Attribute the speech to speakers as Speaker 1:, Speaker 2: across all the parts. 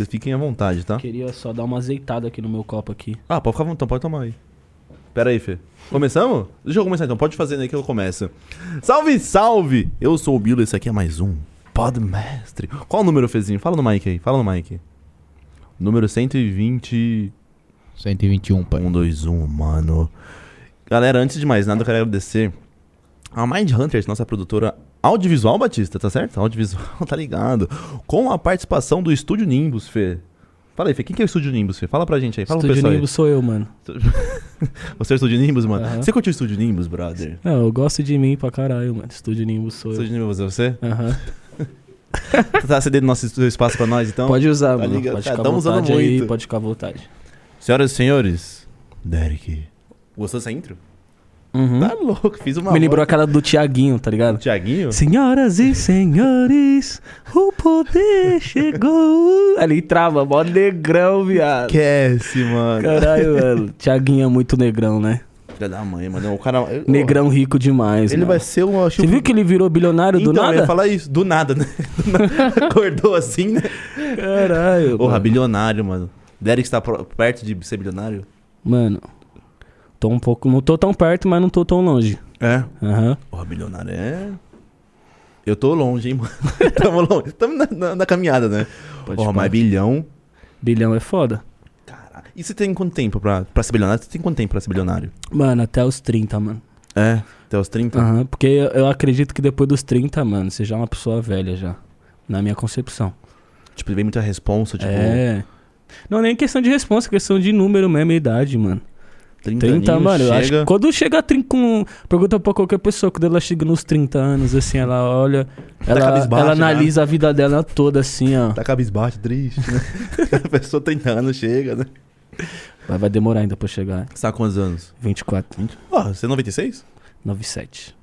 Speaker 1: Vocês fiquem à vontade, tá?
Speaker 2: Queria só dar uma azeitada aqui no meu copo aqui.
Speaker 1: Ah, pode ficar à vontade, pode tomar aí. Pera aí, Fê. Começamos? Deixa eu começar então. Pode fazer aí que eu começo. Salve, salve! Eu sou o Bilo e esse aqui é mais um Podmestre. Qual o número, Fezinho? Fala no mic aí, fala no mic. Número 120...
Speaker 3: 121, pai.
Speaker 1: 121, mano. Galera, antes de mais nada, eu quero agradecer a Mind Hunters, nossa produtora audiovisual Batista, tá certo? Audiovisual, tá ligado. Com a participação do Estúdio Nimbus, Fê. Fala aí, Fê. Quem que é o Estúdio Nimbus, Fê? Fala pra gente aí. Fala pro
Speaker 2: Estúdio
Speaker 1: pessoal aí.
Speaker 2: Nimbus sou eu, mano.
Speaker 1: Você é o Estúdio Nimbus, mano?
Speaker 2: Aham.
Speaker 1: Você curtiu o Estúdio Nimbus, brother?
Speaker 2: Não, É, eu gosto de mim pra caralho, mano. Estúdio Nimbus sou eu.
Speaker 1: Estúdio Nimbus, é você?
Speaker 2: Aham.
Speaker 1: Tá cedendo nosso estu- espaço pra nós, então?
Speaker 2: Pode usar,
Speaker 1: tá
Speaker 2: mano.
Speaker 1: ligado,
Speaker 2: Pode
Speaker 1: tá-
Speaker 2: ficar à
Speaker 1: tamo usando
Speaker 2: vontade aí,
Speaker 1: muito.
Speaker 2: pode ficar à vontade.
Speaker 1: Senhoras e senhores, Derek. Gostou dessa intro?
Speaker 2: Uhum.
Speaker 1: Tá louco, fiz uma
Speaker 2: Me lembrou
Speaker 1: voz-
Speaker 2: aquela do Tiaguinho, tá ligado?
Speaker 1: Tiaguinho?
Speaker 2: Senhoras e senhores, o poder chegou. Ali trava, mó negrão, viado.
Speaker 1: Esquece, mano.
Speaker 2: Caralho, mano. Tiaguinho é muito negrão, né?
Speaker 1: Filha da mãe, mano. O cara... eu-
Speaker 2: Negrão rico demais,
Speaker 1: Ele
Speaker 2: mano.
Speaker 1: vai ser um... acho
Speaker 2: Você viu que ele virou bilionário
Speaker 1: então,
Speaker 2: do
Speaker 1: eu ia
Speaker 2: nada?
Speaker 1: falar isso. Do nada, né? Do nada. Acordou assim, né?
Speaker 2: Caralho.
Speaker 1: Porra,
Speaker 2: mano.
Speaker 1: bilionário, mano. Derek tá pro- perto de ser bilionário?
Speaker 2: Mano, tô um pouco. Não tô tão perto, mas não tô tão longe.
Speaker 1: É.
Speaker 2: Aham.
Speaker 1: Porra, bilionário é... Eu tô longe, hein, mano. Tamo longe. Tamo na, na- na caminhada, né? Porra,
Speaker 2: pá.
Speaker 1: mas bilhão...
Speaker 2: Bilhão é foda.
Speaker 1: Caralho. E você tem quanto tempo pra, pra ser bilionário? Você tem quanto tempo pra ser bilionário?
Speaker 2: Mano, até os 30, mano.
Speaker 1: É, até os 30?
Speaker 2: Aham. Porque eu, eu acredito que depois dos 30, mano, você já é uma pessoa velha já. Na minha concepção.
Speaker 1: Tipo, vem muita responsa, tipo...
Speaker 2: É. Não, nem questão de resposta, questão de número mesmo, idade, mano.
Speaker 1: 30,
Speaker 2: 30,
Speaker 1: aninhos,
Speaker 2: mano, eu acho
Speaker 1: chega...
Speaker 2: que quando chega a 30 com. Pergunta pra qualquer pessoa, quando ela chega nos 30 anos, assim, ela olha. Ela,
Speaker 1: cabisbaixa,
Speaker 2: ela
Speaker 1: né?
Speaker 2: analisa a vida dela toda, assim, ó.
Speaker 1: Tá cabisbaixo, triste, né? A pessoa 30 anos chega, né?
Speaker 2: Vai, vai demorar ainda pra chegar.
Speaker 1: Você tá com quantos anos?
Speaker 2: 24,
Speaker 1: Ó, você é 96?
Speaker 2: 97.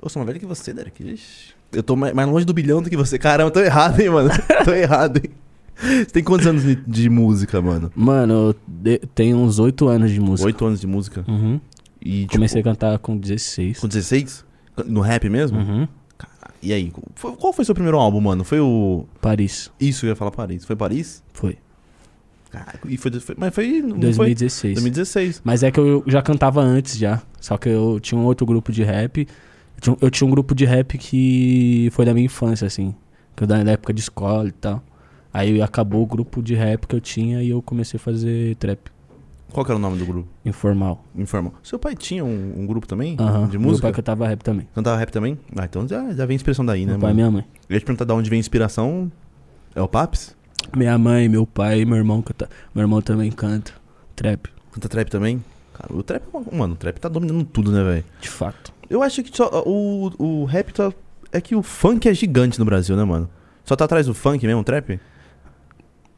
Speaker 1: Eu sou mais velho que você, Derek. Ixi. Eu tô mais mais longe do bilhão do que você. Caramba, tô errado, hein, mano. tô errado, hein. Você tem quantos anos de, de música, mano?
Speaker 2: Mano, eu de- tenho uns 8 anos de música.
Speaker 1: Oito anos de música.
Speaker 2: Uhum.
Speaker 1: E tipo,
Speaker 2: Comecei a cantar com 16.
Speaker 1: com 16? No rap mesmo?
Speaker 2: Uhum.
Speaker 1: E aí, foi- qual foi seu primeiro álbum, mano? Foi o.
Speaker 2: Paris,
Speaker 1: Isso, eu ia falar Paris. Foi Paris?
Speaker 2: foi.
Speaker 1: Caraca, e foi, foi- Mas foi. Não foi?
Speaker 2: 2016.
Speaker 1: 2016.
Speaker 2: Mas é que eu já cantava antes já. Só que eu tinha um outro grupo de rap. Eu tinha, eu tinha um grupo de rap que foi da minha infância, assim. Que eu da da época de escola e tal. Aí acabou o grupo de rap que eu tinha e eu comecei a fazer trap
Speaker 1: Qual que era o nome do grupo?
Speaker 2: informal.
Speaker 1: Informal. Seu pai tinha um, um grupo também?
Speaker 2: Aham.
Speaker 1: De
Speaker 2: Meu
Speaker 1: música?
Speaker 2: pai cantava rap também.
Speaker 1: Cantava rap também? Ah, então já, já vem inspiração daí, né,
Speaker 2: meu pai e
Speaker 1: mano?
Speaker 2: minha mãe.
Speaker 1: Eu ia te perguntar de onde vem a inspiração. É o Paps?
Speaker 2: Minha mãe, meu pai, meu irmão canta. Meu irmão também canta. Trap,
Speaker 1: Canta trap também? Cara, o trap, mano, o trap tá dominando tudo, né, velho?
Speaker 2: de fato.
Speaker 1: Eu acho que só o, o rap tá. É que o funk é gigante no Brasil, né, mano? Só tá atrás do funk mesmo, o trap?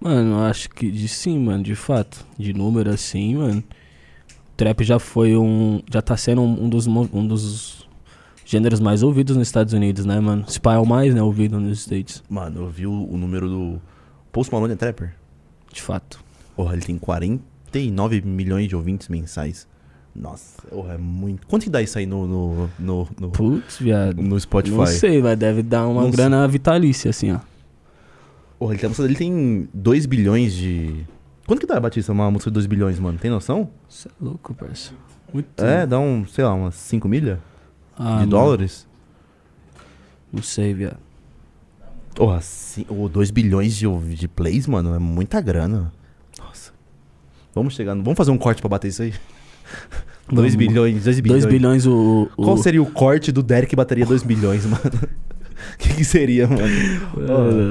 Speaker 2: Mano, eu acho que de sim, mano, de fato. De número assim, mano. Trap já foi um. Já tá sendo um, um dos, mo- um dos gêneros mais ouvidos nos Estados Unidos, né, mano? Esse pai é o mais, né, ouvido nos States.
Speaker 1: Mano, eu vi o, o número do. Post Malone é trapper?
Speaker 2: De fato.
Speaker 1: Porra, ele tem 49 milhões de ouvintes mensais. Nossa, porra, é muito. Quanto que dá isso aí no. no. no, no,
Speaker 2: Putz, viado.
Speaker 1: no Spotify?
Speaker 2: Não sei, mas deve dar uma
Speaker 1: Não sei.
Speaker 2: grana vitalícia, assim, ó.
Speaker 1: Porra, ele, tá- a música dele tem 2 bilhões de. Quanto que dá, Batista, uma música de 2 bilhões, mano? Tem noção?
Speaker 2: Você é louco, parça. Muito.
Speaker 1: É, dá um, sei lá, umas 5 milha
Speaker 2: Ah,
Speaker 1: de
Speaker 2: mano,
Speaker 1: dólares?
Speaker 2: Não sei, viado.
Speaker 1: Porra, 2 bilhões de, ouv- de plays, mano, é muita grana. Nossa. Vamos chegar. no- Vamos fazer um corte pra bater isso aí? 2
Speaker 2: Vamos.
Speaker 1: bilhões, 2 bilhões.
Speaker 2: 2 bilhões o. o
Speaker 1: Qual seria o corte do Derek bateria 2 bilhões, mano? O que, que seria, mano?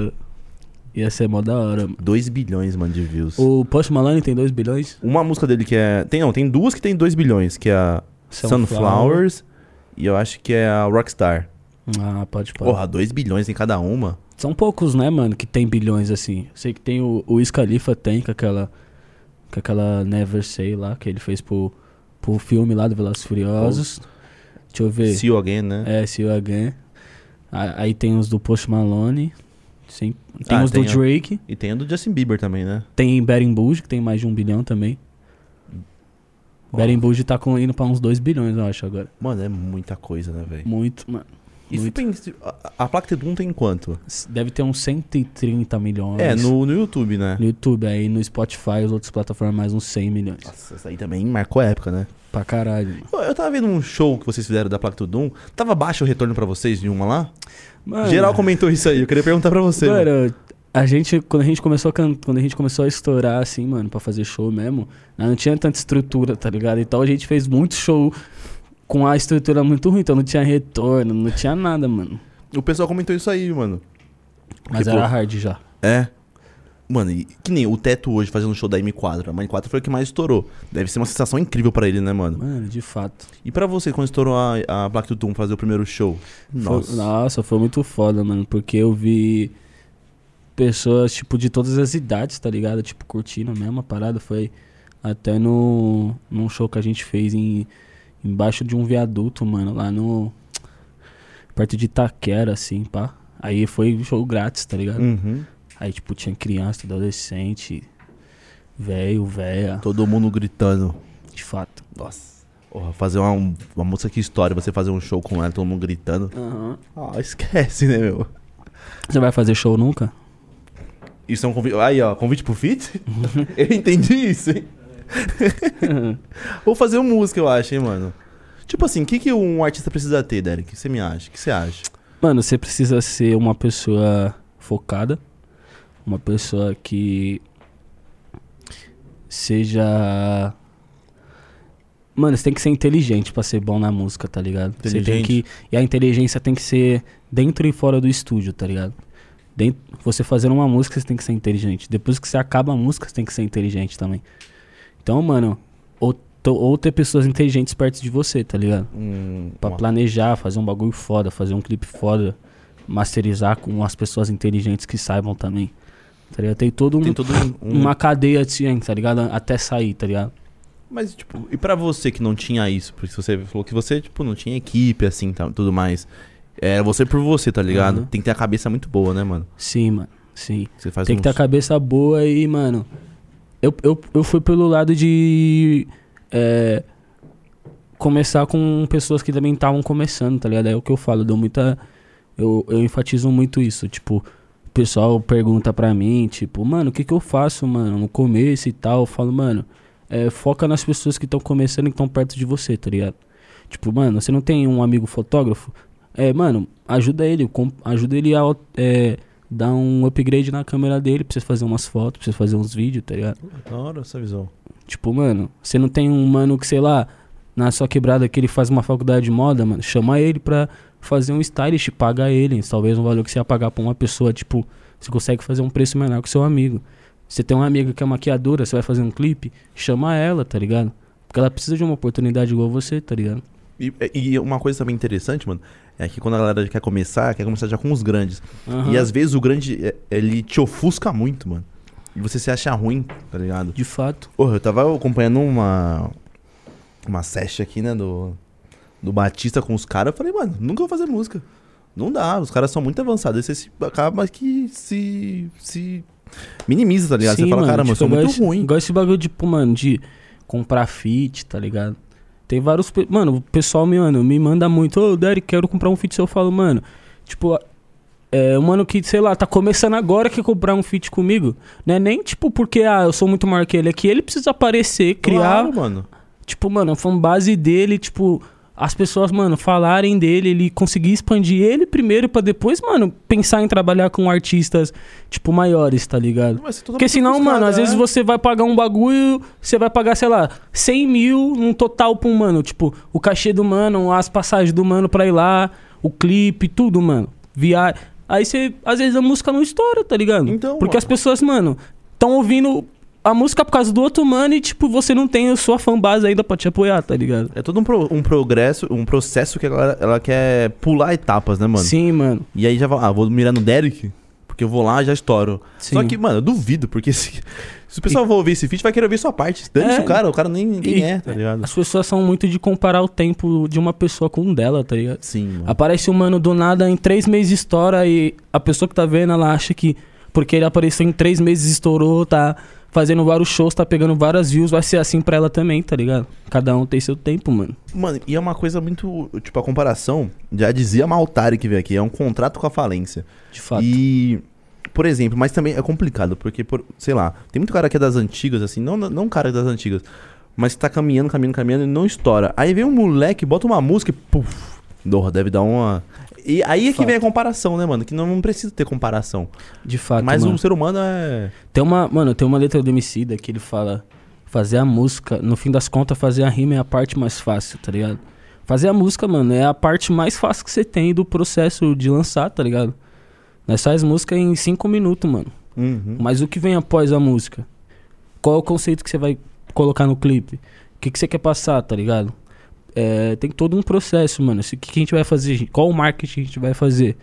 Speaker 2: Ah, Ia ser mó da hora, mano.
Speaker 1: 2 bilhões, mano, de views.
Speaker 2: O Post Malone tem 2 bilhões?
Speaker 1: Uma música dele que é. Tem não, tem duas que tem 2 bilhões, que é a Sunflowers e eu acho que é a Rockstar.
Speaker 2: Ah, pode parar.
Speaker 1: Porra, 2 bilhões em cada uma.
Speaker 2: São poucos, né, mano, que tem bilhões assim. Sei que tem o, o Scalifa tem com aquela com aquela Never Say lá que ele fez pro, pro filme lá do Velozes e Furiosos. Deixa eu ver.
Speaker 1: See you again, né?
Speaker 2: É, See You Again. A- Aí tem os do Post Malone. Sim. Tem
Speaker 1: Ah,
Speaker 2: os
Speaker 1: tem
Speaker 2: do
Speaker 1: a-
Speaker 2: Drake.
Speaker 1: E tem a do Justin Bieber também, né?
Speaker 2: Tem Beren Bush, que tem mais de um bilhão também. Beren Bush tá com, indo pra uns 2 bilhões, eu acho, agora.
Speaker 1: Mano, é muita coisa, né, velho?
Speaker 2: Muito, mano.
Speaker 1: E se
Speaker 2: Muito.
Speaker 1: pensa, a, a placa T1 tem quanto?
Speaker 2: Deve ter uns 130 milhões.
Speaker 1: É, no, no YouTube, né?
Speaker 2: No YouTube, aí no Spotify, as outras plataformas, mais uns 100 milhões.
Speaker 1: Nossa, isso aí também marcou a época, né?
Speaker 2: Pra caralho. mano.
Speaker 1: Eu, eu tava vendo um show que vocês fizeram da Placa T1. Tava baixo o retorno pra vocês de uma lá?
Speaker 2: Mano,
Speaker 1: Geral comentou isso aí. Eu queria perguntar pra você.
Speaker 2: mano,
Speaker 1: mano.
Speaker 2: a gente, quando a gente começou a can- quando a gente começou a estourar, assim, mano, pra fazer show mesmo, né, não tinha tanta estrutura, tá ligado? Então a gente fez muito show com a estrutura muito ruim, então não tinha retorno, não tinha nada, mano.
Speaker 1: O pessoal comentou isso aí, mano.
Speaker 2: Mas
Speaker 1: Tipo-
Speaker 2: era hard já.
Speaker 1: É. Mano, e que nem o Teto hoje fazendo show da M4. A M4 foi o que mais estourou. Deve ser uma sensação incrível pra ele, né, mano?
Speaker 2: Mano, de fato.
Speaker 1: E pra você, quando estourou a, a Black Tutum fazer o primeiro show?
Speaker 2: Foi-
Speaker 1: Nossa.
Speaker 2: nossa, foi muito foda, mano, porque eu vi pessoas, tipo, de todas as idades, tá ligado? Tipo, curtindo a mesma parada. Foi até no, num show que a gente fez em, embaixo de um viaduto, mano, lá no. perto de Itaquera, assim, pá. Aí foi um show grátis, tá ligado?
Speaker 1: Uhum.
Speaker 2: Aí, tipo, tinha criança, adolescente, velho, véia,
Speaker 1: Todo mundo gritando.
Speaker 2: de fato.
Speaker 1: Nossa. Porra, fazer uma, uma moça que história, você fazer um show com ela, todo mundo gritando. Ah, esquece, né, meu?
Speaker 2: Você vai fazer show nunca?
Speaker 1: Isso é um convite. Aí, ó, convite pro fit? eu entendi isso, hein? Vou fazer uma música, eu acho, hein, mano. Tipo assim, o que, que um artista precisa ter, Derek? Você me acha? O que você acha?
Speaker 2: Mano, você precisa ser uma pessoa focada, uma pessoa que seja. Mano, você tem que ser inteligente pra ser bom na música, tá ligado? Você tem que.
Speaker 1: Inteligente.
Speaker 2: E a inteligência tem que ser dentro e fora do estúdio, tá ligado? Dentro... Você fazendo uma música, você tem que ser inteligente. Depois que você acaba a música, você tem que ser inteligente também. Então, mano, ou, to- ou ter pessoas inteligentes perto de você, tá ligado?
Speaker 1: Um,
Speaker 2: Pra
Speaker 1: uma-
Speaker 2: planejar, fazer um bagulho foda, fazer um clipe foda, masterizar com as pessoas inteligentes que saibam também. Tá ligado? Tem todo um,
Speaker 1: Tem todo um. um-
Speaker 2: uma cadeia assim, tá ligado? Até sair, tá ligado?
Speaker 1: Mas, tipo, e pra você que não tinha isso? Porque você falou que você, tipo, não tinha equipe, assim, tá, tudo mais. É você por você, tá ligado?
Speaker 2: Uhum.
Speaker 1: Tem que ter a cabeça muito boa, né, mano?
Speaker 2: Sim, mano. Sim.
Speaker 1: Você faz um
Speaker 2: Tem que ter a
Speaker 1: uns-
Speaker 2: cabeça boa e, mano. Eu, eu, eu fui pelo lado de. é, começar com pessoas que também estavam começando, tá ligado? É o que eu falo, deu muita. Eu, eu enfatizo muito isso. Tipo, o pessoal pergunta pra mim, tipo, mano, o que que eu faço, mano, no começo e tal. Eu falo, mano, é, foca nas pessoas que estão começando e que estão perto de você, tá ligado? Tipo, mano, você não tem um amigo fotógrafo? É, mano, ajuda ele, com- ajuda ele a é, dar um upgrade na câmera dele pra você fazer umas fotos, pra você fazer uns vídeos, tá ligado?
Speaker 1: Da hora essa visão.
Speaker 2: Tipo, mano, você não tem um mano que, sei lá, na sua quebrada que ele faz uma faculdade de moda, mano, chama ele pra fazer um stylist, paga ele. Talvez um valor que você ia pagar pra uma pessoa, tipo, você consegue fazer um preço menor que seu amigo. Você tem uma amiga que é maquiadora, você vai fazer um clipe, chama ela, tá ligado? Porque ela precisa de uma oportunidade igual você, tá ligado?
Speaker 1: E, e uma coisa também interessante, mano, é que quando a galera quer começar, quer começar já com os grandes.
Speaker 2: Aham.
Speaker 1: E às vezes o grande, é- ele te ofusca muito, mano. E você se acha ruim, tá ligado?
Speaker 2: De fato.
Speaker 1: Porra, eu tava acompanhando uma. Uma session aqui, né? Do, do Batista com os caras. Eu falei, mano, nunca vou fazer música. Não dá, os caras são muito avançados. Aí você se, acaba que se. se minimiza, tá ligado? você fala, caramba, eu
Speaker 2: tipo,
Speaker 1: sou
Speaker 2: igual
Speaker 1: muito
Speaker 2: esse-
Speaker 1: ruim.
Speaker 2: Igual esse bagulho, tipo, mano, de comprar fit, tá ligado? Tem vários. pe- Mano, o pessoal me, mano, me manda muito. Ô, Derek, quero comprar um fit seu. Eu falo, mano, tipo. É, um mano que, sei lá, tá começando agora que comprar um fit comigo. Não é nem, tipo, porque, ah, eu sou muito maior que ele. É que ele precisa aparecer, criar.
Speaker 1: Claro, mano.
Speaker 2: Tipo, mano, a fanbase dele, tipo, as pessoas, mano, falarem dele, ele conseguir expandir ele primeiro pra depois, mano, pensar em trabalhar com artistas, tipo, maiores, tá ligado?
Speaker 1: Mas você é
Speaker 2: Porque
Speaker 1: totalmente
Speaker 2: senão,
Speaker 1: ofuscado,
Speaker 2: mano, às
Speaker 1: é.
Speaker 2: vezes você vai pagar um bagulho, você vai pagar, sei lá, 100 mil num total pra um mano. Tipo, o cachê do mano, as passagens do mano pra ir lá, o clipe, tudo, mano. Viar. Aí você, às vezes a música não estoura, tá ligado?
Speaker 1: Então,
Speaker 2: Porque
Speaker 1: mano.
Speaker 2: as pessoas, mano, estão ouvindo a música por causa do outro mano e, tipo, você não tem a sua fanbase ainda pra te apoiar, tá ligado?
Speaker 1: É todo um, pro- um progresso, um processo que a galera ela quer pular etapas, né, mano?
Speaker 2: Sim, mano.
Speaker 1: E aí já fala, ah, vou mirar no Derek, porque eu vou lá e já estouro.
Speaker 2: Sim.
Speaker 1: Só que, mano, eu duvido, porque se, se o pessoal for ouvir esse feat, vai querer ouvir sua parte. Dane-se
Speaker 2: É.
Speaker 1: o cara, o cara nem, nem
Speaker 2: E-
Speaker 1: é, tá ligado?
Speaker 2: As pessoas são muito de comparar o tempo de uma pessoa com o dela, tá ligado?
Speaker 1: Sim, mano.
Speaker 2: Aparece um mano do nada, em três meses estoura e a pessoa que tá vendo, ela acha que porque ele apareceu em três meses estourou, tá fazendo vários shows, tá pegando várias views, vai ser assim pra ela também, tá ligado? Cada um tem seu tempo, mano.
Speaker 1: Mano, e é uma coisa muito. Tipo, a comparação. Já dizia Maltari que veio aqui. É um contrato com a falência.
Speaker 2: De fato.
Speaker 1: E, por exemplo, mas também é complicado, porque, por, sei lá, tem muito cara que é das antigas, assim, não, não cara das antigas, mas que tá caminhando, caminhando, caminhando e não estoura. Aí vem um moleque, bota uma música e puf, dor, deve dar uma. E aí é que
Speaker 2: Fato.
Speaker 1: vem a comparação, né, mano? Que não, não precisa ter comparação.
Speaker 2: De fato,
Speaker 1: mas
Speaker 2: mano.
Speaker 1: um ser humano é.
Speaker 2: Tem uma, mano, tem uma letra do Emicida que ele fala fazer a música, no fim das contas, fazer a rima é a parte mais fácil, tá ligado? Fazer a música, mano, é a parte mais fácil que você tem do processo de lançar, tá ligado? Nós faz música em cinco minutos, mano.
Speaker 1: Uhum.
Speaker 2: Mas o que vem após a música? Qual é o conceito que você vai colocar no clipe? O que, que você quer passar, tá ligado? É, tem todo um processo, mano. Se- O que, que a gente vai fazer? Qual o marketing a gente vai fazer?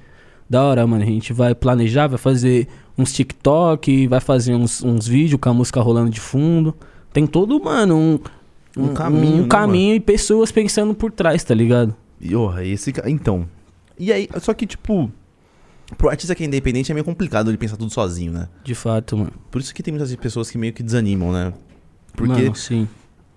Speaker 2: Da hora, mano. A gente vai planejar, vai fazer uns TikTok, vai fazer uns, uns vídeos com a música rolando de fundo. Tem todo, mano, um,
Speaker 1: Um caminho, né,
Speaker 2: um caminho e pessoas pensando por trás, tá ligado?
Speaker 1: E, oh, esse ca- Então. E aí, só que, tipo, pro artista que é independente é meio complicado ele pensar tudo sozinho, né?
Speaker 2: De fato, mano.
Speaker 1: Por isso que tem muitas pessoas que meio que desanimam, né? Porque
Speaker 2: Mano, sim.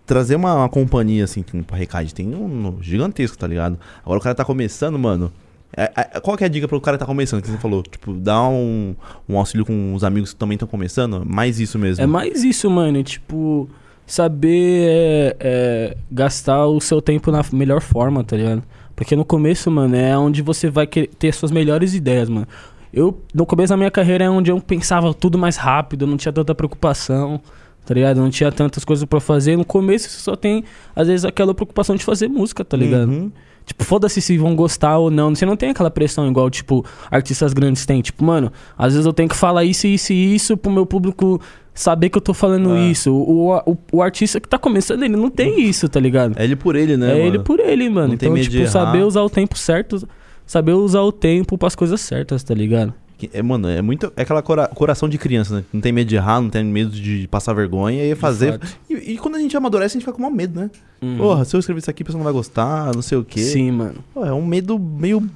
Speaker 1: trazer uma, uma companhia assim que pra Recade tem um gigantesco, tá ligado? Agora o cara tá começando, mano. É- é- qual que é a dica pro cara que tá começando? Que você falou, tipo, dá um, um auxílio com os amigos que também estão começando? Mais isso mesmo.
Speaker 2: É mais isso, mano. Tipo, saber é, é, gastar o seu tempo na melhor forma, tá ligado? Porque no começo, mano, é onde você vai que- ter suas melhores ideias, mano. Eu, no começo da minha carreira, é onde eu pensava tudo mais rápido, eu não tinha tanta preocupação, tá ligado? Eu Não tinha tantas coisas pra fazer. No começo, você só tem, às vezes, aquela preocupação de fazer música, tá ligado?
Speaker 1: Uhum.
Speaker 2: Tipo, foda-se se vão gostar ou não. Você não tem aquela pressão igual, tipo, artistas grandes têm. Tipo, mano, às vezes eu tenho que falar isso, isso e isso pro meu público saber que eu tô falando
Speaker 1: Ah.
Speaker 2: isso. O, o, o artista que tá começando, ele não tem isso, tá ligado?
Speaker 1: É ele por ele, né?
Speaker 2: É,
Speaker 1: mano?
Speaker 2: ele por ele, mano.
Speaker 1: Não tem
Speaker 2: Então,
Speaker 1: medo de
Speaker 2: tipo,
Speaker 1: errar.
Speaker 2: saber usar o tempo certo, saber usar o tempo pras coisas certas, tá ligado?
Speaker 1: Que- É, mano, é muito. É aquela cora- coração de criança, né? Não tem medo de errar, não tem medo de passar vergonha e fazer.
Speaker 2: fato.
Speaker 1: E, e quando a gente amadurece, a gente fica com maior medo, né? Porra, se eu escrever isso aqui, a pessoa não vai gostar, não sei o quê.
Speaker 2: Uhum. Sim, mano.
Speaker 1: Pô, é um medo meio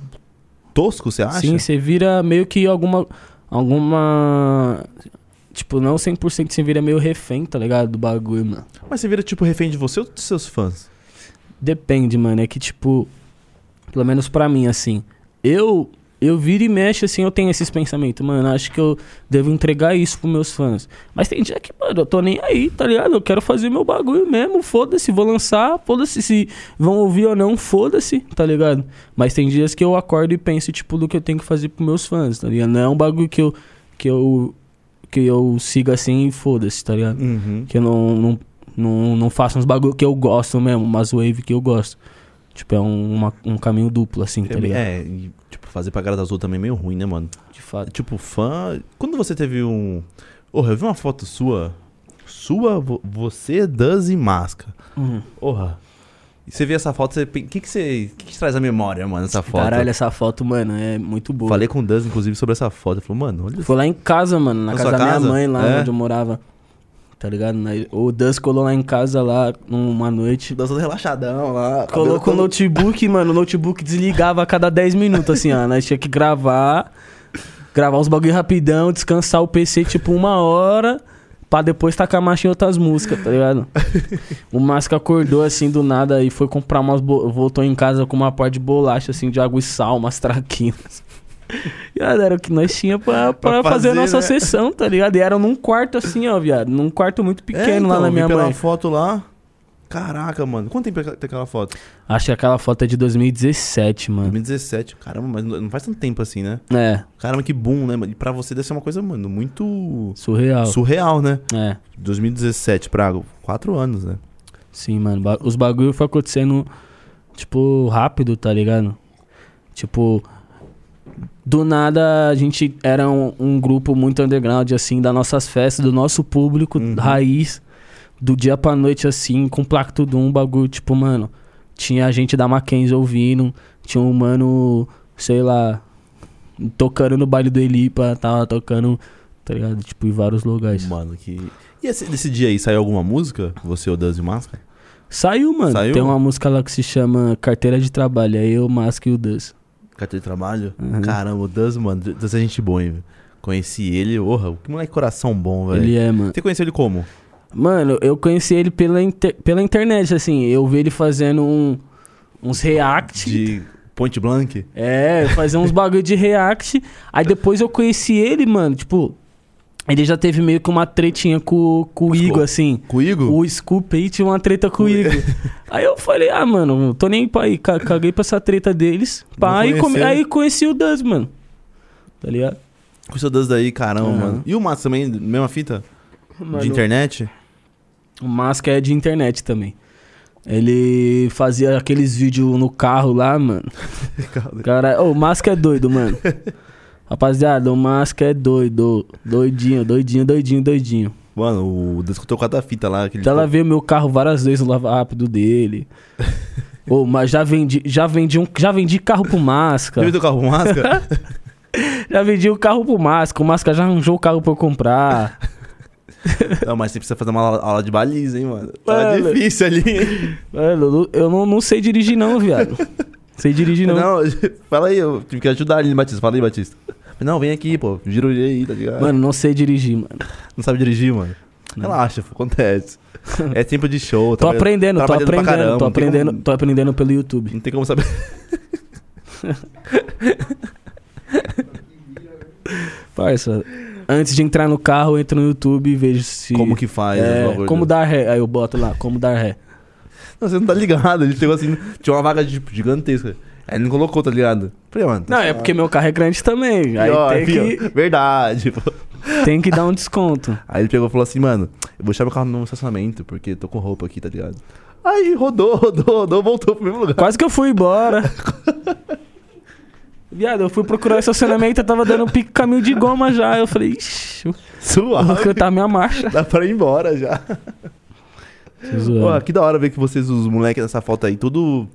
Speaker 1: tosco, você acha?
Speaker 2: Sim, você vira meio que alguma. Alguma. Tipo, não 100% você vira meio refém, tá ligado? Do bagulho, mano.
Speaker 1: Mas você vira, tipo, refém de você ou dos seus fãs?
Speaker 2: Depende, mano. É que, tipo, pelo menos pra mim, assim, eu eu viro e mexo, assim, eu tenho esses pensamentos, mano. Acho que eu devo entregar isso pros meus fãs. Mas tem dia que, mano, eu tô nem aí, tá ligado? Eu quero fazer meu bagulho mesmo, foda-se, vou lançar, foda-se se vão ouvir ou não, foda-se, tá ligado? Mas tem dias que eu acordo e penso, tipo, do que eu tenho que fazer pros meus fãs, tá ligado? Não é um bagulho que eu. que eu. que eu siga assim e foda-se, tá ligado?
Speaker 1: Uhum.
Speaker 2: Que eu não, não, não, não faço uns bagulho que eu gosto mesmo, umas wave que eu gosto. Tipo, é um, uma- um caminho duplo, assim, tá
Speaker 1: É, meio-
Speaker 2: ligado?
Speaker 1: é, e, tipo, fazer pra agradar os outros também é meio ruim, né, mano?
Speaker 2: De fato.
Speaker 1: Tipo, fã. Quando você teve um. Porra, eu vi uma foto sua. Sua, vo- você, Duz e Masca.
Speaker 2: Uhum.
Speaker 1: Porra. E você vê essa foto, você. pen- O que, que você. O que, que te traz à memória, mano, essa foto?
Speaker 2: Caralho, essa foto, mano, é muito boa.
Speaker 1: Falei com o Duz, inclusive, sobre essa foto. Ele falou, mano, olha.
Speaker 2: Foi lá em casa, mano, na,
Speaker 1: Na
Speaker 2: casa
Speaker 1: sua
Speaker 2: da minha
Speaker 1: casa?
Speaker 2: mãe, lá
Speaker 1: É?
Speaker 2: onde eu morava. Tá ligado? Na- O Dus colou lá em casa, lá, numa noite.
Speaker 1: Duz todo tipo, relaxadão lá. cabelo
Speaker 2: Colocou o
Speaker 1: todo-
Speaker 2: notebook, mano, o notebook desligava a cada 10 minutos, assim, ó. Nós tinha que gravar, gravar uns bagulho rapidão, descansar o PC, tipo, uma hora, pra depois tacar marcha em outras músicas, tá ligado? O Masca acordou, assim, do nada e foi comprar umas... bo- Voltou em casa com uma parte de bolacha, assim, de água e sal, umas traquinas. E olha, era o que nós tinha pra, pra,
Speaker 1: Pra
Speaker 2: fazer, a
Speaker 1: fazer,
Speaker 2: nossa
Speaker 1: né?
Speaker 2: sessão, tá ligado? E era num quarto assim, ó, viado. Num quarto muito
Speaker 1: É,
Speaker 2: pequeno lá
Speaker 1: então,
Speaker 2: na
Speaker 1: vi
Speaker 2: minha
Speaker 1: pela
Speaker 2: mãe.
Speaker 1: foto lá. Caraca, mano. Quanto tempo é que tem aquela foto?
Speaker 2: Acho que aquela foto é de 2017, mano.
Speaker 1: 2017. Caramba, mas não não faz tanto tempo assim, né?
Speaker 2: É.
Speaker 1: Caramba, que boom, né? mano? E pra você deve ser uma coisa, mano, muito
Speaker 2: Surreal.
Speaker 1: surreal, né?
Speaker 2: é,
Speaker 1: 2017 pra quatro anos, né?
Speaker 2: sim, mano. Ba- Os bagulho foi acontecendo, tipo, rápido, tá ligado? Tipo, do nada a gente era um, um grupo muito underground, assim, das nossas festas, do nosso público
Speaker 1: Uhum.
Speaker 2: raiz, do dia pra noite, assim, com Placto Doom, um bagulho, tipo, mano. Tinha gente da Mackenzie ouvindo, tinha um mano, sei lá, tocando no baile do Elipa, tava tocando, tá ligado? Tipo, em vários lugares.
Speaker 1: Mano, que. E esse, desse dia aí saiu alguma música? Você, o Dance Máscara?
Speaker 2: Saiu, mano.
Speaker 1: Saiu?
Speaker 2: Tem uma música lá que se chama Carteira de Trabalho. É eu, Masca e o Dus.
Speaker 1: Carteira de trabalho?
Speaker 2: Uhum.
Speaker 1: Caramba, o Dance, mano, Dance é gente boa, hein? velho? Conheci ele, orra, que moleque coração bom, velho.
Speaker 2: Ele é, mano.
Speaker 1: Você conheceu ele como?
Speaker 2: Mano, eu conheci ele pela, inter- pela internet, assim. Eu vi ele fazendo um, uns react.
Speaker 1: De Point Blank?
Speaker 2: É, fazer uns bagulho de react. Aí depois eu conheci ele, mano. Tipo, ele já teve meio que uma tretinha com, com o
Speaker 1: Mas
Speaker 2: Igor,
Speaker 1: co-
Speaker 2: assim.
Speaker 1: Comigo?
Speaker 2: O Scoop aí tinha uma treta com o Igor. aí eu falei, ah, mano, tô nem pra aí. Ca- Caguei pra essa treta deles. Pá, aí, come-
Speaker 1: conheceu.
Speaker 2: aí conheci o Duz, mano. Tá ligado?
Speaker 1: Com seu Deus daí, caramba,
Speaker 2: Aham.
Speaker 1: mano. E o Massa também, mesma fita?
Speaker 2: Mano,
Speaker 1: De internet?
Speaker 2: O Masca é de internet também. Ele fazia aqueles vídeos no carro lá, mano. Cara, ô, o Masca é doido, mano. Rapaziada, o Masca é doido. Doidinho, doidinho, doidinho, doidinho.
Speaker 1: Mano, o descotou com a fita lá. Aquele tipo.
Speaker 2: Já lavei o meu carro várias vezes, o lava rápido dele. Ô, mas já vendi, já vendi um, já vendi carro pro
Speaker 1: Já viu
Speaker 2: Masca.
Speaker 1: teu carro com máscara?
Speaker 2: Já vendi o carro pro Masca, o Masca já arranjou o carro pra eu comprar.
Speaker 1: não, mas você precisa fazer uma aula- aula de baliza, hein, mano. Tá
Speaker 2: Mano.
Speaker 1: difícil ali, hein?
Speaker 2: Mano, eu não- eu não, não sei dirigir não, viado. Sei dirigir não.
Speaker 1: Não, fala aí, eu tive que ajudar ele, Batista. Fala aí, Batista. Não, vem aqui, pô. Gira o olho aí, tá ligado?
Speaker 2: Mano, não sei dirigir, mano.
Speaker 1: Não sabe dirigir, mano. Relaxa, pô, acontece. É tempo de show.
Speaker 2: Tô
Speaker 1: trabalha-
Speaker 2: aprendendo, tô
Speaker 1: trabalhando Tá pra
Speaker 2: aprendendo,
Speaker 1: caramba,
Speaker 2: tô
Speaker 1: não tem
Speaker 2: aprendendo,
Speaker 1: como-
Speaker 2: tô aprendendo pelo YouTube.
Speaker 1: Não tem como saber.
Speaker 2: Parça, antes de entrar no carro, eu entro no YouTube e vejo se.
Speaker 1: Como que faz os
Speaker 2: é,
Speaker 1: bagulho.
Speaker 2: Como dar ré. Aí eu boto lá, como dar ré.
Speaker 1: Não, você não tá ligado. Ele chegou assim, tinha uma vaga tipo, gigantesca. Aí ele não colocou, tá ligado? Falei, mano. tá
Speaker 2: Não, é porque meu carro é grande também. Aí
Speaker 1: pior,
Speaker 2: tem,
Speaker 1: pior.
Speaker 2: que,
Speaker 1: Verdade, pô.
Speaker 2: tem que dar um desconto.
Speaker 1: Aí ele pegou e falou assim, mano, eu vou deixar meu carro no estacionamento, porque tô com roupa aqui, tá ligado? Aí rodou, rodou, rodou, voltou pro mesmo lugar.
Speaker 2: Quase que eu fui embora. Viado, eu fui procurar o estacionamento, eu tava dando um pico caminho de goma já. Eu falei, ixi, eu vou
Speaker 1: Suave.
Speaker 2: cantar minha marcha.
Speaker 1: Dá pra ir embora já.
Speaker 2: Tô zoando.
Speaker 1: Pô, é que da hora ver que vocês, os moleques dessa foto aí, tudo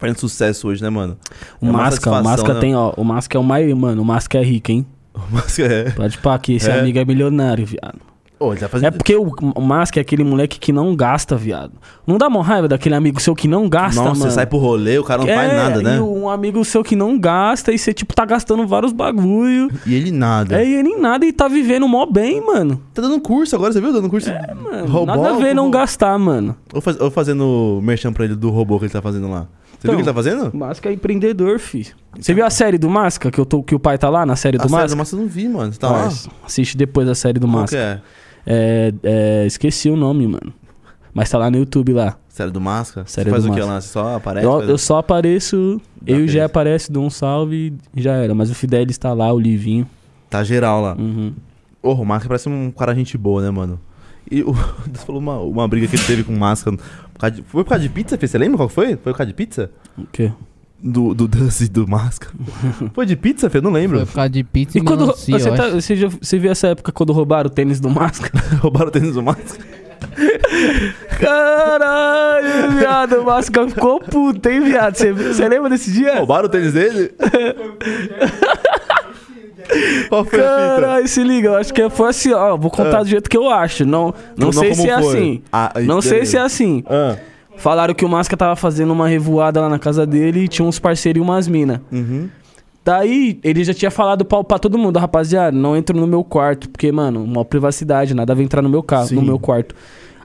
Speaker 1: fazendo sucesso hoje, né, mano?
Speaker 2: O
Speaker 1: é uma
Speaker 2: Masca, o
Speaker 1: satisfação,
Speaker 2: Masca
Speaker 1: né?
Speaker 2: tem, ó. O Masca é o mais. Mano, o Masca é rico, hein?
Speaker 1: Mas é.
Speaker 2: Pode pá, que esse
Speaker 1: É.
Speaker 2: amigo é milionário, viado.
Speaker 1: Ô, ele tá
Speaker 2: É
Speaker 1: fazendo.
Speaker 2: porque o, o Masca é aquele moleque que não gasta, viado. Não dá mó raiva daquele amigo seu que não gasta,
Speaker 1: Nossa,
Speaker 2: mano.
Speaker 1: você sai pro rolê, o cara não
Speaker 2: é,
Speaker 1: faz nada, né?
Speaker 2: E um amigo seu que não gasta e você, tipo, tá gastando vários bagulho.
Speaker 1: E ele nada.
Speaker 2: É, e nem nada e tá vivendo mó bem, mano.
Speaker 1: Tá dando curso agora, você viu? Dando curso. É,
Speaker 2: Mano, nada a ver não gastar, mano.
Speaker 1: Ou, faz, ou fazendo merchan pra ele do robô que ele tá fazendo lá. Você viu o
Speaker 2: Então,
Speaker 1: que ele tá fazendo?
Speaker 2: O Masca é empreendedor, fi. Você viu a série do Masca? Que, eu tô, que o pai tá lá na série
Speaker 1: A
Speaker 2: do
Speaker 1: série do
Speaker 2: Masca?
Speaker 1: Massa eu não vi, mano. Você tá lá?
Speaker 2: Mas Assiste depois a série do
Speaker 1: Qual que
Speaker 2: Masca.
Speaker 1: é?
Speaker 2: É, é, esqueci o nome, mano. Mas tá lá no YouTube lá.
Speaker 1: Série do Máscara? Você
Speaker 2: Série
Speaker 1: faz
Speaker 2: do
Speaker 1: o que
Speaker 2: Máscara.
Speaker 1: lá? Você só aparece?
Speaker 2: Eu,
Speaker 1: faz-
Speaker 2: eu só apareço, eu e o Jé
Speaker 1: beleza.
Speaker 2: aparece, dou um salve e já era. Mas o Fidel está lá, o Livinho.
Speaker 1: Tá geral lá.
Speaker 2: Uhum.
Speaker 1: Ô, o Máscara parece um cara gente boa, né, mano? E o você falou uma, uma briga que ele teve com o Máscara. por causa de- Foi por causa de pizza, Fê? Você lembra qual que foi? Foi por causa de pizza?
Speaker 2: O quê?
Speaker 1: Do, do Dance e do Máscara. Foi de pizza, Fê? Eu não
Speaker 3: Foi
Speaker 1: lembro.
Speaker 3: por causa de pizza
Speaker 2: E
Speaker 3: e
Speaker 2: quando.
Speaker 3: melancia,
Speaker 2: você,
Speaker 3: eu
Speaker 2: tá-
Speaker 3: acho.
Speaker 2: você já- você viu essa época quando roubaram o tênis do Máscara?
Speaker 1: Roubaram o tênis do Máscara.
Speaker 2: Caralho, viado, o Máscara ficou puto, hein, viado? Você, você lembra desse dia?
Speaker 1: Roubaram o tênis dele? Qual foi a fita?
Speaker 2: Caralho, se liga, eu acho que foi assim, ó. Vou contar do jeito que eu acho. Não, não, sei se é assim. Não sei se é assim.
Speaker 1: Ah,
Speaker 2: Falaram que o Masca tava fazendo uma revoada lá na casa dele e tinha uns parceiros e umas minas.
Speaker 1: uhum.
Speaker 2: Daí, ele já tinha falado pra, pra todo mundo, rapaziada, não entro no meu quarto, porque, mano, uma privacidade, nada a ver entrar no meu carro,
Speaker 1: Sim.
Speaker 2: no meu quarto.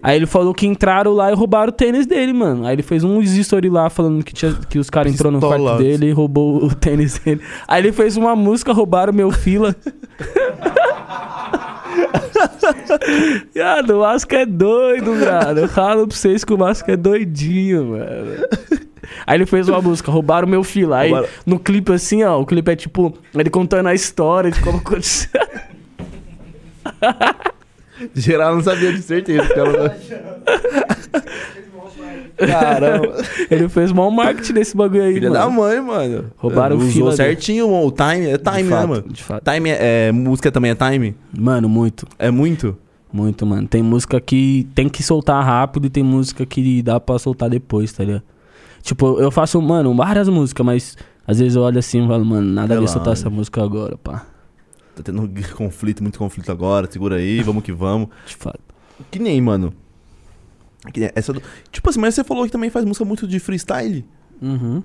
Speaker 2: Aí ele falou que entraram lá e roubaram o tênis dele, mano. Aí ele fez um story lá falando que, tinha, que os caras entrou no
Speaker 1: Pistola.
Speaker 2: quarto dele e roubou o tênis dele. Aí ele fez uma música, roubaram meu fila. Viado, o Vasco é doido, mano. Eu falo pra vocês que o Vasco é doidinho, mano. Aí ele fez uma música, roubaram meu fila. Aí
Speaker 1: Roubaram.
Speaker 2: no clipe assim, ó, o clipe é tipo, ele contando a história de como aconteceu.
Speaker 1: Geral não sabia de certeza. que era- Caramba.
Speaker 2: Ele fez mal marketing desse bagulho aí,
Speaker 1: Filha
Speaker 2: mano.
Speaker 1: da mãe, mano.
Speaker 2: Roubaram o
Speaker 1: Usou
Speaker 2: fila dele.
Speaker 1: certinho o time. É time,
Speaker 2: de
Speaker 1: né,
Speaker 2: fato,
Speaker 1: mano?
Speaker 2: De fato.
Speaker 1: Time é, é- Música também é time?
Speaker 2: Mano, muito.
Speaker 1: É muito?
Speaker 2: Muito, mano. Tem música que tem que soltar rápido e tem música que dá pra soltar depois, tá ligado? Tipo, eu faço, mano, várias músicas, mas às vezes eu olho assim e falo, mano, nada a ver
Speaker 1: Relaxa.
Speaker 2: soltar essa música agora, pá.
Speaker 1: Tá tendo um conflito, muito conflito agora. Segura aí, vamos que vamos.
Speaker 2: De fato.
Speaker 1: Que nem, mano. Que nem essa do- Tipo assim, mas você falou que também faz música muito de freestyle.
Speaker 2: Uhum.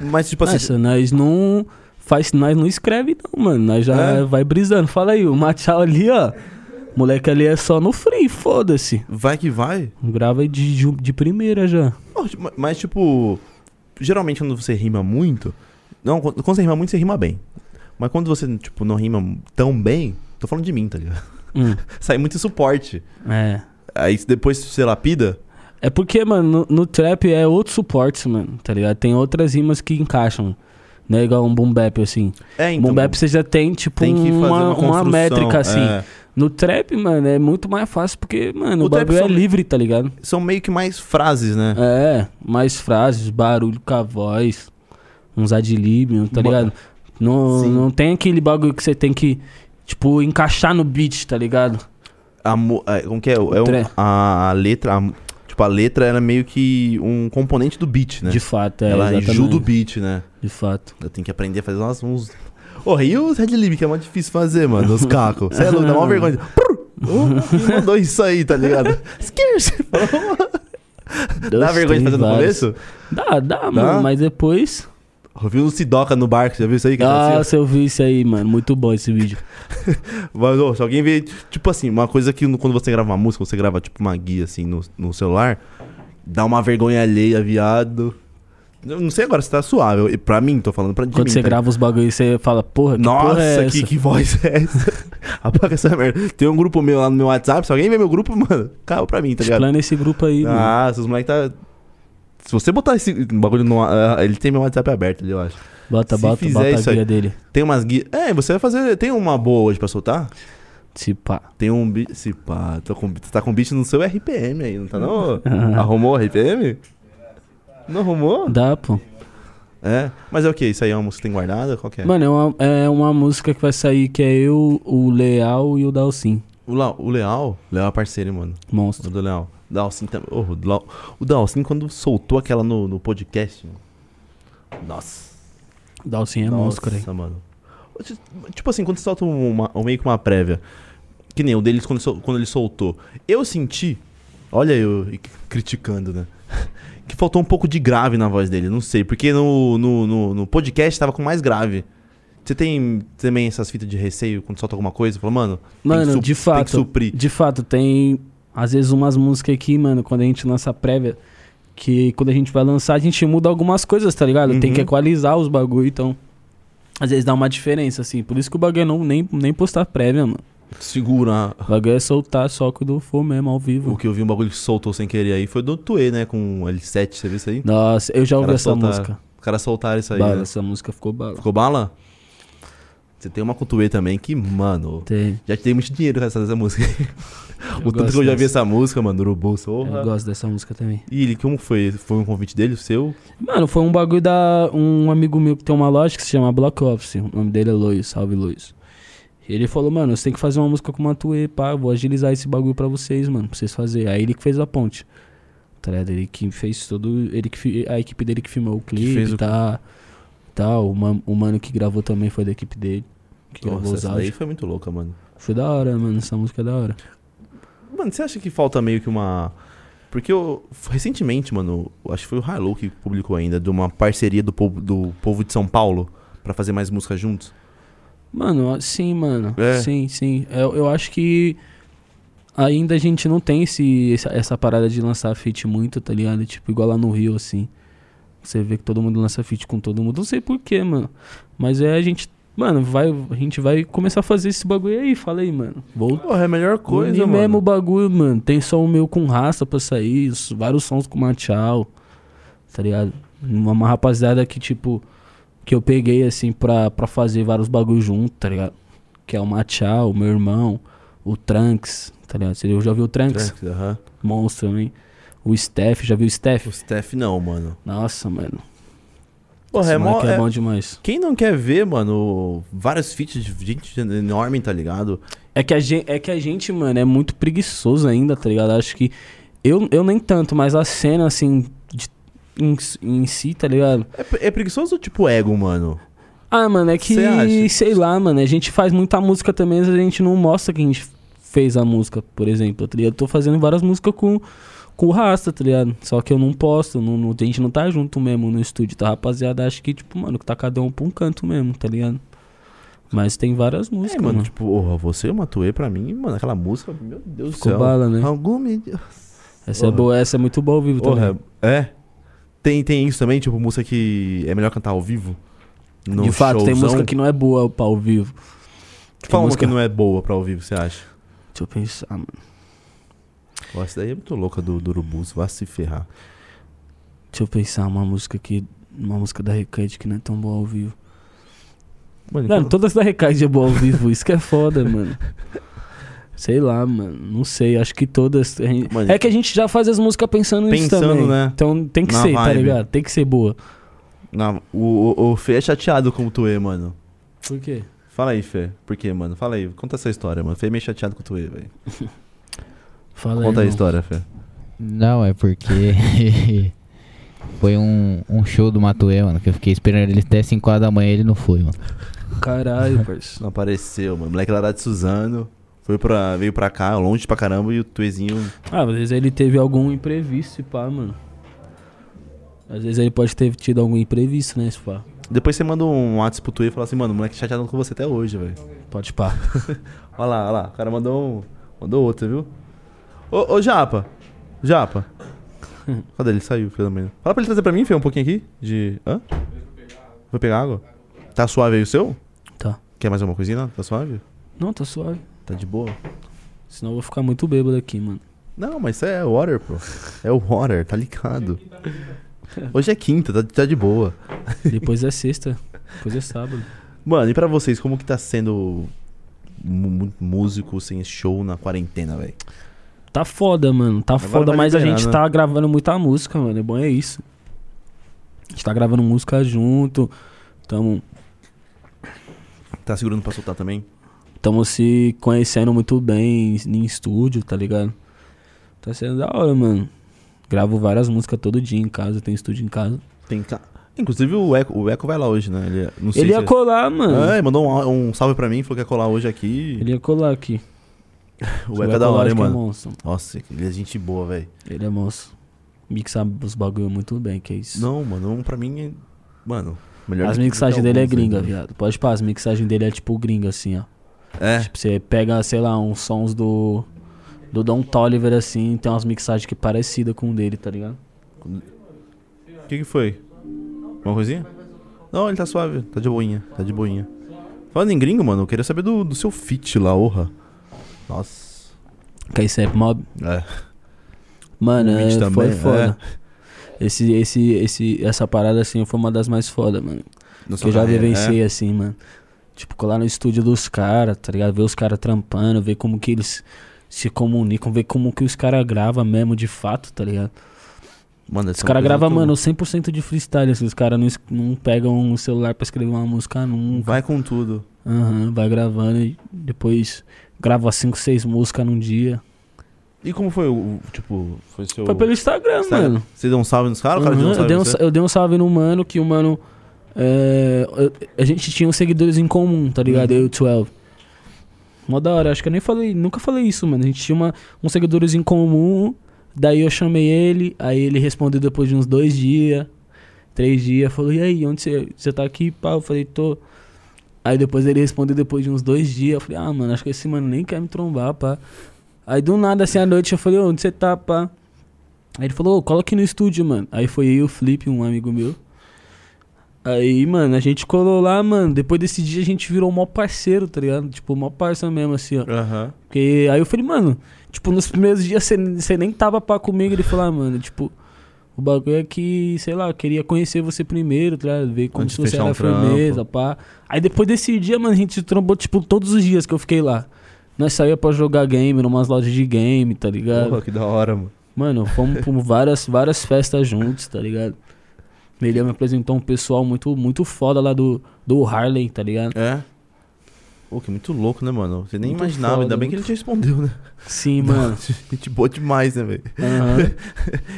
Speaker 1: Mas, tipo assim.
Speaker 2: Nossa, nós não faz, nós não escreve não, mano. Nós já
Speaker 1: É.
Speaker 2: vai brisando. Fala aí, o Machal ali, ó. Moleque ali é só no free, foda-se.
Speaker 1: Vai que vai.
Speaker 2: Grava aí de, de, de primeira já.
Speaker 1: Não, tipo, ma- Mas, tipo, geralmente quando você rima muito. Não, quando quando você rima muito, você rima bem. Mas quando você, tipo, não rima tão bem, tô falando de mim, tá ligado?
Speaker 2: Hum,
Speaker 1: Sai muito suporte.
Speaker 2: é.
Speaker 1: Aí depois você lapida.
Speaker 2: É porque, mano, no, no trap é outro suporte, mano, tá ligado? Tem outras rimas que encaixam. Não é igual um boom bap, assim.
Speaker 1: É, então.
Speaker 2: boom bap você já tem, tipo,
Speaker 1: tem que fazer
Speaker 2: uma,
Speaker 1: uma,
Speaker 2: uma
Speaker 1: construção,
Speaker 2: métrica, assim.
Speaker 1: é.
Speaker 2: No trap, mano, é muito mais fácil porque, mano, o,
Speaker 1: O trap
Speaker 2: bagulho é
Speaker 1: são-
Speaker 2: livre, tá ligado?
Speaker 1: São meio que mais frases, né?
Speaker 2: É, mais frases, barulho com a voz, uns adlib, tá
Speaker 1: Ba-
Speaker 2: ligado? Não,
Speaker 1: Sim.
Speaker 2: não tem aquele bagulho que você tem que, tipo, encaixar no beat, tá ligado?
Speaker 1: A mo- é, como que é? É um-
Speaker 2: tre-
Speaker 1: a, a letra. a- tipo, a letra era meio que um componente do beat, né?
Speaker 2: De fato, é.
Speaker 1: Ela
Speaker 2: exatamente.
Speaker 1: ajuda o beat, né?
Speaker 2: De fato.
Speaker 1: Eu tenho que aprender a fazer umas, uns. Ô, e os Red Lib, que é mó difícil fazer, mano. Os cacos. Você é louco, dá mó vergonha. Prr! Oh, quem mandou isso aí, tá ligado? Skirts! Dá
Speaker 2: Deus,
Speaker 1: vergonha de
Speaker 2: tem
Speaker 1: fazer no
Speaker 2: vários.
Speaker 1: começo?
Speaker 2: Dá, dá, mano, mas depois.
Speaker 1: Ouviu um Sidoca no barco, já viu isso aí? Que
Speaker 2: Ah,
Speaker 1: acontecia?
Speaker 2: se eu vi isso aí, mano. Muito bom esse vídeo.
Speaker 1: Mas, ô, se alguém vê. Tipo assim, uma coisa que no- quando você grava uma música, você grava tipo uma guia assim no, no celular, dá uma vergonha alheia, viado. Eu não sei agora se tá suave. Eu, pra mim, tô falando pra de
Speaker 2: Quando
Speaker 1: mim,
Speaker 2: você
Speaker 1: tá?
Speaker 2: grava os bagulhos, você fala, porra, que porra é
Speaker 1: Nossa,
Speaker 2: essa?
Speaker 1: que, que voz é essa? Apaga essa merda. Tem um grupo meu lá no meu WhatsApp. Se alguém vê meu grupo, mano, acaba pra mim, tá ligado?
Speaker 2: Explana esse grupo aí, mano.
Speaker 1: Ah, esses moleques tá. Se você botar esse bagulho no. ah, ele tem meu WhatsApp aberto ali, eu acho.
Speaker 2: Bota,
Speaker 1: se
Speaker 2: bota,
Speaker 1: fizer
Speaker 2: bota a
Speaker 1: isso aí-
Speaker 2: guia dele.
Speaker 1: Tem umas guias. É, você vai fazer. Tem uma boa hoje pra soltar?
Speaker 2: Se pá.
Speaker 1: Tem um beat. Se pá, tô com, você tá com beat no seu RPM aí, não tá não? Arrumou o RPM? Não arrumou?
Speaker 2: Dá, pô.
Speaker 1: É. Mas é o que? Isso aí é uma música que tem guardada? Qual que é?
Speaker 2: Mano, é uma, é uma música que vai sair que é eu, o Leal e o Dalcin.
Speaker 1: O, La- o Leal. Leal é parceiro, hein, mano. O
Speaker 2: Monstro.
Speaker 1: do Leal. Dalsin também. Ô, o Lau- o Dalsin, quando soltou aquela no, no podcast. mano. Nossa.
Speaker 2: Dalcin é
Speaker 1: nossa,
Speaker 2: monstro, hein?
Speaker 1: mano. Tipo assim, quando solta uma, um- meio que uma prévia. Que nem o deles quando, sol- quando ele soltou. Eu senti. Olha eu e- criticando, né? Que faltou um pouco de grave na voz dele. Não sei. Porque no, no, no, no podcast tava com mais grave. Você tem também essas fitas de receio quando solta alguma coisa? Fala, mano. tem que
Speaker 2: Mano,
Speaker 1: su-
Speaker 2: de
Speaker 1: Tem que
Speaker 2: fato.
Speaker 1: suprir.
Speaker 2: De fato, tem às vezes umas músicas aqui, mano, quando a gente lança a prévia, que quando a gente vai lançar, a gente muda algumas coisas, tá ligado? Tem
Speaker 1: Uhum.
Speaker 2: que equalizar os bagulho, então. Às vezes dá uma diferença, assim. Por isso que o bagulho é não, nem, nem postar prévia, mano.
Speaker 1: Segura
Speaker 2: O bagulho é soltar só quando for mesmo, ao vivo.
Speaker 1: O que eu vi um bagulho que soltou sem querer aí foi do Tuê, né? Com o L7, você viu isso aí?
Speaker 2: Nossa, eu já ouvi
Speaker 1: Cara,
Speaker 2: essa
Speaker 1: soltar
Speaker 2: música.
Speaker 1: Os caras soltaram isso aí.
Speaker 2: bala,
Speaker 1: né?
Speaker 2: essa música ficou bala.
Speaker 1: Ficou bala? Você tem uma com o Tuê também que, mano.
Speaker 2: Tem.
Speaker 1: Já te dei muito dinheiro com essa, essa música. o tanto
Speaker 2: gosto
Speaker 1: que eu já vi
Speaker 2: dessa.
Speaker 1: essa música, mano, Urubu,
Speaker 2: Eu
Speaker 1: sorra.
Speaker 2: gosto dessa música também.
Speaker 1: E ele, como foi? Foi um convite dele, o seu?
Speaker 2: Mano, foi um bagulho da. Um amigo meu que tem uma loja que se chama Block Office. O nome dele é Lois, salve Lois. Ele falou, mano, você tem que fazer uma música com uma Tuê, pá, eu vou agilizar esse bagulho pra vocês, mano, pra vocês fazerem. Aí ele que fez a ponte. Tá ligado? Ele que fez todo. Ele que, fi- a equipe dele que filmou o
Speaker 1: fez
Speaker 2: clipe,
Speaker 1: o-
Speaker 2: tá? Tá, o, man- o mano que gravou também foi da equipe dele. Que gravou
Speaker 1: Nossa,
Speaker 2: os
Speaker 1: essa daí
Speaker 2: áudios.
Speaker 1: foi muito louca, mano.
Speaker 2: Foi da hora, mano. Essa música é da hora.
Speaker 1: Mano, você acha que falta meio que uma. Porque eu. Recentemente, mano, eu acho que foi o Hilo que publicou ainda, de uma parceria do povo, do povo de São Paulo pra fazer mais música juntos.
Speaker 2: Mano, sim, mano.
Speaker 1: É.
Speaker 2: Sim, sim. Eu, eu acho que ainda a gente não tem esse, essa, essa parada de lançar feat muito, tá ligado? Tipo, igual lá no Rio, assim. Você vê que todo mundo lança feat com todo mundo. Não sei porquê, mano. Mas é a gente. Mano, vai, a gente vai começar a fazer esse bagulho aí. Fala aí, mano. Vou.
Speaker 1: Porra, é a melhor coisa,
Speaker 2: Unir
Speaker 1: mano.
Speaker 2: mesmo o bagulho, mano. Tem som meu com raça pra sair, os- vários sons com Machal, tá ligado? Uma, uma rapaziada que, tipo, que eu peguei, assim, pra, pra fazer vários bagulhos junto, tá ligado? Que é o Machal, o meu irmão, o Trunks, tá ligado? Você já viu o Trunks?
Speaker 1: Trunks, aham.
Speaker 2: Monstro também. O Steph, já viu o Steph?
Speaker 1: O Steph não, mano.
Speaker 2: Nossa, mano.
Speaker 1: Porra,
Speaker 2: Esse
Speaker 1: é,
Speaker 2: moleque
Speaker 1: mó,
Speaker 2: é,
Speaker 1: é-
Speaker 2: bom demais.
Speaker 1: Quem não quer ver, mano, vários feats de gente enorme, tá ligado?
Speaker 2: É que, a gente, é que a gente, mano, é muito preguiçoso ainda, tá ligado? Acho que. Eu, eu nem tanto, mas a cena, assim, de- em, em si, tá ligado?
Speaker 1: É, pre- é preguiçoso ou tipo ego, mano?
Speaker 2: Ah, mano, é que.
Speaker 1: Cê acha?
Speaker 2: Sei lá, mano. A gente faz muita música também, mas a gente não mostra que a gente fez a música, por exemplo, tá ligado? Eu tô fazendo várias músicas com, com o Rasta, tá ligado? Só que eu não posto, não, não- a gente não tá junto mesmo no estúdio, tá? Rapaziada, acho que, tipo, mano, que tá cada um pra um canto mesmo, tá ligado? Mas tem várias músicas,
Speaker 1: É, mano,
Speaker 2: mano.
Speaker 1: tipo, porra, você e o Matuê pra mim, mano, aquela música, meu Deus do
Speaker 2: Ficou
Speaker 1: céu.
Speaker 2: bala, né?
Speaker 1: Alguma.
Speaker 2: Essa é
Speaker 1: porra.
Speaker 2: boa, essa é muito boa ao vivo
Speaker 1: Porra,
Speaker 2: também.
Speaker 1: é. Tem, tem isso também, tipo, música que é melhor cantar ao vivo? No
Speaker 2: De fato, tem
Speaker 1: showzão?
Speaker 2: música que não é boa pra ao vivo. Tem
Speaker 1: Fala uma
Speaker 2: música-
Speaker 1: que não é boa pra ao vivo, você acha?
Speaker 2: Deixa eu pensar, mano.
Speaker 1: Pô, essa daí é muito louca do, do Urubus, vai se ferrar.
Speaker 2: Deixa eu pensar uma música aqui, uma música da Recade que não é tão boa ao vivo.
Speaker 1: Mano,
Speaker 2: Mano, todas da Recade é boa ao vivo, isso que é foda, mano. Sei lá, mano, não sei, acho que todas. a gente-
Speaker 1: Mano,
Speaker 2: é que a gente já faz as músicas pensando, nisso
Speaker 1: Pensando,
Speaker 2: também.
Speaker 1: né?
Speaker 2: Então tem que
Speaker 1: Na
Speaker 2: ser, tá
Speaker 1: vibe.
Speaker 2: ligado? Tem que ser boa.
Speaker 1: não, o, o, o Fê é chateado com o Tuê, mano.
Speaker 2: Por quê?
Speaker 1: Fala aí, Fê. Por quê, mano? Fala aí. Conta essa história, mano. Fê é meio chateado com o Tuê, velho.
Speaker 2: Fala
Speaker 1: Conta a
Speaker 2: aí, irmão.
Speaker 1: história, Fê.
Speaker 3: Não, é porque foi um, um show do Matuê, mano, que eu fiquei esperando ele até 5 horas da manhã e ele não foi, mano.
Speaker 2: Caralho, parceiro.
Speaker 1: Não apareceu, mano. Moleque lá de Suzano. Foi pra, veio pra cá, longe pra caramba, e o Tuezinho.
Speaker 2: Ah, às vezes ele teve algum imprevisto, pá, mano. Às vezes ele pode ter tido algum imprevisto, né, se pá.
Speaker 1: Depois você manda um WhatsApp pro Tuê e fala assim, mano, o moleque chateado com você até hoje, velho.
Speaker 2: Pode pá.
Speaker 1: Olha lá, olha lá. O cara mandou um. Mandou outro, viu? Ô, ô Japa. Japa. Cadê ele? Saiu, filho da mãe. Fala pra ele trazer pra mim, Fê, um pouquinho aqui. De. Hã? Vou pegar água. Tá suave aí o seu?
Speaker 2: Tá.
Speaker 1: Quer mais alguma coisinha? não? Tá suave?
Speaker 2: Não, tá suave.
Speaker 1: Tá de boa?
Speaker 2: Senão eu vou ficar muito bêbado aqui, mano.
Speaker 1: Não, mas isso é water, pô. É o water, tá ligado. Hoje é quinta, tá, tá de boa.
Speaker 2: Depois é sexta, depois é sábado.
Speaker 1: Mano, e pra vocês, como que tá sendo mu- mu- músico sem show na quarentena, velho?
Speaker 2: Tá foda, mano. Tá
Speaker 1: Agora
Speaker 2: foda,
Speaker 1: vai
Speaker 2: mas a
Speaker 1: liberar,
Speaker 2: gente
Speaker 1: né?
Speaker 2: tá gravando muita música, mano. É bom é isso. A gente tá gravando música junto. Tamo,
Speaker 1: Tá segurando pra soltar também?
Speaker 2: tamo se conhecendo muito bem em, em estúdio, tá ligado? Tá sendo da hora, mano. Gravo várias músicas todo dia em casa, tem estúdio em casa.
Speaker 1: Tem ca- Inclusive o Eco, o Eco vai lá hoje, né? Ele, não sei
Speaker 2: Ele é ia
Speaker 1: se-
Speaker 2: colar, mano.
Speaker 1: Ah, ele mandou um, au- um salve pra mim, falou que ia colar hoje aqui.
Speaker 2: Ele ia colar aqui.
Speaker 1: o
Speaker 2: Você
Speaker 1: Eco
Speaker 2: vai
Speaker 1: é da
Speaker 2: colar,
Speaker 1: hora, hein,
Speaker 2: acho que É
Speaker 1: mano.
Speaker 2: monstro.
Speaker 1: Nossa, ele é gente boa, velho.
Speaker 2: Ele é monstro. Mixa os bagulho muito bem, que é isso.
Speaker 1: Não, mano, um pra mim é. Mano, melhor
Speaker 2: As
Speaker 1: do que-
Speaker 2: mixagens
Speaker 1: do que
Speaker 2: dele é
Speaker 1: alguns,
Speaker 2: gringa,
Speaker 1: né?
Speaker 2: viado. Pode pá, as mixagens dele é tipo gringa, assim, ó.
Speaker 1: É.
Speaker 2: Tipo, você pega, sei lá, uns sons do. Do Don Tolliver, assim, tem umas mixagens que é parecida com o dele, tá ligado?
Speaker 1: O que, que foi? Uma coisinha? Não, ele tá suave, tá de boinha, tá de boinha. Falando em gringo, mano, eu queria saber do, do seu fit lá, orra. Nossa.
Speaker 2: Que é isso aí, mob.
Speaker 1: É.
Speaker 2: Mano,
Speaker 1: O
Speaker 2: é,
Speaker 1: beat
Speaker 2: foi
Speaker 1: também,
Speaker 2: foda. Esse, esse, esse, essa parada, assim, foi uma das mais foda, mano.
Speaker 1: Nossa,
Speaker 2: que eu já
Speaker 1: carreira,
Speaker 2: vivenciei, assim, mano. Tipo, colar no estúdio dos caras, tá ligado? Ver os caras trampando, ver como que eles se comunicam, ver como que os caras gravam mesmo, de fato, tá ligado?
Speaker 1: é. Mano,
Speaker 2: Os caras gravam, mano, 100% de freestyle. Assim, os caras não, es- não pegam um celular pra escrever uma música nunca.
Speaker 1: Vai com tudo.
Speaker 2: Aham, vai gravando e depois grava 5, 6 músicas num dia.
Speaker 1: E como foi o, o- tipo, foi seu...
Speaker 2: Foi pelo Instagram,
Speaker 1: Instagram?
Speaker 2: mano.
Speaker 1: Você deu um salve nos caras? O cara
Speaker 2: Aham,
Speaker 1: deu um
Speaker 2: eu,
Speaker 1: salve
Speaker 2: dei
Speaker 1: em
Speaker 2: um,
Speaker 1: você?
Speaker 2: sa- eu dei um salve no mano que o mano. é, eu- a gente tinha uns seguidores em comum, tá ligado?
Speaker 1: Uhum.
Speaker 2: Eu e o 12. Mó da hora, acho que eu nem falei, nunca falei isso, mano. A gente tinha uma, uns seguidores em comum, daí eu chamei ele, aí ele respondeu depois de uns dois dias, três dias, falou, e aí, onde você você tá aqui? Pá, eu falei, tô. Aí depois ele respondeu depois de uns dois dias, eu falei, ah, mano, acho que esse mano nem quer me trombar, pá. Aí do nada, assim, à noite, eu falei, "Ô, onde você tá, pá? Aí ele falou, "Ô, cola aqui no estúdio, mano. Aí foi eu e o Felipe, um amigo meu. Aí, mano, a gente colou lá, mano. Depois desse dia a gente virou mó parceiro, tá ligado? Tipo, mó parça mesmo, assim, ó.
Speaker 1: Aham.
Speaker 2: Porque aí eu falei, mano, tipo, nos primeiros dias você- você nem tava pá comigo. Ele falou, ah, mano, tipo, o bagulho é que, sei lá, eu queria conhecer você primeiro, tá ligado? Ver como
Speaker 1: Antes
Speaker 2: se
Speaker 1: de
Speaker 2: você
Speaker 1: fechar
Speaker 2: era
Speaker 1: um
Speaker 2: firmeza, pá. Aí depois desse dia, mano, a gente se trombou, tipo, todos os dias que eu fiquei lá. Nós saía pra jogar game, numas lojas de game, tá ligado?
Speaker 1: Porra, que da hora, mano.
Speaker 2: Mano, fomos por várias, várias festas juntos, tá ligado? Ele me apresentou um pessoal muito, muito foda lá do, do Harlem, tá ligado?
Speaker 1: É? Pô, que muito louco, né, mano? Você nem
Speaker 2: Muito
Speaker 1: imaginava,
Speaker 2: foda,
Speaker 1: ainda bem que ele
Speaker 2: muito
Speaker 1: te respondeu, né?
Speaker 2: Sim, mano.
Speaker 1: Gente boa demais, né, velho?
Speaker 2: Aham.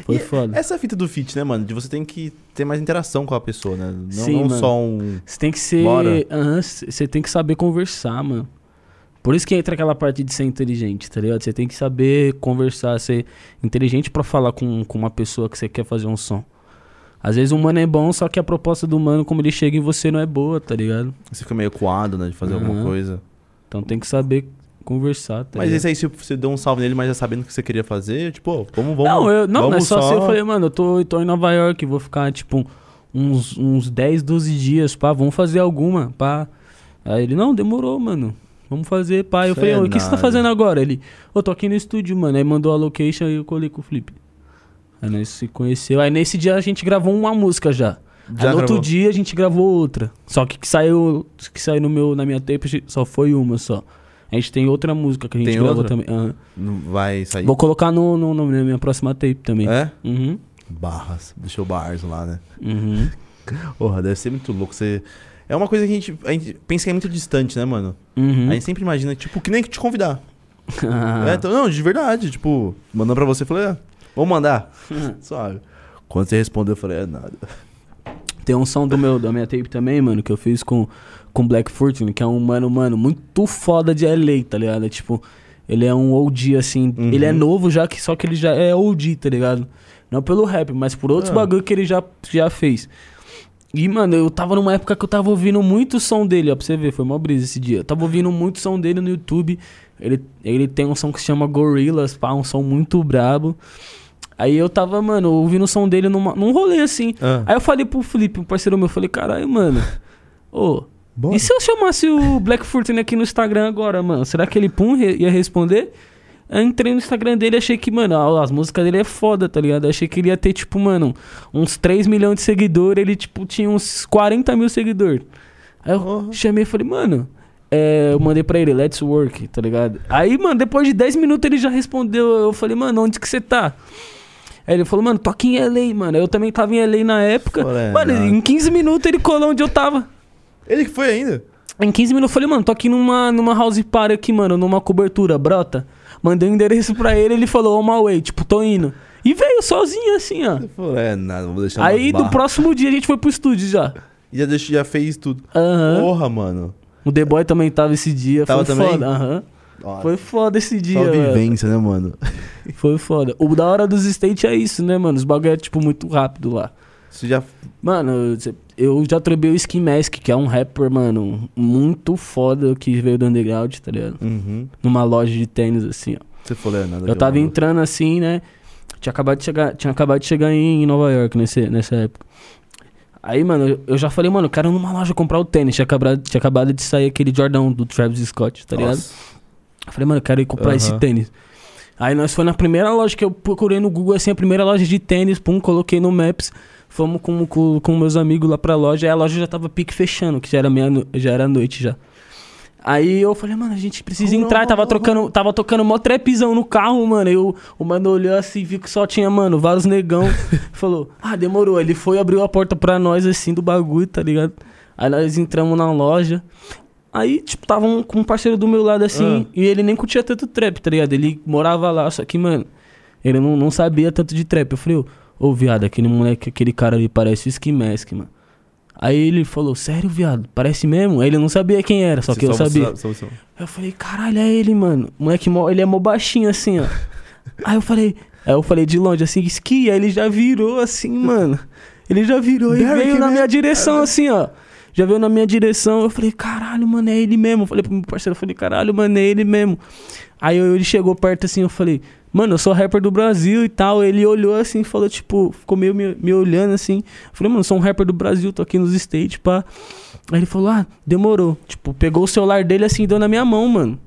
Speaker 2: Foi
Speaker 1: E
Speaker 2: foda.
Speaker 1: Essa é a fita do fit, né, mano? De você tem que ter mais interação com a pessoa, né? Não,
Speaker 2: Sim,
Speaker 1: não
Speaker 2: mano.
Speaker 1: só um.
Speaker 2: Você tem que ser.
Speaker 1: Bora.
Speaker 2: Aham, Você tem que saber conversar, mano. Por isso que entra aquela parte de ser inteligente, tá ligado? Você tem que saber conversar, ser inteligente pra falar com, com uma pessoa que você quer fazer um som. Às vezes o mano é bom, só que a proposta do mano, como ele chega em você, não é boa, tá ligado?
Speaker 1: Você fica meio coado, né? De fazer alguma
Speaker 2: Aham.
Speaker 1: coisa.
Speaker 2: Então tem que saber conversar, tá
Speaker 1: Mas
Speaker 2: ligado?
Speaker 1: esse aí, se você deu um salve nele, mas já sabendo o que você queria fazer, tipo, ô, vamos, vamos.
Speaker 2: não, eu, não, não é
Speaker 1: vamos
Speaker 2: só, assim, eu falei, mano, eu tô, tô em Nova York, vou ficar, tipo, uns, uns 10, 12 dias, pá, vamos fazer alguma, pá. Aí ele, não, demorou, mano. Vamos fazer, pá. Eu
Speaker 1: Isso
Speaker 2: falei,
Speaker 1: é
Speaker 2: ô, o que você tá
Speaker 1: nada.
Speaker 2: fazendo agora? Ele, eu tô aqui no estúdio, mano. Aí mandou a location e eu colei com o Felipe. Aí nós se conheceu. Aí nesse dia a gente gravou uma música já. Aí
Speaker 1: Já
Speaker 2: no outro
Speaker 1: gravou?
Speaker 2: dia a gente gravou outra. Só que que saiu, que saiu no meu, na minha tape só foi uma só. A gente tem outra música que a gente
Speaker 1: Tem
Speaker 2: gravou
Speaker 1: outra?
Speaker 2: também. Aham.
Speaker 1: Não vai sair.
Speaker 2: Vou colocar no, no, no- na minha próxima tape também.
Speaker 1: É?
Speaker 2: Uhum.
Speaker 1: Barras. Deixou bars lá, né?
Speaker 2: Uhum.
Speaker 1: Porra, deve ser muito louco. Você... É uma coisa que a gente, a gente pensa que é muito distante, né, mano?
Speaker 2: Uhum.
Speaker 1: A gente sempre imagina, tipo, que nem que te convidar.
Speaker 2: Ah.
Speaker 1: É, então, não, de verdade. Tipo, mandando pra você, eu falei, ah, vou mandar.
Speaker 2: Hum.
Speaker 1: Suave. Quando você respondeu, eu falei, é nada.
Speaker 2: Tem um som do meu, da minha tape também, mano, que eu fiz com, com Black Fortune, que é um mano, mano, muito foda de LA, tá ligado? É tipo, ele é um OG, assim,
Speaker 1: Uhum.
Speaker 2: ele é novo já, que, só que ele já é OG, tá ligado? Não pelo rap, mas por outros
Speaker 1: Ah.
Speaker 2: bagulho que ele já, já fez. E, mano, eu tava numa época que eu tava ouvindo muito o som dele, ó, pra você ver, foi mó brisa esse dia. Eu tava ouvindo muito o som dele no YouTube. Ele, ele tem um som que se chama Gorillaz, pá, um som muito brabo. Aí eu tava, mano, ouvindo o som dele numa, num rolê assim.
Speaker 1: Ah.
Speaker 2: Aí eu falei pro Felipe, um parceiro meu, eu falei, caralho, mano, ô, e se eu chamasse o Black Fortune aqui no Instagram agora, mano? Será que ele, pum, re- ia responder? Eu entrei no Instagram dele e achei que, mano, a- as músicas dele é foda, tá ligado? Eu achei que ele ia ter, tipo, mano, uns 3 milhões de seguidores, ele, tipo, tinha uns 40 mil seguidores. Aí eu
Speaker 1: Porra.
Speaker 2: chamei e falei, mano, é, eu mandei pra ele, let's work, tá ligado? Aí, mano, depois de 10 minutos ele já respondeu, eu falei, mano, onde que você tá? Aí ele falou, mano, tô aqui em LA, mano. Eu também tava em LA na época.
Speaker 1: Fora,
Speaker 2: mano,
Speaker 1: não.
Speaker 2: em 15 minutos ele colou onde eu tava.
Speaker 1: Ele que foi ainda?
Speaker 2: Em 15 minutos eu falei, mano, tô aqui numa, numa house party aqui, mano, numa cobertura, brota. Mandei o endereço pra ele, ele falou, on my way, tipo, tô indo. E veio sozinho assim, ó.
Speaker 1: Ele falou, é nada, vou deixar
Speaker 2: Aí
Speaker 1: umas
Speaker 2: no
Speaker 1: barras.
Speaker 2: próximo dia a gente foi pro estúdio já.
Speaker 1: Já, deixou, já fez tudo.
Speaker 2: Aham.
Speaker 1: Porra, mano.
Speaker 2: O The Boy também tava esse dia.
Speaker 1: Tava
Speaker 2: foi
Speaker 1: também?
Speaker 2: foda. Aham.
Speaker 1: Nossa,
Speaker 2: Foi foda esse dia.
Speaker 1: só
Speaker 2: velho.
Speaker 1: vivência, né, mano?
Speaker 2: Foi foda. O da hora dos state é isso, né, mano? Os bagulho é, tipo, muito rápido lá.
Speaker 1: Você já.
Speaker 2: Mano, cê- eu já trobei o Skin Mask, que é um rapper, mano, muito foda que veio do underground, tá ligado?
Speaker 1: Uhum.
Speaker 2: Numa loja de tênis, assim, ó.
Speaker 1: Você falou, é nada.
Speaker 2: Eu tava entrando assim, né? Tinha acabado de chegar, tinha acabado de chegar em Nova York nesse, nessa época. Aí, mano, eu- eu já falei, mano, eu quero ir numa loja comprar o tênis. Tinha acabado, tinha acabado de sair aquele Jordan do Travis Scott, tá ligado? Eu falei, mano, eu quero ir comprar
Speaker 1: Aham.
Speaker 2: esse tênis. Aí nós foi na primeira loja que eu procurei no Google, assim, a primeira loja de tênis, pum, coloquei no Maps. Fomos com, com, com meus amigos lá pra loja, aí a loja já tava pique fechando, que já era, meia no- já era noite já. Aí eu falei, mano, a gente precisa
Speaker 1: Vamos lá,
Speaker 2: entrar. Tava,
Speaker 1: vamos lá,
Speaker 2: trocando, tava tocando mó trapzão no carro, mano. Aí o- o mano olhou assim, viu que só tinha, mano, vários negão. falou, ah, demorou. Ele foi, abriu a porta pra nós, assim, do bagulho, tá ligado? Aí nós entramos na loja. Aí, tipo, tava um, com um parceiro do meu lado, assim, e ele nem curtia tanto trap, tá ligado? Ele morava lá, só que, mano, ele não, não sabia tanto de trap. Eu falei, ô, ô, viado, aquele moleque, aquele cara ali parece o Ski Mask, mano. Aí ele falou, sério, viado, parece mesmo? Aí ele não sabia quem era, só que eu sabia. Eu falei, caralho, é ele, mano. O moleque, mó- ele é mó baixinho assim, ó. aí eu falei, aí eu falei de longe assim, esqui, aí ele já virou assim, mano. Ele já virou e
Speaker 1: Derek
Speaker 2: veio na
Speaker 1: mesmo.
Speaker 2: minha direção assim, ó. Já veio na minha direção, eu falei, caralho, mano, é ele mesmo. Eu falei pro meu parceiro, eu falei, caralho, mano, é ele mesmo. Aí eu- ele chegou perto assim, eu falei, mano, eu sou rapper do Brasil e tal. Ele olhou assim, falou, tipo, ficou meio me, me olhando assim. Eu falei, mano, eu sou um rapper do Brasil, tô aqui nos States, pá. Aí ele falou, ah, demorou. Tipo, pegou o celular dele assim, e deu na minha mão, mano.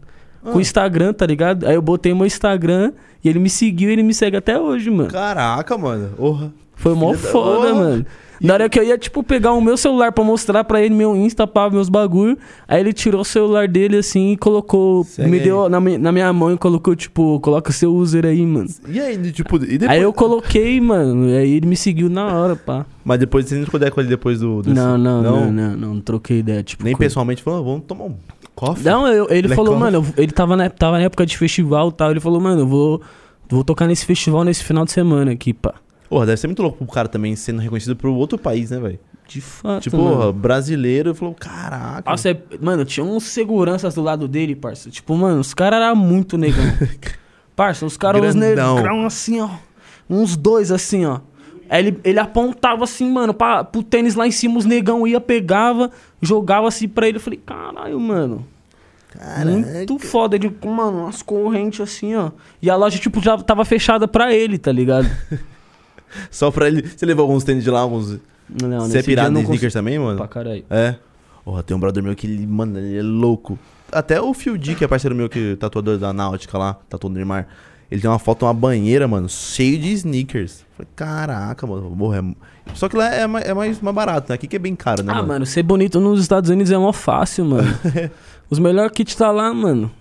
Speaker 2: Com o Instagram, tá ligado? Aí eu botei meu Instagram e ele me seguiu e ele me segue até hoje, mano.
Speaker 1: Caraca, mano. Porra.
Speaker 2: Foi mó
Speaker 1: Filha da-
Speaker 2: foda,
Speaker 1: Porra.
Speaker 2: mano. Na hora que eu ia, tipo, pegar o meu celular pra mostrar pra ele meu Insta, pá, meus bagulho. Aí ele tirou o celular dele, assim, e colocou...
Speaker 1: Segue
Speaker 2: me
Speaker 1: aí.
Speaker 2: deu na, mi- na minha mão e colocou, tipo, coloca seu user aí, mano.
Speaker 1: E aí, tipo, e depois.
Speaker 2: Aí eu coloquei, mano, e aí ele me seguiu na hora, pá.
Speaker 1: Mas depois você nem trocou ideia com ele depois do. do-
Speaker 2: Não, não, não, não, não, não troquei ideia, tipo...
Speaker 1: Assim, Nem
Speaker 2: coisa-
Speaker 1: pessoalmente falou, "Ah, vamos tomar um coffee.
Speaker 2: Não, eu- ele
Speaker 1: Black
Speaker 2: falou,
Speaker 1: Coffee.
Speaker 2: mano, eu- ele tava na, tava na época de festival e tal. Ele falou, mano, eu vou, vou tocar nesse festival nesse final de semana aqui, pá.
Speaker 1: Porra, deve ser muito louco pro cara também sendo reconhecido pro outro país, né, velho?
Speaker 2: De fato.
Speaker 1: Tipo,
Speaker 2: mano.
Speaker 1: porra, brasileiro falou, caraca.
Speaker 2: Nossa, é- mano, tinha uns seguranças do lado dele, parça. Tipo, mano, os caras eram muito negão. parça, os caras, uns
Speaker 1: Grandão.
Speaker 2: negrão assim, ó. Uns dois assim, ó. Aí ele, ele apontava assim, mano, pra, pro tênis lá em cima, os negão ia, pegava, jogava assim pra ele. Eu falei, caralho, mano. Muito foda. Ele, com, mano, umas correntes assim, ó. E a loja, tipo, já tava fechada pra ele, tá ligado?
Speaker 1: Só pra ele. Você levou alguns tênis de lá, alguns.
Speaker 2: Não,
Speaker 1: Você é
Speaker 2: nesse dia eu
Speaker 1: pirado em
Speaker 2: não
Speaker 1: sneakers também,
Speaker 2: consegui-
Speaker 1: mano?
Speaker 2: Pra caralho.
Speaker 1: É. Porra, tem um brother meu que ele, mano, ele é louco. Até o Phil D, que é parceiro meu, que é tatuador da Náutica lá, tatuador do Neymar. Ele tem uma foto, uma banheira, mano, cheio de sneakers. Falei, caraca, mano, porra, é... Só que lá é, ma- é mais, mais barato, né? Aqui que é bem caro, né,
Speaker 2: Ah,
Speaker 1: mano?
Speaker 2: mano, ser bonito nos Estados Unidos é mó fácil, mano. Os melhores kits tá lá, mano.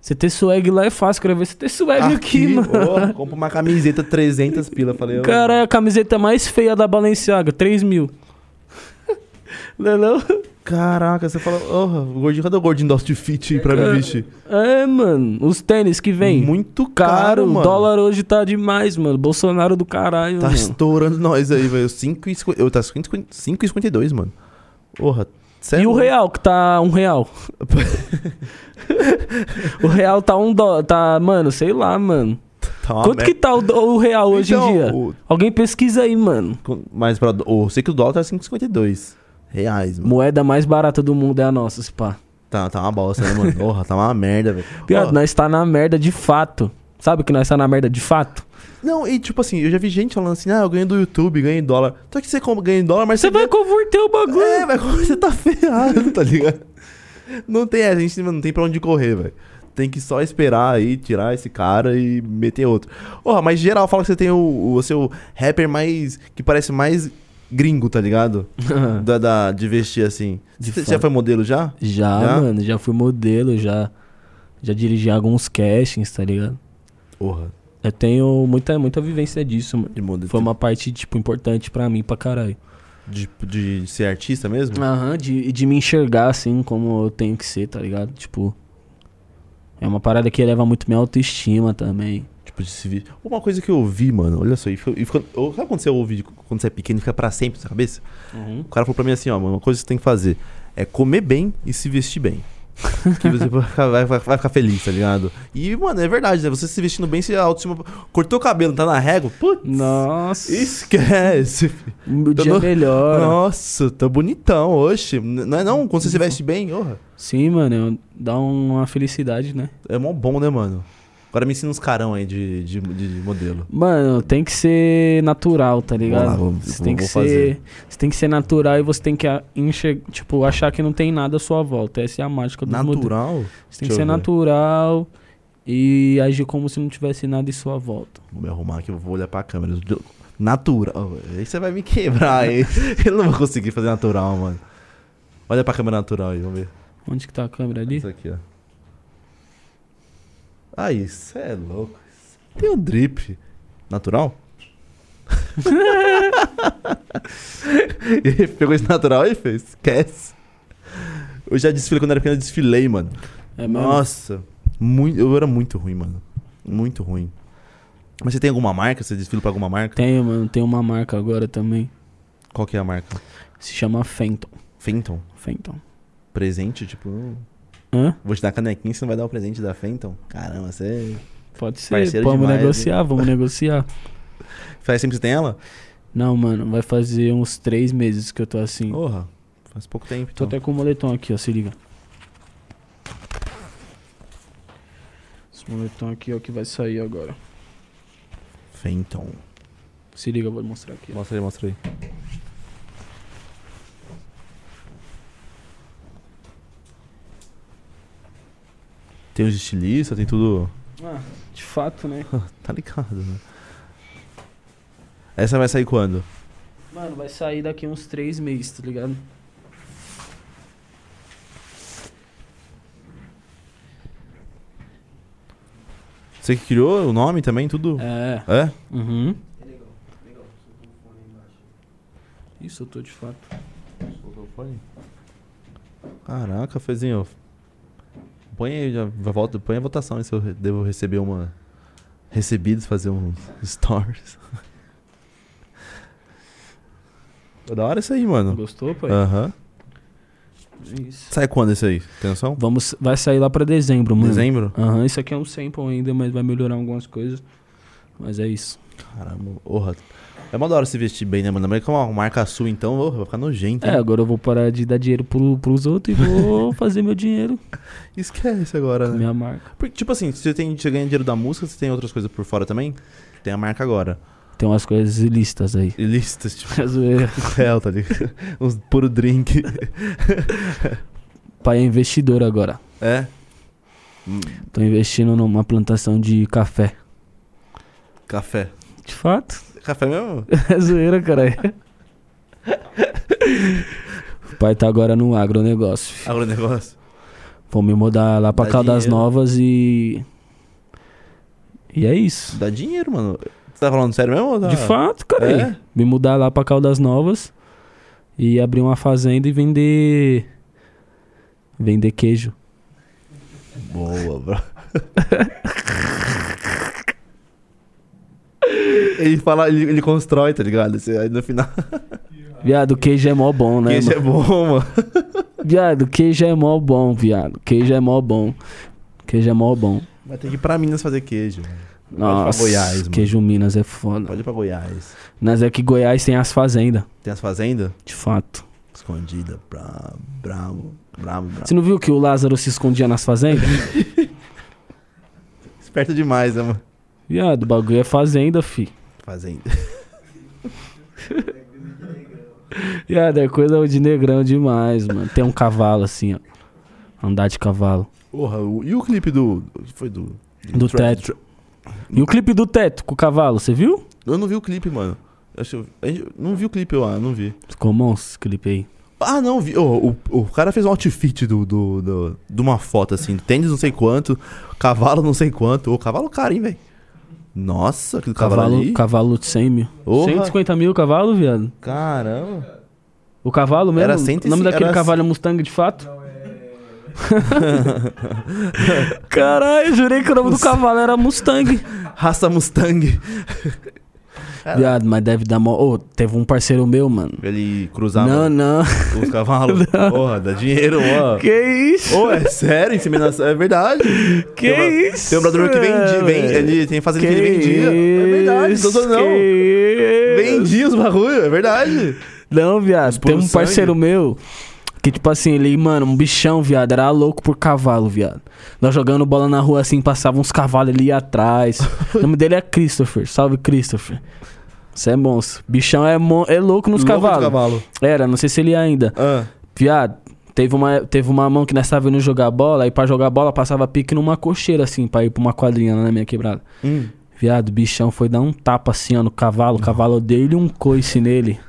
Speaker 2: Você ter swag lá é fácil, quero ver você ter swag aqui, mano.
Speaker 1: ó, compra uma camiseta 300 pila, falei. ó.
Speaker 2: Cara, a camiseta mais feia da Balenciaga, 3 mil. Não é não?
Speaker 1: Caraca, você fala, oh, o gordinho, cadê o gordinho do outfit aí pra me vestir?
Speaker 2: É, mano, os tênis que vem.
Speaker 1: Muito
Speaker 2: caro,
Speaker 1: caro, mano.
Speaker 2: o dólar hoje tá demais, mano. Bolsonaro do caralho,
Speaker 1: Tá
Speaker 2: mano.
Speaker 1: estourando nós aí, velho. 5,50. Eu tá 5,52, mano. Porra. cê é
Speaker 2: E o
Speaker 1: louco.
Speaker 2: real, que tá um real. o real tá um dólar, tá, mano, sei lá, mano.
Speaker 1: Tá uma
Speaker 2: Quanto que
Speaker 1: merda.
Speaker 2: tá o, dó- o real hoje
Speaker 1: Então,
Speaker 2: em dia?
Speaker 1: o-
Speaker 2: Alguém pesquisa aí, mano.
Speaker 1: Com- Mas pra. o- Eu sei que o dólar tá 5,52 reais, mano.
Speaker 2: Moeda mais barata do mundo é a nossa, se pá.
Speaker 1: Tá, tá uma bosta, né, mano? Porra, tá uma merda, velho.
Speaker 2: Viado,
Speaker 1: Ó,
Speaker 2: nós tá na merda de fato. Sabe que nós tá na merda de fato?
Speaker 1: Não, e tipo assim, eu já vi gente falando assim, ah, eu ganho do YouTube, ganho em dólar. Só que você compra- ganha em dólar, mas
Speaker 2: Você vai
Speaker 1: ganha-
Speaker 2: converter o bagulho.
Speaker 1: É, mas como você tá ferrado, tá ligado? Não tem, a gente não tem pra onde correr, velho. Tem que só esperar aí, tirar esse cara e meter outro. Porra, mas geral fala que você tem o, o seu rapper mais. que parece mais gringo, tá ligado? da, da- de vestir assim.
Speaker 2: É. De
Speaker 1: Você
Speaker 2: fato.
Speaker 1: já foi modelo já?
Speaker 2: já,
Speaker 1: Já?
Speaker 2: mano, já fui modelo, já. Já dirigi alguns castings, tá ligado?
Speaker 1: Porra,
Speaker 2: Eu tenho muita, muita vivência disso, mano.
Speaker 1: de modelo.
Speaker 2: Foi uma parte, tipo, importante pra mim, pra caralho.
Speaker 1: De, de ser artista mesmo?
Speaker 2: Aham, de, de me enxergar, assim, como eu tenho que ser, tá ligado? Tipo. É uma parada que eleva muito minha autoestima também.
Speaker 1: Tipo, de se vestir. Uma coisa que eu vi, mano, olha só. E ficou, e ficou- ou- sabe quando você ouve de- quando você é pequeno e fica pra sempre na sua cabeça?
Speaker 2: Uhum.
Speaker 1: O cara falou pra mim assim, ó, mano, uma coisa que você tem que fazer é comer bem e se vestir bem. que você vai ficar, vai- vai- vai ficar feliz, tá ligado? E, mano, é verdade, né? Você se vestindo bem, você a autoestima. Cortou o cabelo, tá na régua? Putz,
Speaker 2: Nossa.
Speaker 1: esquece. filho.
Speaker 2: O
Speaker 1: Eu
Speaker 2: Um
Speaker 1: Tá
Speaker 2: dia
Speaker 1: não-
Speaker 2: melhor.
Speaker 1: Nossa, tá bonitão, oxe. N- Não é não? Quando você se veste bem, orra.
Speaker 2: Sim, mano, eu- dá uma felicidade, né?
Speaker 1: É mó bom, né, mano? Agora me ensina uns carão aí de, de, de modelo.
Speaker 2: Mano, tem que ser natural, tá
Speaker 1: Vamos lá,
Speaker 2: ligado?
Speaker 1: vamos-
Speaker 2: Você tem que
Speaker 1: vou
Speaker 2: ser,
Speaker 1: fazer.
Speaker 2: você tem que ser natural e você tem que a- enxer- tipo, achar que não tem nada à sua volta. Essa é a mágica do modelo.
Speaker 1: Natural?
Speaker 2: Você tem
Speaker 1: Deixa
Speaker 2: que
Speaker 1: eu
Speaker 2: ser
Speaker 1: ver.
Speaker 2: natural e agir como se não tivesse nada em sua volta.
Speaker 1: Vou me arrumar aqui, eu vou olhar pra câmera. Natural. Aí você vai me quebrar, hein? Eu não vou conseguir fazer natural, mano. Olha pra câmera natural aí, vamos ver.
Speaker 2: Onde que tá a câmera ali?
Speaker 1: Isso aqui, ó. Aí, cê é louco. Tem um drip. Natural? Ele Pegou esse natural e fez. Esquece. Eu já desfilei quando era pequeno, eu desfilei, mano.
Speaker 2: É mesmo?
Speaker 1: Nossa, muito, eu era muito ruim, mano. Muito ruim. Mas você tem alguma marca? Você desfila pra alguma marca?
Speaker 2: Tenho, mano, tem uma marca agora também.
Speaker 1: Qual que é a marca?
Speaker 2: Se chama Fenton.
Speaker 1: Fenton?
Speaker 2: Fenton.
Speaker 1: Presente? Tipo, hum,
Speaker 2: Hã?
Speaker 1: vou te dar canequinha, você não vai dar o presente da Fenton? Caramba, você...
Speaker 2: Pode ser.
Speaker 1: Parceiro
Speaker 2: vamos
Speaker 1: demais, hein?
Speaker 2: negociar, vamos negociar.
Speaker 1: Faz sempre que você tem ela?
Speaker 2: Não, mano, vai fazer uns três meses que eu tô assim.
Speaker 1: Porra, faz pouco tempo.
Speaker 2: Tô
Speaker 1: Então.
Speaker 2: até com o moletom aqui, ó, se liga. Esse moletom aqui é o que vai sair agora.
Speaker 1: Fenton.
Speaker 2: Se liga, eu vou mostrar aqui. ó.
Speaker 1: Mostra aí, mostra aí. Tem os estilistas, tem tudo...
Speaker 2: Ah, de fato, né?
Speaker 1: Tá ligado, né? Essa vai sair quando?
Speaker 2: Mano, vai sair daqui uns três meses, tá ligado?
Speaker 1: Você que criou o nome também, tudo?
Speaker 2: É.
Speaker 1: É?
Speaker 2: Uhum. Isso, eu tô de fato.
Speaker 1: Caraca, Fezinho. Põe aí, já- vai volta, põe a votação aí se eu re- devo receber uma. Recebidos, fazer uns stories. É da hora isso aí, mano.
Speaker 2: Gostou, pai?
Speaker 1: Aham.
Speaker 2: Isso.
Speaker 1: Sai quando esse aí? Tem noção?
Speaker 2: Vamos, vai sair lá pra dezembro, mano.
Speaker 1: Dezembro?
Speaker 2: Aham, isso aqui é um sample ainda, mas vai melhorar algumas coisas. Mas é isso.
Speaker 1: Caramba, porra. É mó da hora se vestir bem, né, mano? Mas como é uma marca sua, então, ô, vai ficar nojento.
Speaker 2: É,
Speaker 1: hein?
Speaker 2: agora eu vou parar de dar dinheiro pro, pros outros e vou fazer meu dinheiro
Speaker 1: Esquece agora,
Speaker 2: com
Speaker 1: né?
Speaker 2: minha marca.
Speaker 1: Porque, tipo assim, você, tem, você ganha dinheiro da música, você tem outras coisas por fora também? Tem a marca agora.
Speaker 2: Tem umas coisas ilícitas aí.
Speaker 1: E listas, tipo,
Speaker 2: É zoeira.
Speaker 1: hotel, tá ligado? Uns puro drink.
Speaker 2: Pai é investidor agora.
Speaker 1: É?
Speaker 2: Tô investindo numa plantação de café.
Speaker 1: Café.
Speaker 2: De fato.
Speaker 1: Café mesmo?
Speaker 2: É zoeira, caralho. O pai tá agora no agronegócio. fi.
Speaker 1: Agronegócio.
Speaker 2: Vou me mudar lá pra
Speaker 1: Dá
Speaker 2: Caldas
Speaker 1: dinheiro.
Speaker 2: Novas e. E é isso.
Speaker 1: Dá dinheiro, mano. Você tá falando sério mesmo? ou tá-
Speaker 2: De fato, cara.
Speaker 1: É?
Speaker 2: Me mudar lá pra Caldas Novas e abrir uma fazenda e vender. Vender queijo.
Speaker 1: Boa, bro. ele fala, ele, ele constrói, tá ligado? Você- Aí no final.
Speaker 2: Viado, queijo é mó bom, né?
Speaker 1: Queijo
Speaker 2: mano?
Speaker 1: é bom, mano.
Speaker 2: Viado, queijo é mó bom, viado. Queijo é mó bom. Queijo é mó bom.
Speaker 1: Vai ter que ir pra Minas fazer queijo. mano.
Speaker 2: Nossa,
Speaker 1: Goiás, mano.
Speaker 2: queijo Minas é foda.
Speaker 1: Pode ir pra Goiás.
Speaker 2: Mas é que Goiás tem as fazendas,
Speaker 1: Tem as fazendas?
Speaker 2: de fato.
Speaker 1: Escondida, bravo, bravo, bravo, bravo.
Speaker 2: Você não viu que o Lázaro se escondia nas fazendas?
Speaker 1: Esperto demais, né, mano?
Speaker 2: Viado, o bagulho é fazenda, fi.
Speaker 1: Fazenda.
Speaker 2: Viado, é coisa de negrão demais, mano. Tem um cavalo assim, ó. Andar de cavalo.
Speaker 1: Porra, o- e o clipe do. do- Foi do.
Speaker 2: Do
Speaker 1: Tra-
Speaker 2: teto. E o clipe do teto com o cavalo, você viu?
Speaker 1: Eu não vi o clipe, mano. Acho, a gente- não vi o clipe, eu ah, não vi.
Speaker 2: Ficou monstro esse clipe aí.
Speaker 1: Ah, não, vi. Ô, o, o cara fez um outfit do, do, do- de uma foto assim. Tênis não sei quanto, cavalo não sei quanto. Ô, cavalo caro, hein, velho. Nossa, aquele cavalo,
Speaker 2: Cavalo,
Speaker 1: ali.
Speaker 2: cavalo de 100 mil.
Speaker 1: Porra.
Speaker 2: 150 mil o cavalo, viado?
Speaker 1: Caramba.
Speaker 2: O cavalo mesmo?
Speaker 1: Era
Speaker 2: O
Speaker 1: 105
Speaker 2: nome daquele
Speaker 1: era-
Speaker 2: cavalo é Mustang de fato?
Speaker 1: é-
Speaker 2: Caralho, jurei que o nome do cavalo era Mustang.
Speaker 1: Raça Mustang. Cara.
Speaker 2: Viado, mas deve dar mó. Ô, teve um parceiro meu, mano.
Speaker 1: Ele cruzava
Speaker 2: não, não.
Speaker 1: os cavalos. Porra, dá dinheiro, ó.
Speaker 2: Que isso?
Speaker 1: Ah. Ô, é sério, inseminação. É verdade.
Speaker 2: Que
Speaker 1: tem uma-
Speaker 2: isso?
Speaker 1: Tem um brother meu que vendia.
Speaker 2: é,
Speaker 1: Vende,
Speaker 2: velho?
Speaker 1: ele tem fazenda
Speaker 2: Que
Speaker 1: que, ele vendia. É verdade,
Speaker 2: isso,
Speaker 1: tô zoando, não.
Speaker 2: que isso.
Speaker 1: Vendia os bagulho, é verdade.
Speaker 2: Não, viado. Tem
Speaker 1: pulos
Speaker 2: um
Speaker 1: sangue.
Speaker 2: parceiro meu que, tipo assim, ele, mano, um bichão, viado, era louco por cavalo, viado. Nós jogando bola na rua assim, passava uns cavalos, ele ia atrás. o nome dele é Christopher. Salve, Christopher. Você é monstro. Bichão é, mon... é louco
Speaker 1: Louco de
Speaker 2: nos cavalos.
Speaker 1: cavalo.
Speaker 2: Era, não sei se ele é ainda.
Speaker 1: Ah,
Speaker 2: Viado, teve uma, teve uma mão que nós tava indo jogar bola, aí pra jogar bola passava pique numa cocheira, assim, pra ir pra uma quadrinha lá na minha quebrada.
Speaker 1: hum.
Speaker 2: Viado, o bichão foi dar um tapa assim, ó, no cavalo. O cavalo dele um coice nele.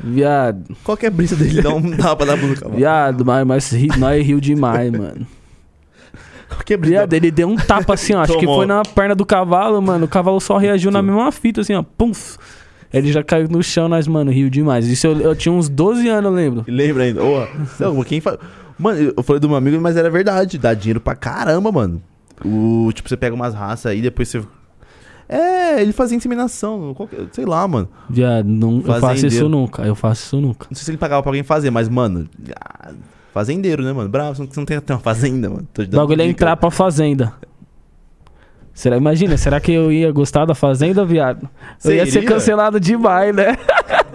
Speaker 2: Viado,
Speaker 1: Qual que é a brisa dele? Dá um tapa na bunda do cavalo.
Speaker 2: viado, mas, mas ri, nós riu demais, mano.
Speaker 1: Qual que é a brisa?
Speaker 2: Viado, ele deu um tapa assim, ó, acho que
Speaker 1: Tomou.
Speaker 2: foi na perna do cavalo, mano. O cavalo só reagiu na mesma fita, assim, ó, pumf. Ele já caiu no chão, nós, mano, riu demais. Isso eu, eu tinha uns 12 anos, eu lembro.
Speaker 1: Lembra ainda? Ô, não, quem fa... Mano, eu falei do meu amigo, mas era verdade. Dá dinheiro pra caramba, mano. O, tipo, você pega umas raças aí, depois você. É, ele fazia inseminação, qualquer- sei lá, mano.
Speaker 2: Viado, não, eu faço
Speaker 1: Fazendeiro.
Speaker 2: isso nunca, eu faço isso nunca.
Speaker 1: Não sei se ele pagava pra alguém fazer, mas, mano. ah, Fazendeiro, né, mano? Bravo, você não- você não tem até uma fazenda, mano. Tô te
Speaker 2: O bagulho é
Speaker 1: dica.
Speaker 2: entrar pra fazenda. Será, imagina, será que eu ia gostar da fazenda, viado? Eu
Speaker 1: Você
Speaker 2: ia ser
Speaker 1: iria?
Speaker 2: cancelado demais, né?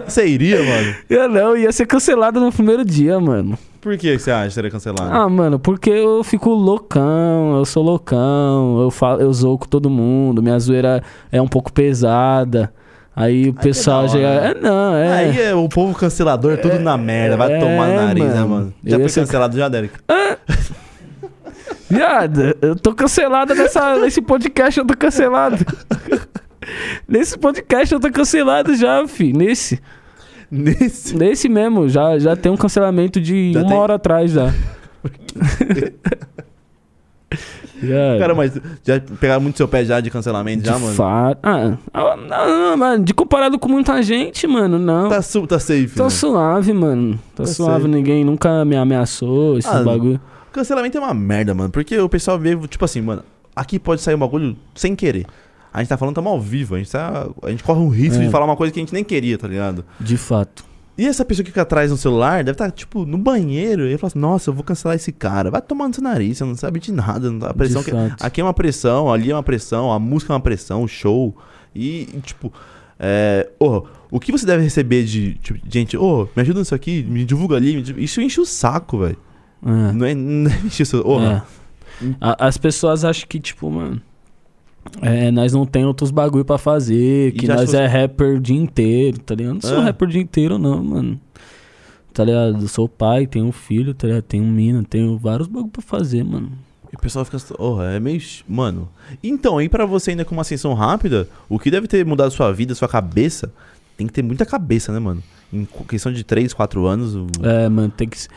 Speaker 1: Você iria, mano?
Speaker 2: Eu não, ia ser cancelado no primeiro dia, mano.
Speaker 1: Por que você acha que seria cancelado?
Speaker 2: Ah, mano, porque eu fico loucão, eu sou loucão, eu, falo, eu zoo com todo mundo, minha zoeira é um pouco pesada. Aí o pessoal
Speaker 1: da
Speaker 2: já.
Speaker 1: hora. né?
Speaker 2: É, não, é.
Speaker 1: Aí é o povo cancelador, tudo na merda. Vai
Speaker 2: é,
Speaker 1: tomar no nariz, né,
Speaker 2: mano.
Speaker 1: mano?
Speaker 2: Eu
Speaker 1: Já
Speaker 2: ia
Speaker 1: foi
Speaker 2: ser-
Speaker 1: cancelado já, Derek?
Speaker 2: Viado, eu tô cancelado nessa, nesse podcast, eu tô cancelado. nesse podcast eu tô cancelado já, fi. Nesse.
Speaker 1: Nesse.
Speaker 2: Nesse mesmo, já, já tem um cancelamento de
Speaker 1: Já
Speaker 2: uma
Speaker 1: tem?
Speaker 2: hora atrás já. Viado,
Speaker 1: Cara, mas já pegaram muito seu pé já de cancelamento,
Speaker 2: de
Speaker 1: já, mano?
Speaker 2: fato. Ah, ah, não, não, mano, de comparado com muita gente, mano, não.
Speaker 1: Tá, su tá safe.
Speaker 2: Tá
Speaker 1: né?
Speaker 2: suave, mano. Tá
Speaker 1: Eu
Speaker 2: suave,
Speaker 1: sei.
Speaker 2: ninguém nunca me ameaçou, esse
Speaker 1: Ah,
Speaker 2: bagulho.
Speaker 1: Cancelamento é uma merda, mano. Porque o pessoal vê, tipo assim, mano, aqui pode sair um bagulho sem querer. A gente tá falando, tamo ao vivo, a gente tá. A gente corre um risco
Speaker 2: É.
Speaker 1: de falar uma coisa que a gente nem queria, tá ligado?
Speaker 2: De fato.
Speaker 1: E essa pessoa que fica atrás no celular deve estar, tipo, no banheiro. E ele fala assim, nossa, eu vou cancelar esse cara. Vai tomar no seu nariz, você não sabe de nada. Não tá, a pressão
Speaker 2: De
Speaker 1: que-
Speaker 2: fato.
Speaker 1: aqui é uma pressão, ali é uma pressão, a música é uma pressão, o show. E, e, tipo, é, ô, o que você deve receber de, tipo, gente, ô, me ajuda nisso aqui, me divulga ali. me div- Isso enche o saco, velho.
Speaker 2: É.
Speaker 1: Não é, não é encher o seu... ô,
Speaker 2: É. A- As pessoas acham que, tipo, mano. é, nós não tem outros bagulho pra fazer,
Speaker 1: E
Speaker 2: que
Speaker 1: já
Speaker 2: nós
Speaker 1: achou-
Speaker 2: é rapper o dia inteiro, tá ligado? Não sou
Speaker 1: É.
Speaker 2: rapper o dia inteiro, não, mano. Tá ligado? Eu sou pai, tenho um filho, tá ligado? Tenho um mina, tenho vários bagulho pra fazer, mano.
Speaker 1: E o pessoal fica. Oh, é meio. ch- Mano. Então, e pra você ainda com uma ascensão rápida, o que deve ter mudado sua vida, sua cabeça, tem que ter muita cabeça, né, mano? Em cu- questão de 3, 4 anos. o-
Speaker 2: É, mano, tem que. se-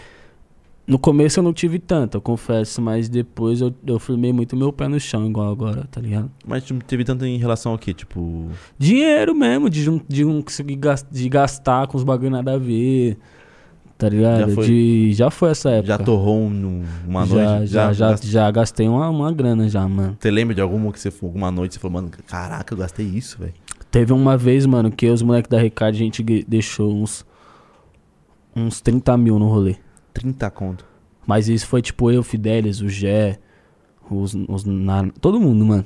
Speaker 2: No começo eu não tive tanto, eu confesso, mas depois eu, eu firmei muito meu pé no chão, igual agora, tá ligado?
Speaker 1: Mas tipo, teve tanto em relação ao quê? Tipo.
Speaker 2: Dinheiro mesmo, de não de não conseguir gas- de gastar com os bagulho nada a ver, tá ligado?
Speaker 1: Já foi?
Speaker 2: De, já foi essa época.
Speaker 1: Já torrou um, num- uma
Speaker 2: já,
Speaker 1: noite?
Speaker 2: Já, já,
Speaker 1: gast-
Speaker 2: já gastei uma, uma grana já, mano.
Speaker 1: Você lembra de alguma que você foi, alguma noite que você falou, mano, caraca, eu gastei isso, velho.
Speaker 2: Teve uma vez, mano, que os moleques da Recard, a gente gue- deixou uns, uns 30 mil no rolê.
Speaker 1: 30 conto.
Speaker 2: Mas isso foi tipo eu, Fidelis, o Gé, os, os na- todo mundo, mano,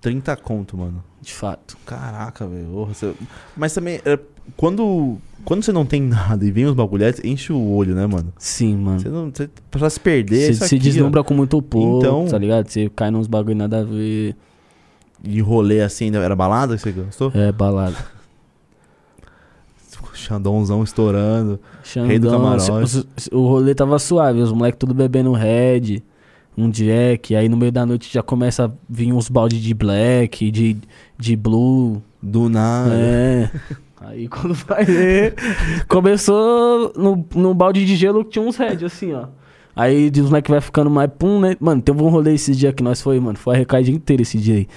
Speaker 1: 30 conto, mano.
Speaker 2: de fato.
Speaker 1: Caraca, velho. porra, você- Mas também, é, quando, quando você não tem nada e vem os bagulhetes, enche o olho, né, mano?
Speaker 2: Sim, mano.
Speaker 1: Você não. Você, pra se perder, é
Speaker 2: Se,
Speaker 1: isso
Speaker 2: se
Speaker 1: aqui, ó.
Speaker 2: deslumbra com muito pouco,
Speaker 1: Então-
Speaker 2: tá ligado? Você cai nos bagulho nada a ver.
Speaker 1: E rolê assim, né? era balada que você gastou?
Speaker 2: É, balada.
Speaker 1: Xandãozão estourando.
Speaker 2: Xandão,
Speaker 1: do camarote.
Speaker 2: se- se- O rolê tava suave, os moleques tudo bebendo Red, um Jack, aí no meio da noite já começa a vir uns balde de Black, de, de Blue,
Speaker 1: Do nada.
Speaker 2: é. Aí quando vai ver, começou no, no balde de gelo que tinha uns Red, assim, ó. Aí os moleques vai ficando mais pum, né? Mano, teve um rolê esse dia que nós foi, mano. Foi a recaidinha inteira esse dia aí.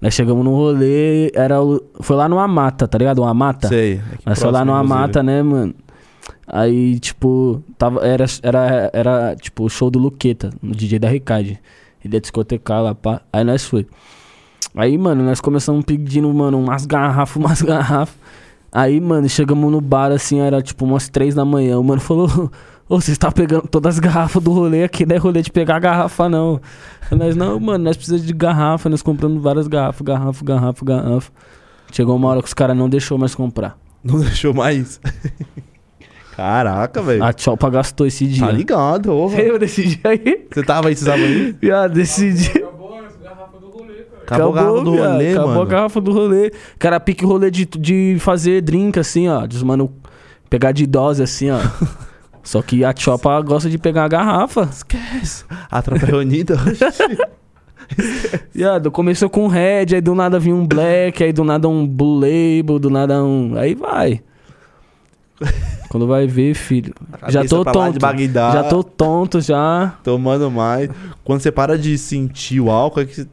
Speaker 2: Nós chegamos num rolê, era o, foi lá numa mata, tá ligado? Uma mata.
Speaker 1: Sei. É que
Speaker 2: Mas foi lá
Speaker 1: próximo,
Speaker 2: numa
Speaker 1: inclusive.
Speaker 2: mata, né, mano? Aí, tipo, tava, era, era, era, tipo, o show do Luqueta, no DJ da Ricard. Ele ia discotecar lá, pá. Aí nós foi. Aí, mano, nós começamos pedindo, mano, umas garrafas, umas garrafas. Aí, mano, chegamos no bar, assim, era tipo umas três da manhã. O mano falou, ô, vocês tá pegando todas as garrafas do rolê aqui, não é rolê de pegar garrafa, não. Aí nós, não, mano, nós precisamos de garrafa, nós compramos várias garrafas, garrafa, garrafa, garrafa. Chegou uma hora que os caras não deixou mais comprar.
Speaker 1: Não deixou mais. Caraca, velho.
Speaker 2: A Tchalpa gastou esse dia.
Speaker 1: Tá ligado, porra.
Speaker 2: Eu decidi aí.
Speaker 1: Você tava aí, você tava aí?
Speaker 2: Viado, decidi.
Speaker 1: Acabou, a garrafa do rolê,
Speaker 2: acabou
Speaker 1: mano.
Speaker 2: a garrafa do rolê. Cara, pique rolê de, de fazer drink, assim, ó. Dos mano pegar de dose, assim, ó. Só que a Tchopa gosta de pegar a garrafa.
Speaker 1: Esquece. é Atrapalhou Anitta.
Speaker 2: Viado, começou com Red, aí do nada vinha um Black, aí do nada um Blue Label, do nada um... Aí vai. Quando vai ver, filho. Já
Speaker 1: Cabeça
Speaker 2: tô
Speaker 1: pra lá de
Speaker 2: tonto.
Speaker 1: Bagdá.
Speaker 2: Já tô tonto, já.
Speaker 1: Tomando mais. Quando você para de sentir o álcool, é que você-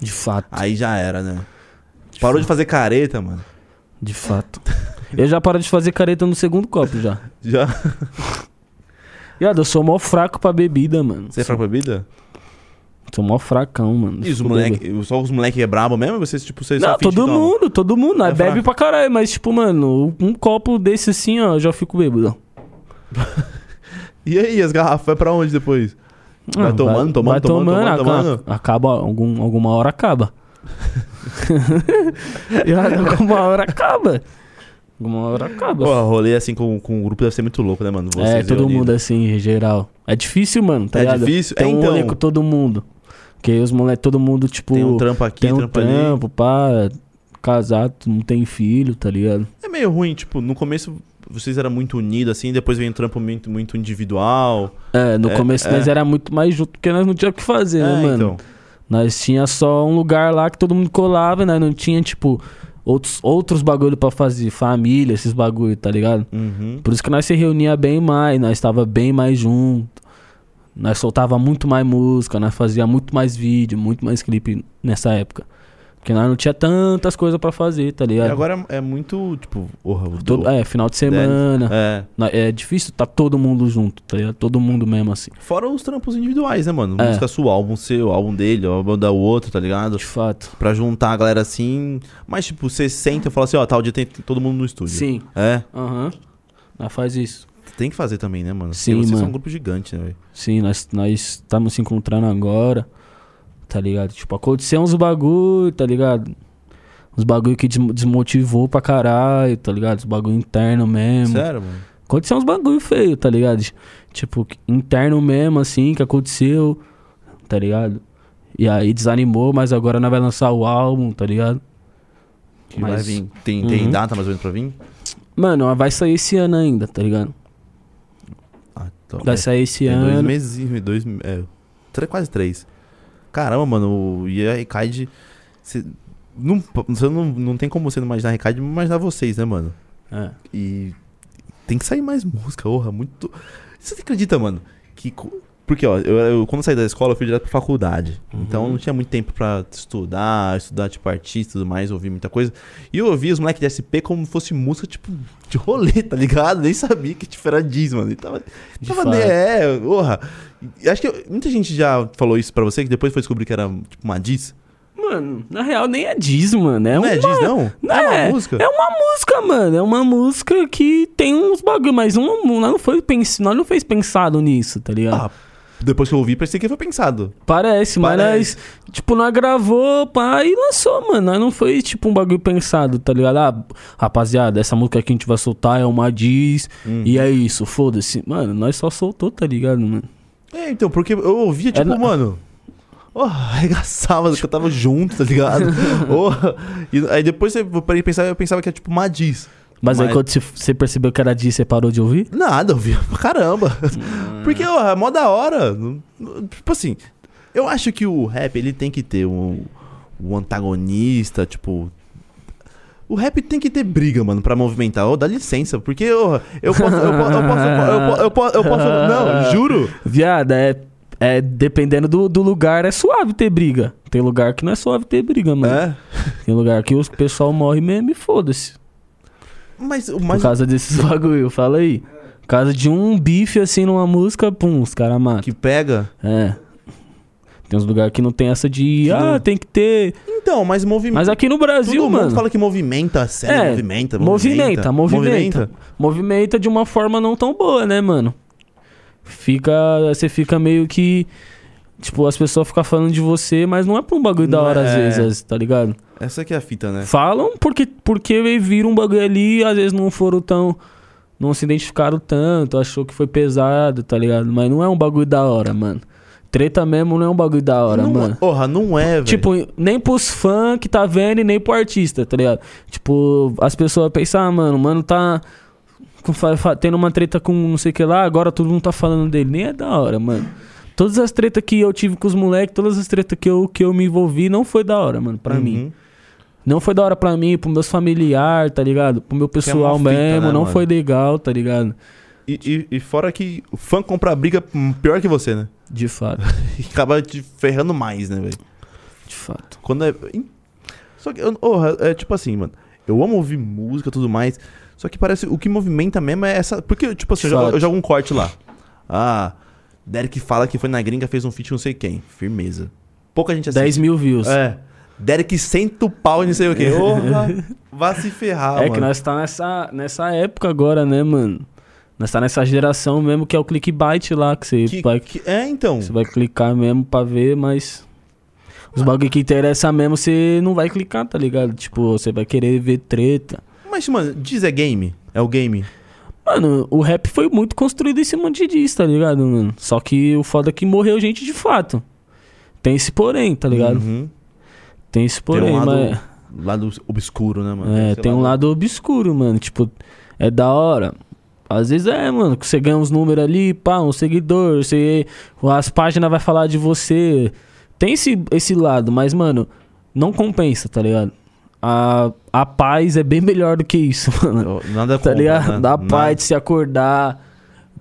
Speaker 2: De fato.
Speaker 1: aí já era, né? Parou
Speaker 2: Tipo,
Speaker 1: de fazer careta, mano.
Speaker 2: De fato. Eu já paro de fazer careta no segundo copo já.
Speaker 1: Já.
Speaker 2: Viado, eu sou mó fraco pra bebida, mano.
Speaker 1: Você é fraco pra bebida?
Speaker 2: Sou mó fracão, mano.
Speaker 1: E os
Speaker 2: Fico bebendo.
Speaker 1: moleque, só os moleque é brabo mesmo? Vocês, tipo, vocês só
Speaker 2: Não,
Speaker 1: fingem
Speaker 2: todo
Speaker 1: que toma?
Speaker 2: mundo, todo mundo. Nós
Speaker 1: É
Speaker 2: bebe
Speaker 1: fraco.
Speaker 2: pra caralho, mas tipo, mano, um copo desse assim, ó, eu já fico bêbado.
Speaker 1: E aí, as garrafas vai pra onde depois? Vai
Speaker 2: Ah,
Speaker 1: tomando, tomando,
Speaker 2: vai
Speaker 1: tomando, tomando,
Speaker 2: aca-
Speaker 1: tomando.
Speaker 2: Acaba, algum, alguma hora acaba. Viado, alguma hora acaba. Alguma hora acaba.
Speaker 1: Pô, rolê assim com, com o grupo deve ser muito louco, né, mano?
Speaker 2: é,
Speaker 1: Vocês
Speaker 2: todo
Speaker 1: reunidos.
Speaker 2: mundo assim, em geral. É difícil, mano, tá
Speaker 1: É
Speaker 2: ligado?
Speaker 1: difícil?
Speaker 2: Tem
Speaker 1: É,
Speaker 2: um
Speaker 1: então.
Speaker 2: rolê com todo mundo. Porque os moleques, todo mundo, tipo...
Speaker 1: Tem um trampo aqui,
Speaker 2: tem um
Speaker 1: trampo ali.
Speaker 2: trampo, pá, casado, não tem filho, tá ligado?
Speaker 1: É meio ruim, tipo, no começo vocês eram muito unidos, assim, depois vem um trampo muito, muito individual.
Speaker 2: É, no
Speaker 1: É,
Speaker 2: começo
Speaker 1: é.
Speaker 2: nós era muito mais junto, porque nós não tinha o que fazer,
Speaker 1: é,
Speaker 2: né, mano?
Speaker 1: então.
Speaker 2: Nós tinha só um lugar lá que todo mundo colava, nós não tinha, tipo, outros, outros bagulho pra fazer, família, esses bagulho, tá ligado?
Speaker 1: Uhum.
Speaker 2: Por isso que nós se reunia bem mais, nós estava bem mais junto. Nós soltava muito mais música, nós fazia muito mais vídeo, muito mais clipe nessa época. Porque nós não tinha tantas coisas pra fazer, tá
Speaker 1: E
Speaker 2: ligado?
Speaker 1: agora é, é muito, tipo, porra, o
Speaker 2: Todo- é, final de semana.
Speaker 1: É.
Speaker 2: Na- É difícil tá todo mundo junto, tá ligado? Todo mundo mesmo assim.
Speaker 1: Fora os trampos individuais, né, mano?
Speaker 2: É.
Speaker 1: Música sua, álbum seu, álbum dele, álbum da outro, tá ligado?
Speaker 2: De fato.
Speaker 1: Pra juntar a galera assim. Mas, tipo, você senta e fala assim, ó, tal dia tem todo mundo no estúdio.
Speaker 2: Sim.
Speaker 1: É.
Speaker 2: Aham. Ah, faz isso.
Speaker 1: Tem que fazer também, né, mano?
Speaker 2: Sim,
Speaker 1: Porque vocês
Speaker 2: mano.
Speaker 1: são um grupo gigante, né, velho?
Speaker 2: Sim, nós estamos se encontrando agora, tá ligado? Tipo, aconteceu uns bagulho, tá ligado? Uns bagulho que des- desmotivou pra caralho, tá ligado? Uns bagulho interno mesmo.
Speaker 1: Sério, mano?
Speaker 2: Aconteceu uns bagulho feio, tá ligado? Tipo, que- interno mesmo, assim, que aconteceu, tá ligado? E aí desanimou, mas agora nós vai lançar o álbum, tá ligado?
Speaker 1: Que
Speaker 2: Mas-
Speaker 1: vai vir. Tem, tem
Speaker 2: Uhum.
Speaker 1: data mais ou menos pra vir?
Speaker 2: Mano, ela vai sair esse ano ainda, tá ligado?
Speaker 1: Ah, então.
Speaker 2: Vai sair esse
Speaker 1: Tem dois
Speaker 2: ano.
Speaker 1: meses, dois. É, tre- quase três. Caramba, mano, o- e a Recaid. Você não, cê não, não tem como você não imaginar a Recaid, mas imaginar vocês, né, mano?
Speaker 2: É.
Speaker 1: E tem que sair mais música, porra, muito. Você acredita, mano? Que. co- Porque, ó, eu, eu- quando eu saí da escola, eu fui direto pra faculdade.
Speaker 2: Uhum.
Speaker 1: Então não tinha muito tempo pra estudar, estudar, tipo, artista e tudo mais, ouvir muita coisa. E eu ouvia os moleques de SP como se fosse música, tipo, de rolê, tá ligado? Nem sabia que tipo, era diz, mano. E tava.
Speaker 2: De
Speaker 1: tava
Speaker 2: fato.
Speaker 1: é, porra. E Acho que eu- muita gente já falou isso pra você, que depois foi descobrir que era, tipo, uma diz.
Speaker 2: Mano, na real nem é diz, mano. É
Speaker 1: não
Speaker 2: uma...
Speaker 1: é diz, não?
Speaker 2: Não
Speaker 1: é
Speaker 2: é.
Speaker 1: uma música?
Speaker 2: É uma música, mano. É uma música que tem uns bagulho, mas um, um- nós, não foi pens... nós não fez pensado nisso, tá ligado?
Speaker 1: Ah, depois que eu ouvi, parecia que foi pensado. parece.
Speaker 2: parece, mas nós, tipo, nós gravou, pá, e lançou, mano. Nós não foi, tipo, um bagulho pensado, tá ligado? Ah, rapaziada, essa música que a gente vai soltar é uma diz,
Speaker 1: Uhum.
Speaker 2: e é isso, foda-se. Mano, nós só soltou, tá ligado, mano?
Speaker 1: É, então, porque eu ouvia, tipo,
Speaker 2: na-
Speaker 1: mano. Oh, arregaçava, que eu tava junto, tá ligado? Oh, e aí depois eu parei de pensar, eu pensava que era tipo Madiz.
Speaker 2: Mas, aí
Speaker 1: Mas-
Speaker 2: quando você- você percebeu que era diz, você parou de ouvir?
Speaker 1: Nada, eu ouvia pra caramba. Porque, oh, é mó da hora. Não- não- Tipo assim, eu acho que o rap, ele tem que ter um, um antagonista, tipo... O rap tem que ter briga, mano, pra movimentar. Oh, dá licença, porque oh, eu posso... Eu posso... Eu posso... Eu posso... Eu posso, eu posso não, juro.
Speaker 2: Viada, é, é dependendo do, do lugar, é suave ter briga. Tem lugar que não é suave ter briga, mano.
Speaker 1: É.
Speaker 2: Tem lugar que o pessoal morre mesmo e foda-se.
Speaker 1: Mas o
Speaker 2: Por
Speaker 1: mais...
Speaker 2: causa desses bagulho, fala aí. Por causa de um bife assim numa música, pum, os caras matam.
Speaker 1: Que pega...
Speaker 2: É. Tem uns lugares que não tem essa de, ah,
Speaker 1: não-
Speaker 2: tem que ter.
Speaker 1: Então, mas movimento.
Speaker 2: Mas aqui no
Speaker 1: Todo
Speaker 2: Brasil,
Speaker 1: mundo
Speaker 2: mano.
Speaker 1: fala que movimenta a cena,
Speaker 2: É,
Speaker 1: movimenta, movimenta,
Speaker 2: movimenta, movimenta. Movimenta de uma forma não tão boa, né, mano? Fica. Você fica meio que. Tipo, as pessoas ficam falando de você, mas não é pra um bagulho da
Speaker 1: Não
Speaker 2: hora
Speaker 1: é.
Speaker 2: às vezes, tá ligado?
Speaker 1: Essa que é a fita, né?
Speaker 2: Falam porque, porque viram um bagulho ali, às vezes não foram tão. Não se identificaram tanto, achou que foi pesado, tá ligado? Mas não é um bagulho da hora, mano. Treta mesmo não é um bagulho da hora,
Speaker 1: não,
Speaker 2: mano.
Speaker 1: Porra, não é, velho.
Speaker 2: Tipo, nem pros fãs que tá vendo e nem pro artista, tá ligado? Tipo, as pessoas pensam, ah, mano, o mano tá com- fa- fa- tendo uma treta com não sei o que lá, agora todo mundo tá falando dele. Nem é da hora, mano. Todas as tretas que eu tive com os moleques, todas as tretas que eu, que eu me envolvi, não foi da hora, mano, pra
Speaker 1: Uhum.
Speaker 2: mim. Não foi da hora pra mim, pro meus familiares, tá ligado? Pro meu
Speaker 1: é uma
Speaker 2: pessoal
Speaker 1: fita,
Speaker 2: mesmo,
Speaker 1: né,
Speaker 2: não
Speaker 1: mano?
Speaker 2: foi legal, tá ligado?
Speaker 1: E, e- e fora que o fã compra briga hum, pior que você, né?
Speaker 2: De fato,
Speaker 1: E acaba te ferrando mais, né, velho?
Speaker 2: de fato.
Speaker 1: Quando é. em- Só que, eu- porra, é tipo assim, mano. Eu amo ouvir música e tudo mais. Só que parece. O que movimenta mesmo é essa. Porque, tipo assim, eu jogo,
Speaker 2: Fato.
Speaker 1: eu jogo um corte lá. Ah, Derek fala que foi na gringa, fez um feat com não sei quem. Firmeza. Pouca gente assiste.
Speaker 2: 10 mil views. É,
Speaker 1: É. Derek senta o pau e não sei o quê. Porra, vá se ferrar, Ah, mano.
Speaker 2: que nós tá nessa, nessa época agora, né, mano? Nós tá nessa geração mesmo que é o clickbait lá, que você
Speaker 1: Que-
Speaker 2: vai,
Speaker 1: que- É, então.
Speaker 2: você vai clicar mesmo pra ver, mas. Os bagulho que interessa mesmo, você não vai clicar, tá ligado? Tipo, você vai querer ver treta.
Speaker 1: Mas, mano, diz é game. É o game.
Speaker 2: Mano, o rap foi muito construído em cima de disso, tá ligado, mano? Só que o foda é que morreu gente de fato. Tem esse porém, tá ligado?
Speaker 1: Uhum.
Speaker 2: Tem esse
Speaker 1: Tem
Speaker 2: porém,
Speaker 1: um
Speaker 2: mas.
Speaker 1: lado, lado obscuro, né, mano?
Speaker 2: É,
Speaker 1: Sei
Speaker 2: tem
Speaker 1: lá,
Speaker 2: um lado obscuro, mano. Tipo, é da hora. Às vezes é, mano, que você ganha uns números ali, pá, um seguidor, você, as páginas vai falar de você. Tem esse, esse lado, mas, mano, não compensa, tá ligado? A, a paz é bem melhor do que isso, mano.
Speaker 1: eu- Nada
Speaker 2: Tá
Speaker 1: contra,
Speaker 2: ligado?
Speaker 1: né?
Speaker 2: Da
Speaker 1: Nada.
Speaker 2: paz de se acordar,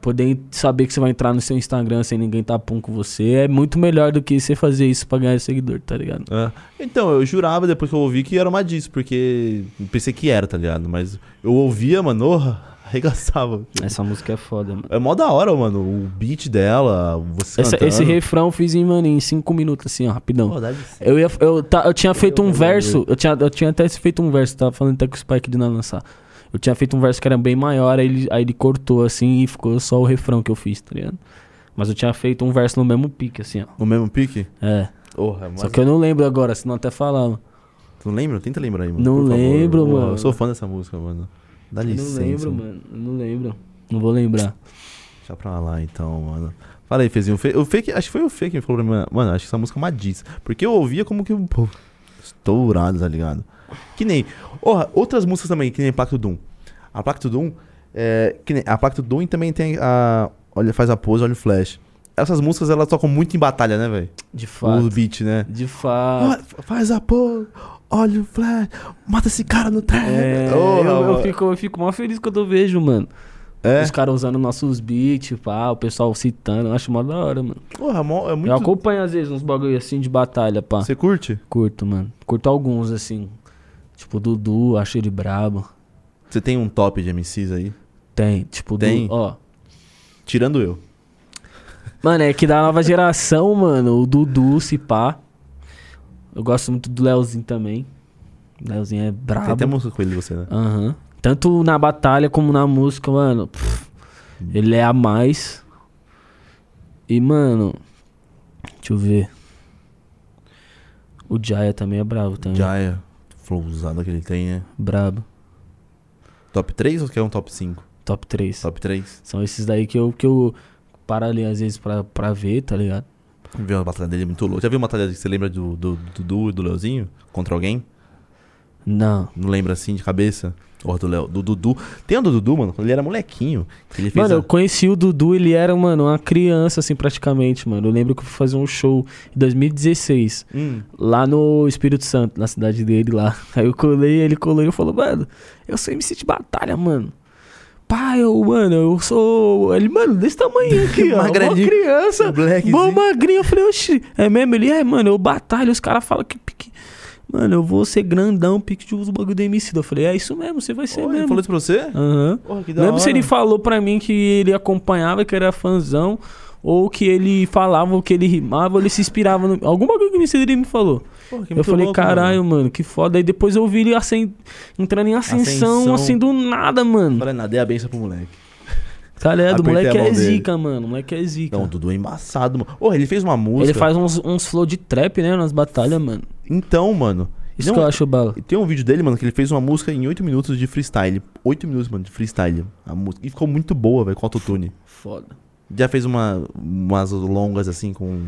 Speaker 2: poder saber que você vai entrar no seu Instagram sem ninguém tá pum com você. É muito melhor do que você fazer isso pra ganhar seguidor, tá ligado?
Speaker 1: É. Então, eu jurava depois que eu ouvi que era uma diz, porque pensei que era, tá ligado? Mas eu ouvia, mano, orra, arregaçava.
Speaker 2: Essa música é foda, mano.
Speaker 1: É mó da hora, mano, o beat dela, você
Speaker 2: Essa-
Speaker 1: cantando.
Speaker 2: esse refrão eu fiz em, mano, em cinco minutos, assim, ó, rapidão.
Speaker 1: Pô, dá licença.
Speaker 2: Eu, ia, eu, tá- eu tinha feito um verso, eu tinha, eu tinha até feito um verso, tava falando até com o Spike de não lançar. Eu tinha feito um verso que era bem maior, aí ele, aí ele cortou assim e ficou só o refrão que eu fiz, tá ligado? Mas eu tinha feito um verso no mesmo pique, assim, ó.
Speaker 1: No mesmo pique?
Speaker 2: É.
Speaker 1: Porra, mas.
Speaker 2: Só que eu não lembro agora, senão até falava.
Speaker 1: Tu não lembra? Tenta lembrar aí, mano.
Speaker 2: Não
Speaker 1: por favor.
Speaker 2: lembro,
Speaker 1: Porra,
Speaker 2: mano.
Speaker 1: Eu sou fã dessa música, mano. Dá
Speaker 2: Eu
Speaker 1: licença.
Speaker 2: não lembro, mano. Eu não lembro. Não vou lembrar.
Speaker 1: Deixa pra lá então, mano. Fala aí, Fezinho. O Fe, o Fe que- acho que foi o Fê que me falou pra mim, mano, mano, acho que essa música é uma diz. Porque eu ouvia como que. Pô, estourado, tá ligado? Que nem. Porra, outras músicas também, que nem Placto Doom. A Placto Doom. É, que nem, a Placto Doom também tem a. Olha, faz a pose, olha o flash. Essas músicas elas tocam muito em batalha, né, velho?
Speaker 2: De
Speaker 1: O
Speaker 2: fato.
Speaker 1: beat, né?
Speaker 2: De fato.
Speaker 1: Olha, faz a pose, olha o flash, mata esse cara no trem.
Speaker 2: É,
Speaker 1: Porra,
Speaker 2: eu, eu
Speaker 1: mano.
Speaker 2: fico, eu fico mó feliz quando eu vejo, mano.
Speaker 1: É.
Speaker 2: Os caras usando nossos beats, pá, o pessoal citando. Eu acho mó da hora, mano.
Speaker 1: Porra, mó- é
Speaker 2: Eu
Speaker 1: muito.
Speaker 2: acompanho às vezes uns bagulho assim de batalha, pá.
Speaker 1: Você curte?
Speaker 2: Curto, mano. Curto alguns, assim. Tipo, Dudu, acho ele brabo.
Speaker 1: Você tem um top de MCs aí?
Speaker 2: Tem, tipo, Du-
Speaker 1: Tem?
Speaker 2: ó.
Speaker 1: Tirando eu.
Speaker 2: Mano, é que da nova geração, mano, o Dudu, se pá. Eu gosto muito do Leozinho também. O Leozinho é
Speaker 1: Tem até
Speaker 2: brabo.
Speaker 1: música com ele, você, né?
Speaker 2: Aham. Tanto na batalha como na música, mano. pff, ele é a mais. E, mano. Deixa eu ver. O Jaya também é brabo também.
Speaker 1: Jaya, flowzada que ele tem, né?
Speaker 2: Brabo.
Speaker 1: Top 3 ou quer um top 5?
Speaker 2: Top 3.
Speaker 1: Top 3.
Speaker 2: São esses daí que eu, que eu paro ali às vezes pra, pra ver, tá ligado?
Speaker 1: Viu a batalha dele é muito louca. Já viu uma batalha que você lembra do Dudu do, do, Dudu e do Leozinho? Contra alguém?
Speaker 2: Não.
Speaker 1: Não lembra assim de cabeça? Ou do Léo? Do Dudu. Tem a do Dudu, mano, quando ele era molequinho. que Ele fez
Speaker 2: Mano,
Speaker 1: a-
Speaker 2: eu conheci o Dudu, ele era, mano, uma criança, assim, praticamente, mano. Eu lembro que eu fui fazer um show em 2016,
Speaker 1: Hum,
Speaker 2: lá no Espírito Santo, na cidade dele lá. Aí eu colei, ele colou e eu falou, mano, eu sou MC de batalha, mano. Pá, eu, mano, eu sou. Ele, mano, desse tamanho aqui, ó. Uma
Speaker 1: Magrelinho.
Speaker 2: criança.
Speaker 1: Um blackzinho.
Speaker 2: Bom, magrinho. Eu falei, oxi, é mesmo? Ele, é, mano, eu batalho. Os caras falam que pique. Mano, eu vou ser grandão, pique de uso bagulho da MC. Eu falei, é isso mesmo, você vai ser
Speaker 1: oh, ele
Speaker 2: mesmo. Ah,
Speaker 1: falou isso pra você?
Speaker 2: Aham.
Speaker 1: Porra, que da
Speaker 2: Lembro se
Speaker 1: hora.
Speaker 2: ele falou pra mim que ele acompanhava, que era fãzão, ou que ele falava, ou que ele rimava, ou ele se inspirava. No... Alguma coisa que me- ele me falou.
Speaker 1: Porra, que é
Speaker 2: eu
Speaker 1: muito
Speaker 2: falei,
Speaker 1: louco,
Speaker 2: caralho,
Speaker 1: mano.
Speaker 2: mano. que foda. Aí depois eu vi ele assim, entrando em ascensão,
Speaker 1: Ascensão.
Speaker 2: assim, do nada,
Speaker 1: Eu
Speaker 2: mano.
Speaker 1: Falei, nada, dei a benção pro moleque.
Speaker 2: Tá ligado? O
Speaker 1: Apertei
Speaker 2: moleque
Speaker 1: a mão
Speaker 2: é
Speaker 1: dele.
Speaker 2: zica, mano. O moleque é zica.
Speaker 1: Não, o Dudu é embaçado, mano. Porra, ele fez uma música.
Speaker 2: ele faz uns, uns flow de trap, né, nas batalhas, mano.
Speaker 1: Então, mano.
Speaker 2: Isso
Speaker 1: não-
Speaker 2: que eu acho bala.
Speaker 1: E Tem um vídeo dele, mano, que ele fez uma música em 8 minutos de freestyle. 8 minutos, mano, de freestyle. A música. E ficou muito boa, velho, com autotune.
Speaker 2: Foda.
Speaker 1: Já fez uma, umas longas assim, com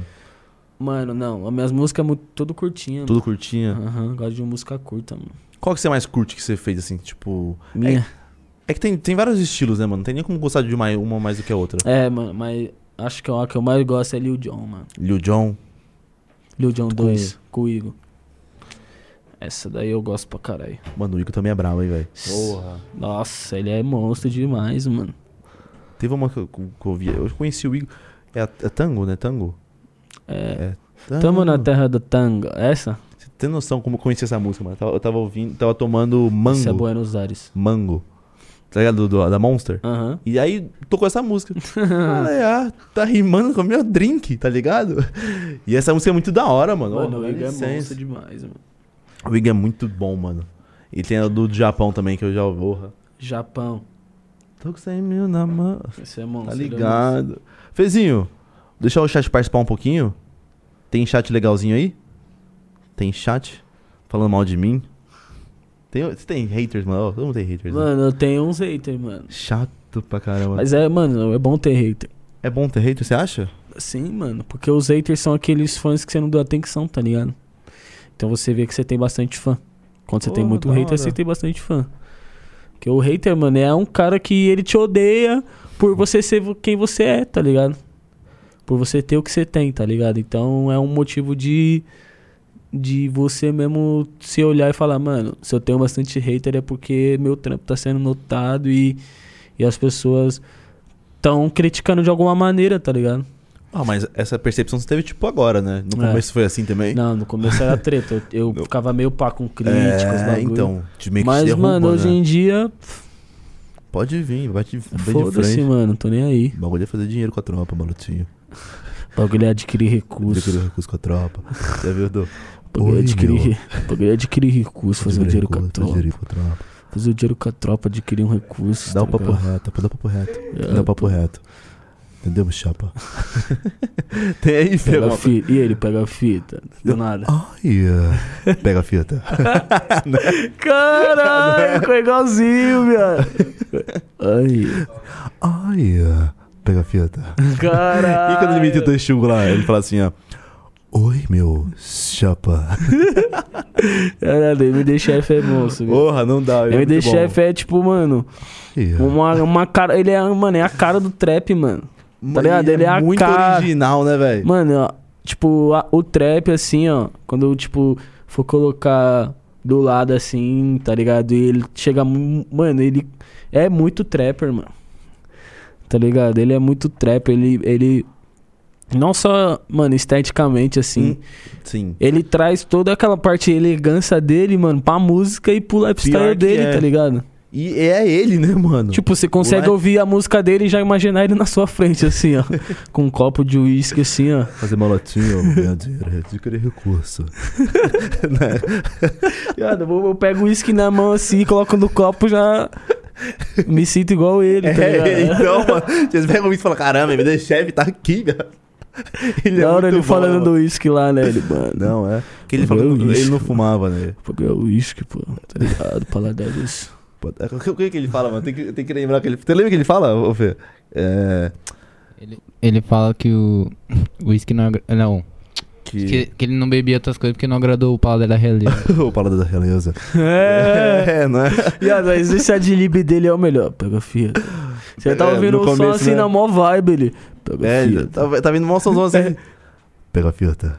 Speaker 2: Mano, não. As minhas músicas é muito, tudo curtinha.
Speaker 1: tudo curtinha.
Speaker 2: mano. Aham, gosto de música curta, mano.
Speaker 1: Qual que você mais curte que você fez, assim, tipo.
Speaker 2: Minha.
Speaker 1: É que tem, tem vários estilos, né, mano? Não tem nem como gostar de uma, uma mais do que a outra.
Speaker 2: É, mano, mas acho que a que eu mais gosto é Lil Jon, mano.
Speaker 1: Lil Jon.
Speaker 2: Lil Jon
Speaker 1: Com
Speaker 2: 2, com o Igor. Essa daí eu gosto pra caralho.
Speaker 1: Mano, o Igor também é brabo, hein, velho.
Speaker 2: Nossa, ele é monstro demais, mano.
Speaker 1: Teve uma que eu, que eu vi. Eu conheci o Igor. É, a- é tango, né? Tango?
Speaker 2: É.
Speaker 1: É.
Speaker 2: Tamo na terra do tango. Essa?
Speaker 1: Você tem noção como eu conheci essa música, mano? Eu tava, eu tava ouvindo, tava tomando mango.
Speaker 2: Essa é Buenos Aires.
Speaker 1: Mango. Tá ligado? Do- do- da Monster.
Speaker 2: Aham.
Speaker 1: E aí tocou essa música. Falei, ah, tá rimando com o meu drink, tá ligado? E essa música é muito da hora, mano.
Speaker 2: Mano,
Speaker 1: Oh,
Speaker 2: o
Speaker 1: dá
Speaker 2: Igor é
Speaker 1: licença.
Speaker 2: monstro demais, mano.
Speaker 1: O Igor é muito bom, mano. E tem a do Japão também, que eu já ouvi. Porra.
Speaker 2: Japão.
Speaker 1: Tô com 100 mil na mão.
Speaker 2: Esse é
Speaker 1: Tá
Speaker 2: monstro. ele é
Speaker 1: ligado? Fezinho, deixa o chat participar um pouquinho. Tem chat legalzinho aí? Tem chat? Falando mal de mim? Tem, você tem haters, mano? Ó, todo mundo tem haters.
Speaker 2: monstro.
Speaker 1: né?
Speaker 2: Mano, eu tenho uns haters, mano.
Speaker 1: Chato pra caramba.
Speaker 2: Mas é, mano, é bom ter hater.
Speaker 1: É bom ter hater, você acha?
Speaker 2: Sim, mano, porque os haters são aqueles fãs que você não deu atenção, tá ligado? Então você vê que você tem bastante fã. Quando você tem
Speaker 1: Porra,
Speaker 2: muito
Speaker 1: da
Speaker 2: hater,
Speaker 1: hora.
Speaker 2: você tem bastante fã. Porque o hater, mano, é um cara que ele te odeia por você ser vo- quem você é, tá ligado? Por você ter o que você tem, tá ligado? Então é um motivo de de você mesmo se olhar e falar, mano, se eu tenho bastante hater é porque meu trampo tá sendo notado e, e as pessoas estão criticando de alguma maneira, tá ligado?
Speaker 1: Ah, mas essa percepção você teve tipo agora, né? No
Speaker 2: É.
Speaker 1: começo foi assim também?
Speaker 2: Não, no começo era treta. Eu, eu
Speaker 1: Não.
Speaker 2: ficava meio pá com críticas,
Speaker 1: é,
Speaker 2: bagulho.
Speaker 1: então, de meio que
Speaker 2: Mas,
Speaker 1: se derruba,
Speaker 2: mano,
Speaker 1: né?
Speaker 2: hoje em dia, pff,
Speaker 1: Pode vir, vai de, vai de
Speaker 2: foda-se,
Speaker 1: frente.
Speaker 2: mano. Tô nem aí.
Speaker 1: O bagulho é fazer dinheiro com a tropa, malutinho.
Speaker 2: O Bagulho é adquirir
Speaker 1: Adquirir
Speaker 2: recurso.
Speaker 1: recurso com a tropa. Já viu, Edu?
Speaker 2: O Bagulho é
Speaker 1: Oi,
Speaker 2: adquirir,
Speaker 1: meu.
Speaker 2: o bagulho é adquirir recurso, fazer um dinheiro com a
Speaker 1: Adquirir recurso, Fazer dinheiro com a
Speaker 2: tropa.
Speaker 1: tropa.
Speaker 2: Fazer o dinheiro com a tropa, adquirir um recurso.
Speaker 1: Dá o
Speaker 2: tá
Speaker 1: papo
Speaker 2: ligado?
Speaker 1: reto, dá o papo reto.
Speaker 2: É,
Speaker 1: Dá o papo reto. Entendeu, chapa? Tem aí,
Speaker 2: Pega a
Speaker 1: Fê?
Speaker 2: fita. E ele pega a fita. Do nada.
Speaker 1: Ai, ah, pega a fita.
Speaker 2: Caralho, ficou igualzinho, viado. Ai,
Speaker 1: Ai, ah, pega a fita.
Speaker 2: caralho.
Speaker 1: E quando ele metia o texugo lá, ele fala assim, ó. Oi, meu chapa.
Speaker 2: Caralho, MD Chef é monstro, viu?
Speaker 1: Porra, não dá. ele é
Speaker 2: MD
Speaker 1: muito bom.
Speaker 2: Chef é tipo, mano,
Speaker 1: Ai, ah.
Speaker 2: uma, uma cara. Ele é, mano, é a cara do trap, mano.
Speaker 1: Mano,
Speaker 2: Tá ligado? Ele é a
Speaker 1: muito
Speaker 2: cara-
Speaker 1: original, né, velho?
Speaker 2: Mano, ó, tipo, a- o trap, assim, ó. Quando eu, tipo, for colocar do lado, assim, tá ligado? E ele chega. mu- Mano, ele é muito trapper, mano. Tá ligado? Ele é muito trapper. Ele. ele não só, mano, esteticamente, assim.
Speaker 1: Hum, Sim.
Speaker 2: Ele traz toda aquela parte de elegância dele, mano, pra música e pro
Speaker 1: Pior
Speaker 2: lifestyle
Speaker 1: que
Speaker 2: dele,
Speaker 1: é.
Speaker 2: tá ligado?
Speaker 1: E é ele, né, mano?
Speaker 2: Tipo, você consegue
Speaker 1: Life-
Speaker 2: ouvir a música dele e já imaginar ele na sua frente, assim, ó. com um copo de uísque, assim, ó.
Speaker 1: Fazer malotinho, ganhar dinheiro, adquirir recurso.
Speaker 2: Viado, eu, eu pego o uísque na mão assim, coloco no copo já. Me sinto igual ele, tá ligado?
Speaker 1: É, então, mano, vocês pegam isso e falam, caramba, MD Chef tá aqui, velho. Ele é
Speaker 2: da hora
Speaker 1: muito
Speaker 2: ele
Speaker 1: bom,
Speaker 2: falando
Speaker 1: mano.
Speaker 2: do uísque lá, né? Ele, mano.
Speaker 1: Não, é. Que ele
Speaker 2: Meu
Speaker 1: falou que ele
Speaker 2: lixo.
Speaker 1: não fumava, né?
Speaker 2: Porque é o uísque, pô, tá ligado? Paladar disso.
Speaker 1: Pô, é, O que, o que que ele fala, mano? Tem que, tem que lembrar que ele. Você lembra que ele fala, ô Fê? É.
Speaker 3: Ele, ele fala que o o uísque não. agra- Não. Que,
Speaker 1: Que.
Speaker 3: que ele não bebia outras coisas porque não agradou o paladar da realeza.
Speaker 1: o Parada da Realeza.
Speaker 2: É!
Speaker 1: não é?
Speaker 2: Viado, mas esse adlib dele é o melhor. Pega a fita. Você tá
Speaker 1: É,
Speaker 2: ouvindo
Speaker 1: no
Speaker 2: um som
Speaker 1: começo,
Speaker 2: assim
Speaker 1: né?
Speaker 2: na mó vibe, ele. Pega a
Speaker 1: É,
Speaker 2: fita.
Speaker 1: tá, tá vindo mó somzão
Speaker 2: É.
Speaker 1: assim. Pega a fita.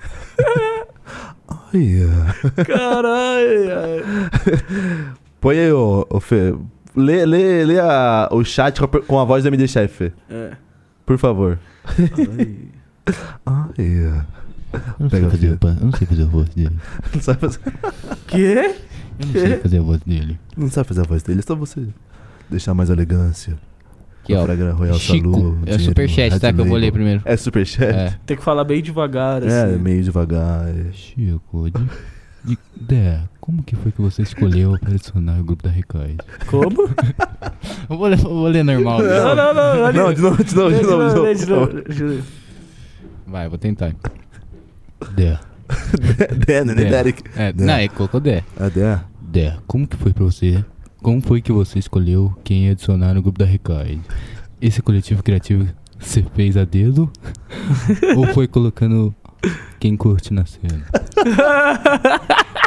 Speaker 1: Ai, ah.
Speaker 2: Caralho!
Speaker 1: Põe aí, ô, ô Fê. Lê, lê, lê a- o chat com a, com a voz do MD Chef, Fê.
Speaker 2: É.
Speaker 1: Por favor. Ai, ah.
Speaker 3: Eu não
Speaker 1: Pega
Speaker 3: sei
Speaker 1: a
Speaker 3: fazer
Speaker 1: fita.
Speaker 3: o pa- eu não sei fazer o rosto dele.
Speaker 1: Não sabe fazer,
Speaker 2: Quê?
Speaker 3: Eu não sei fazer o rosto dele.
Speaker 1: não sabe fazer a voz dele, é só você deixar mais elegância.
Speaker 3: Aqui, ó.
Speaker 1: Fragra Royal
Speaker 3: Chico.
Speaker 1: Salu,
Speaker 3: É
Speaker 1: dinheiro
Speaker 3: o
Speaker 1: no
Speaker 3: superchat,
Speaker 1: Red
Speaker 3: tá? Que eu vou
Speaker 1: Label.
Speaker 3: ler primeiro.
Speaker 1: É superchat?
Speaker 3: É.
Speaker 2: Tem que falar bem devagar,
Speaker 1: É,
Speaker 2: assim.
Speaker 1: meio devagar. é.
Speaker 3: Chico, de, de, Dé, como que foi que você escolheu o personagem do grupo da Recaid?
Speaker 2: Como?
Speaker 3: Eu vou ler, eu vou ler normal. né?
Speaker 2: Não, não, não. olha.
Speaker 1: Não, de novo, de novo, de novo. De novo.
Speaker 3: Vai, vou tentar. Dé.
Speaker 1: Dé, né, né,
Speaker 3: Dé.
Speaker 1: Derek?
Speaker 3: É,
Speaker 1: Dé.
Speaker 3: Não, ele colocou Dé.
Speaker 1: Ah, Dé.
Speaker 3: Dé, como que foi pra você? Como foi que você escolheu quem ia adicionar no grupo da Recaid? Esse coletivo criativo você fez a dedo? Ou foi colocando quem curte na cena?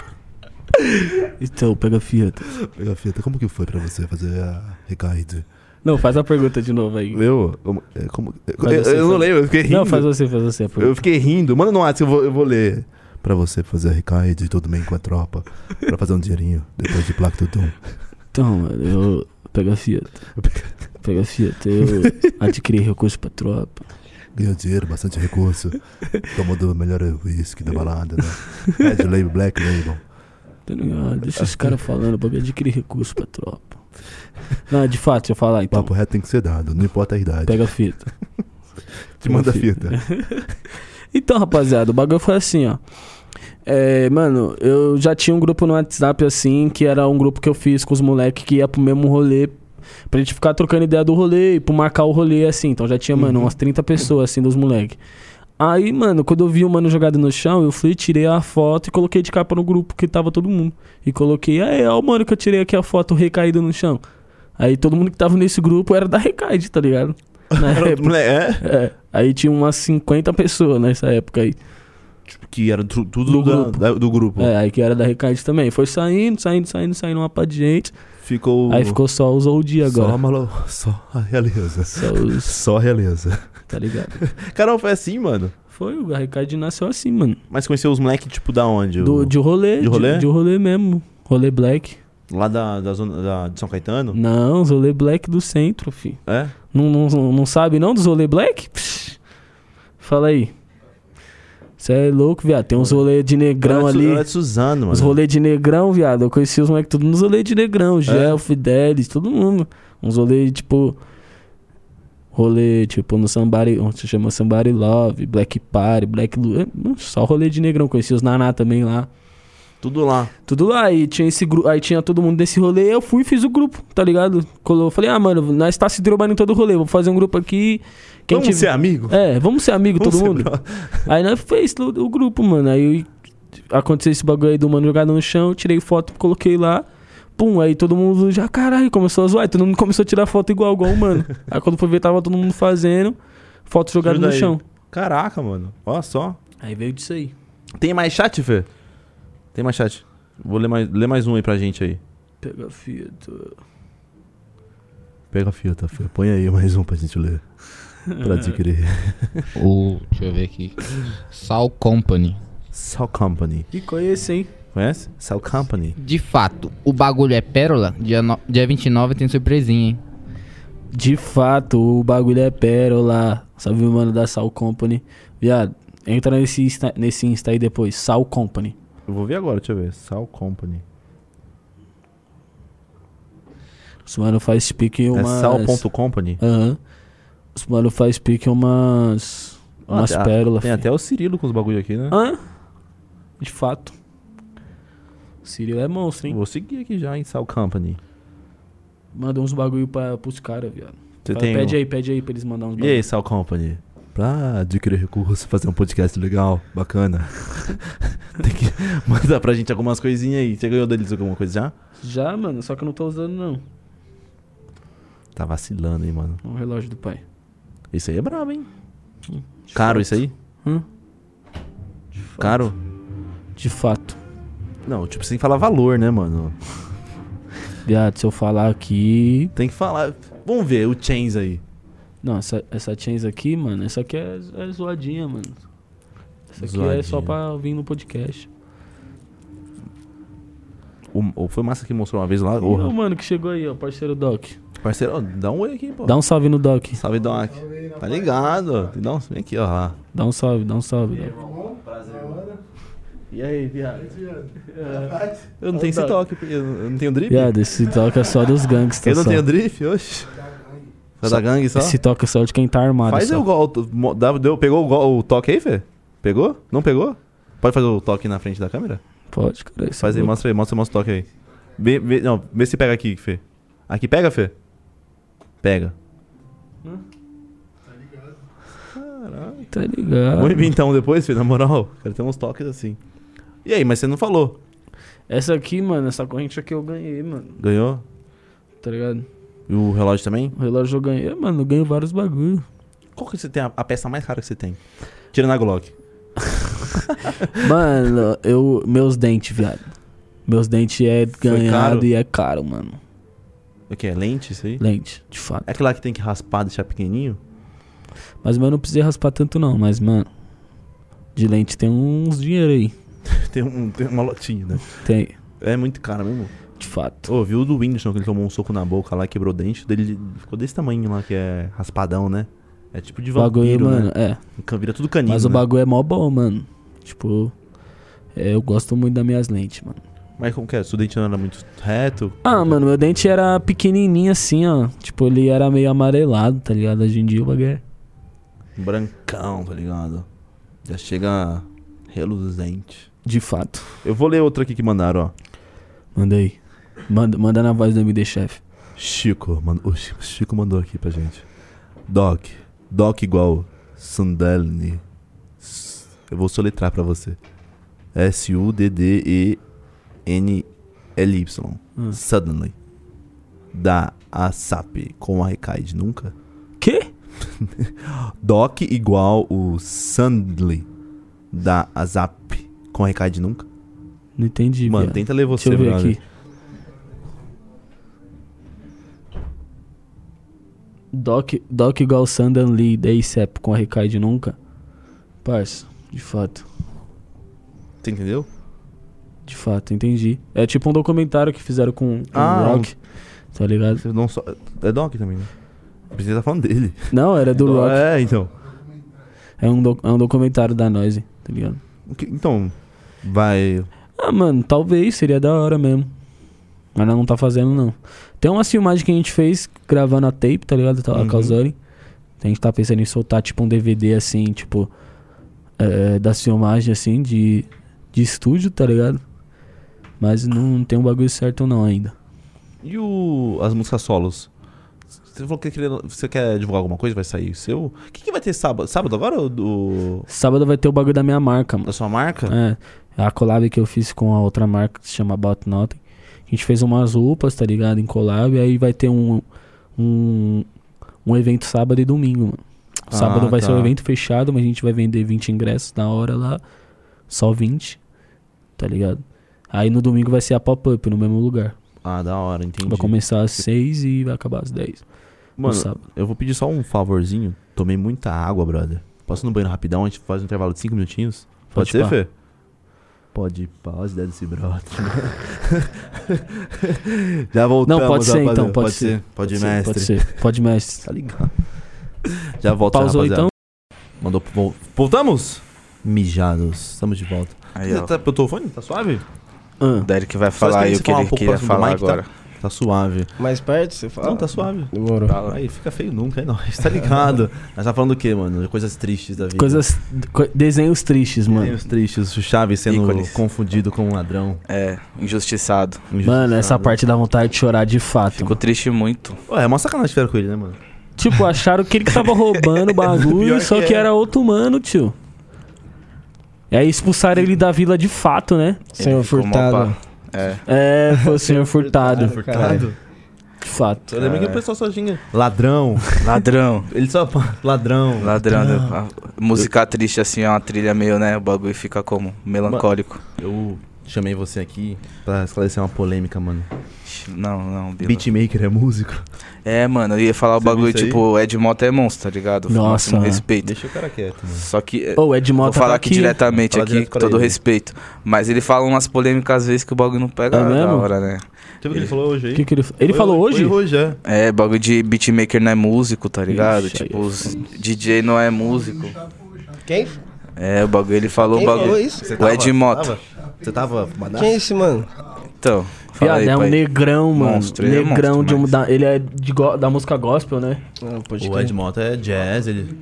Speaker 2: Então, pega a Fiat.
Speaker 1: Pega a fita, como que foi pra você fazer a recaída?
Speaker 2: Não, faz a pergunta de novo aí.
Speaker 1: Meu, como. é, como- é,
Speaker 2: Faz
Speaker 1: eu,
Speaker 2: você,
Speaker 1: eu não
Speaker 2: faz.
Speaker 1: lembro, eu fiquei rindo.
Speaker 2: Não, faz você, faz você a
Speaker 1: Eu
Speaker 2: pergunta.
Speaker 1: fiquei rindo. Manda no WhatsApp, eu vou, eu vou ler. Pra você fazer a recaída e tudo bem com a tropa. pra fazer um dinheirinho depois de Placa Tutum.
Speaker 2: Então, mano, eu. Pega a Fiat. Pega a Fiat. Eu adquiri recurso pra tropa.
Speaker 1: Ganhou dinheiro, bastante recurso. Tomou do melhor whisky da balada, né? Red Label, Black Label.
Speaker 2: Tá ligado? Deixa os caras falando, bagulho. Adquirir recurso pra tropa. Não, de fato, deixa eu falar então.
Speaker 1: Papo reto tem que ser dado, não importa a idade.
Speaker 2: Pega a fita.
Speaker 1: Te manda a fita.
Speaker 2: Então, rapaziada, o bagulho foi assim, ó. É, mano, eu já tinha um grupo no WhatsApp assim, que era um grupo que eu fiz com os moleques que ia pro mesmo rolê. Pra gente ficar trocando ideia do rolê e pro marcar o rolê, assim. Então já tinha,
Speaker 1: Uhum.
Speaker 2: mano, umas 30 pessoas, assim, dos moleques. Aí, mano, quando eu vi o mano jogado no chão, eu fui, tirei a foto e coloquei de capa no grupo que tava todo mundo. E coloquei, aí, ó, o mano que eu tirei aqui a foto recaído no chão. Aí todo mundo que tava nesse grupo era da Recaide, tá ligado?
Speaker 1: Era
Speaker 2: Na época.
Speaker 1: outro moleque,
Speaker 2: É, aí tinha umas 50 pessoas nessa época aí.
Speaker 1: é? Que era tu- tudo
Speaker 2: Do
Speaker 1: da-
Speaker 2: grupo.
Speaker 1: da- do grupo.
Speaker 2: É, aí que era da Recaid também. Foi saindo, saindo, saindo, saindo uma pá de gente.
Speaker 1: Ficou.
Speaker 2: Aí ficou só os OG
Speaker 1: Só,
Speaker 2: agora.
Speaker 1: malo... só a realeza.
Speaker 2: Só os,
Speaker 1: Só a realeza.
Speaker 2: tá ligado?
Speaker 1: Carol, foi assim, mano.
Speaker 2: Foi, o Recaid nasceu assim, mano.
Speaker 1: Mas conheceu os moleques, tipo, da onde?
Speaker 2: Do,
Speaker 1: O-
Speaker 2: de rolê.
Speaker 1: de rolê?
Speaker 2: De, rolê mesmo. Rolê black.
Speaker 1: Lá da, da zona da- de São Caetano?
Speaker 2: Não, os rolê black do centro, fi.
Speaker 1: É?
Speaker 2: Não, não, não sabe não dos rolê black? Psh. Fala aí. Você é louco, viado. Tem uns rolê de negrão
Speaker 1: Ela é de Su-
Speaker 2: ali.
Speaker 1: ela é de Suzano, mano. É?
Speaker 2: Os rolês de negrão, viado. Eu conheci os moleques tudo nos rolês de negrão. Gel, Fidelis, todo mundo. Uns rolês, tipo. Rolê, tipo, no Somebody. Onde se chama Somebody hum, Love, Black Party, Black Lu. é, Só rolê de negrão. Conheci os Naná também lá.
Speaker 1: Tudo lá.
Speaker 2: Tudo lá, e tinha esse grupo, aí tinha todo mundo desse rolê, eu fui e fiz o grupo, tá ligado? Colo- Falei, ah, mano, nós tá se derrubando em todo rolê, vou fazer um grupo aqui. Quem
Speaker 1: Vamos
Speaker 2: tiver-
Speaker 1: ser amigo?
Speaker 2: É, vamos ser amigo,
Speaker 1: Vamos
Speaker 2: todo
Speaker 1: ser
Speaker 2: mundo.
Speaker 1: bro-
Speaker 2: Aí nós fez o, o grupo, mano. Aí aconteceu esse bagulho aí do mano jogado no chão, eu tirei foto, coloquei lá. Pum, aí todo mundo já, caralho, começou a zoar. E todo mundo começou a tirar foto igual, igual, mano. aí quando foi ver, tava todo mundo fazendo, foto jogada
Speaker 1: Ajuda
Speaker 2: no
Speaker 1: aí.
Speaker 2: chão.
Speaker 1: Caraca, mano. Olha só.
Speaker 2: Aí veio disso aí.
Speaker 1: Tem mais chat, Fê? Tem mais chat. Vou ler mais, lê mais um aí pra gente aí.
Speaker 2: Pega a fita.
Speaker 1: Pega a fita, Fê. Põe aí mais um pra gente ler. Pra adquirir.
Speaker 3: O. Deixa eu ver aqui. Sal Company.
Speaker 1: Sal Company.
Speaker 2: E conhece, hein?
Speaker 1: Conhece? Sal Company.
Speaker 3: De fato, o bagulho é pérola? Dia, no... Dia 29 tem surpresinha, hein?
Speaker 2: De fato, o bagulho é pérola. Salve o mano da Sal Company. Viado, entra nesse Insta, nesse Insta aí depois, Sal Company.
Speaker 1: Eu vou ver agora, deixa eu ver. Sal Company.
Speaker 2: Os mano faz pique umas...
Speaker 1: É sal.company?
Speaker 2: Aham. Os mano faz pique é umas.
Speaker 1: Ah,
Speaker 2: Umas
Speaker 1: tem a-
Speaker 2: pérolas.
Speaker 1: Tem até o Cirilo com os bagulho aqui, né?
Speaker 2: Hã? De fato. Círio é monstro, hein?
Speaker 1: Vou seguir aqui já em Sal Company.
Speaker 2: Manda uns bagulho pra, pros caras, viado.
Speaker 1: Você
Speaker 2: Fala,
Speaker 1: tem.
Speaker 2: Pede
Speaker 1: um-
Speaker 2: aí, pede aí pra eles mandarem uns
Speaker 1: E
Speaker 2: bagulho.
Speaker 1: aí, Sal Company? Pra adquirir recurso, fazer um podcast legal, bacana. tem que mandar pra gente algumas coisinhas aí. Você ganhou deles alguma coisa já?
Speaker 2: Já, mano, só que eu não tô usando, não.
Speaker 1: Tá vacilando, hein, mano.
Speaker 2: O relógio do pai.
Speaker 1: Isso aí é brabo, hein?
Speaker 2: De
Speaker 1: Caro
Speaker 2: fato. Hum?
Speaker 1: isso aí?
Speaker 2: Hã?
Speaker 1: Caro?
Speaker 2: De fato.
Speaker 1: Não, tipo, sem falar valor, né, mano?
Speaker 2: Viado, se eu falar aqui.
Speaker 1: Tem que falar. Vamos ver o Chains aí.
Speaker 2: Não, essa, essa chains aqui, mano, essa aqui é, é zoadinha, mano. Essa aqui é
Speaker 1: Zoadinha.
Speaker 2: só pra vir no podcast.
Speaker 1: O, o- foi massa que mostrou uma vez lá.
Speaker 2: E o
Speaker 1: Ô,
Speaker 2: mano que chegou aí, ó, parceiro Doc.
Speaker 1: parceiro, ó, dá um oi aqui, pô.
Speaker 2: Dá um salve no Doc.
Speaker 1: Salve, Doc. Tá ligado? Dá um... Vem aqui, ó. lá.
Speaker 2: Dá um salve, dá um salve. Doc.
Speaker 1: E aí, viado? Eu não tenho esse
Speaker 2: Doc.
Speaker 1: toque, porque eu eu não tenho drift.
Speaker 2: Viado, esse toque é só dos
Speaker 1: Eu
Speaker 2: gangsters.
Speaker 1: não
Speaker 2: só.
Speaker 1: tenho drift, oxe. Só da gangue só?
Speaker 2: Esse toque é só de quem tá armado.
Speaker 1: Faz
Speaker 2: só.
Speaker 1: o gol. tu- mo- dá- deu- Pegou o, gol, o toque aí, Fê? Pegou? Não pegou? Pode fazer o toque na frente da câmera?
Speaker 2: Pode, cara. esse
Speaker 1: Faz aí,
Speaker 2: louco.
Speaker 1: mostra aí, mostra, mostra o toque aí. Vê, vê- não, vê se pega aqui, Fê. Aqui pega, Fê? Pega.
Speaker 2: Tá ligado.
Speaker 1: Muito bem então depois, Fê, na moral. Quero ter uns toques assim. E aí, mas você não falou.
Speaker 2: Essa aqui, mano, essa corrente aqui eu ganhei, mano.
Speaker 1: Ganhou?
Speaker 2: Tá ligado?
Speaker 1: E o relógio também?
Speaker 2: O relógio eu ganhei, mano, eu ganho vários bagulho.
Speaker 1: Qual que você tem a, a peça mais cara que você tem? Tirando a Glock.
Speaker 2: Mano, eu. Meus dentes, viado. Meus dentes é
Speaker 1: caro?
Speaker 2: ganhado e é caro, mano.
Speaker 1: O que? É lente isso aí?
Speaker 2: Lente, de fato.
Speaker 1: É aquele lá que tem que raspar, deixar pequenininho?
Speaker 2: Mas, mano, eu não precisei raspar tanto, não. Mas, mano, de lente tem uns dinheiro aí.
Speaker 1: Tem, um, tem uma lotinha, né?
Speaker 2: Tem,
Speaker 1: É muito caro mesmo.
Speaker 2: de fato.
Speaker 1: Ô, viu o do Whindersson que ele tomou um soco na boca lá, quebrou o dente dele, ficou desse tamanho lá, que é raspadão, né? É tipo de
Speaker 2: O bagulho,
Speaker 1: vampiro,
Speaker 2: mano,
Speaker 1: né?
Speaker 2: é.
Speaker 1: Can- Vira tudo canino,
Speaker 2: Mas o
Speaker 1: né?
Speaker 2: bagulho é mó bom, mano. Tipo, é, eu gosto muito das minhas lentes, mano.
Speaker 1: Mas como que é? Seu dente não era muito reto?
Speaker 2: Ah, mano, meu dente era pequenininho assim, ó. Tipo, ele era meio amarelado, tá ligado? Hoje em dia o bagulho é-
Speaker 1: Brancão, tá ligado? Já chega reluzente.
Speaker 2: de fato.
Speaker 1: Eu vou ler outra aqui que mandaram, ó.
Speaker 2: Manda aí. Manda, manda na voz do MD Chef.
Speaker 1: Chico, mano, o Chico, Chico mandou aqui pra gente. Doc, Doc igual Sandalini. S- Eu vou soletrar pra você. S-U-D-D-E-N-L-Y.
Speaker 2: Hum.
Speaker 1: Suddenly. Da ASAP com a Recaide nunca.
Speaker 2: Quê?
Speaker 1: Doc igual o Suddenly da ASAP com a Recaide nunca.
Speaker 2: Não entendi,
Speaker 1: Mano,
Speaker 2: viado.
Speaker 1: tenta ler
Speaker 2: Deixa
Speaker 1: você,
Speaker 2: eu ver
Speaker 1: brother.
Speaker 2: aqui. Doc, Doc igual Sandan Lee, da ASAP, com a Recaide nunca. Parça, de fato.
Speaker 1: Você entendeu?
Speaker 2: De fato, entendi. É tipo um documentário que fizeram com, com
Speaker 1: Ah,
Speaker 2: o Rock. Tá ligado?
Speaker 1: Você não só... É Doc também, né? Precisa estar falando dele.
Speaker 2: Não, era do Rock.
Speaker 1: É, então.
Speaker 2: É um, doc- é um documentário da Noise, tá ligado?
Speaker 1: O que- Então, vai.
Speaker 2: Ah, mano, talvez, seria da hora mesmo. Mas nós não tá fazendo, não. Tem uma filmagem que a gente fez gravando a tape, tá ligado? Tá, A
Speaker 1: Uhum.
Speaker 2: Calzori. A gente tá pensando em soltar, tipo, um DVD, assim, é, tipo... É, das filmagens, assim, de, de estúdio, tá ligado? Mas não tem um bagulho certo não ainda.
Speaker 1: E o, as músicas solos? Você falou que queria- você quer divulgar alguma coisa? Vai sair o seu? O que, que vai ter sábado? Sábado agora ou do,
Speaker 2: Sábado vai ter o bagulho da minha marca, mano.
Speaker 1: da sua marca?
Speaker 2: É, a collab que eu fiz com a outra marca que se chama About Nothing. A gente fez umas roupas, tá ligado? Em collab. Aí vai ter um, um, um evento sábado e domingo, mano. Sábado
Speaker 1: Ah,
Speaker 2: vai ser
Speaker 1: tá.
Speaker 2: um evento fechado, mas a gente vai vender 20 ingressos na hora lá. Só 20, tá ligado? Aí no domingo vai ser a pop-up no mesmo lugar.
Speaker 1: Ah, da hora, entendi.
Speaker 2: Vai começar às 6 e vai acabar às 10. no
Speaker 1: Mano,
Speaker 2: sábado.
Speaker 1: eu vou pedir só um favorzinho. Tomei muita água, brother. Posso ir no banheiro rapidão? A gente faz um intervalo de 5 minutinhos? Pode,
Speaker 2: Pode
Speaker 1: ser,
Speaker 2: pá.
Speaker 1: Fê? Pode ir, pá, as ideias desse brother. Já voltamos,
Speaker 2: Não, pode ser
Speaker 1: rapaziada.
Speaker 2: então, pode, ser.
Speaker 1: Pode ir, mestre.
Speaker 2: Pode ser, pode mestre.
Speaker 1: Tá ligado. Já volta,
Speaker 2: Pausou
Speaker 1: rapaziada.
Speaker 2: então?
Speaker 1: Mandou pro- vol- Voltamos? Mijados. Estamos de volta.
Speaker 4: Aí, ó.
Speaker 1: Tá, pro teu fone? Tá suave?
Speaker 2: Ah.
Speaker 4: O Derek vai
Speaker 1: Só
Speaker 4: falar aí
Speaker 1: esperando
Speaker 4: o
Speaker 1: você
Speaker 4: que
Speaker 1: falar um pouco
Speaker 4: ele queria
Speaker 1: próximo do
Speaker 4: falar
Speaker 1: mic, tá?
Speaker 4: agora.
Speaker 1: Tá suave.
Speaker 5: Mais perto, você fala?
Speaker 1: Não, tá suave.
Speaker 5: Demorou.
Speaker 1: Aí fica feio nunca, é nóis, tá ligado? Nós tá falando do quê, mano? De Coisas tristes da vida.
Speaker 2: Coisas, co- desenhos tristes, mano.
Speaker 1: Desenhos tristes, o Chaves sendo
Speaker 4: Ícones.
Speaker 1: confundido com um ladrão.
Speaker 4: É, injustiçado.
Speaker 1: Tá
Speaker 2: Mano, essa parte dá vontade de chorar de fato.
Speaker 4: Ficou triste muito.
Speaker 1: Ué, é uma sacanagem que fizeram com ele, né, mano?
Speaker 2: Tipo, acharam que ele que tava roubando o
Speaker 1: Pior
Speaker 2: bagulho, só
Speaker 1: que
Speaker 2: que
Speaker 1: é.
Speaker 2: era outro humano, tio. E aí expulsaram ele da vila de fato, né?
Speaker 5: Senhor
Speaker 4: Ele ficou mó
Speaker 5: Furtado.
Speaker 4: pá. É,
Speaker 2: É, foi o senhor furtado,
Speaker 5: Caralho.
Speaker 2: de fato.
Speaker 1: Eu lembro que o pessoal só tinha. Ladrão.
Speaker 4: ladrão.
Speaker 1: Ele só. Ladrão.
Speaker 4: Ladrão, né? A música triste assim é uma trilha meio, né? O bagulho fica como? Melancólico.
Speaker 1: Eu chamei você aqui pra esclarecer uma polêmica, mano.
Speaker 4: Não, não, Bila.
Speaker 1: Beatmaker é músico?
Speaker 4: É, mano, eu ia falar o
Speaker 1: Você viu
Speaker 4: bagulho
Speaker 1: isso aí?
Speaker 4: tipo, Ed Mota é monstro, tá ligado?
Speaker 2: Nossa,
Speaker 4: Máximo
Speaker 2: mano.
Speaker 4: respeito.
Speaker 1: Deixa o cara quieto, mano.
Speaker 4: Só que. é,
Speaker 2: Ô, o Ed
Speaker 4: Vou
Speaker 2: Mota
Speaker 4: falar
Speaker 2: tá
Speaker 4: aqui diretamente
Speaker 1: Fala
Speaker 4: aqui,
Speaker 1: direto
Speaker 4: com
Speaker 1: pra
Speaker 4: todo
Speaker 1: ele.
Speaker 4: respeito. Mas ele fala umas polêmicas às vezes que o bagulho não pega
Speaker 2: É
Speaker 4: da
Speaker 2: mesmo?
Speaker 4: hora, né?
Speaker 1: Você viu o que ele falou hoje aí?
Speaker 2: Que que ele, ele
Speaker 1: Foi
Speaker 2: falou hoje?
Speaker 1: Foi hoje, é.
Speaker 4: É, bagulho de beatmaker não é músico, tá ligado?
Speaker 2: Ixi, aí
Speaker 4: tipo,
Speaker 2: é
Speaker 4: os DJ não é músico.
Speaker 5: Quem?
Speaker 4: É, o bagulho, ele falou o
Speaker 5: Quem falou
Speaker 4: bagulho.
Speaker 5: isso?
Speaker 4: O Ed Mota.
Speaker 1: Você tava. fumadaço?
Speaker 5: Quem é esse, mano?
Speaker 4: Então, fala
Speaker 2: Viado,
Speaker 4: aí,
Speaker 2: é um
Speaker 4: pai.
Speaker 2: negrão, mano.
Speaker 4: Monstro, ele é
Speaker 2: negrão
Speaker 4: monstro,
Speaker 2: de um
Speaker 4: mas-
Speaker 2: da- Ele é de go- da música gospel, né?
Speaker 5: Não, Ah, pode
Speaker 1: O
Speaker 5: crer.
Speaker 1: Ed Mota é jazz, ele.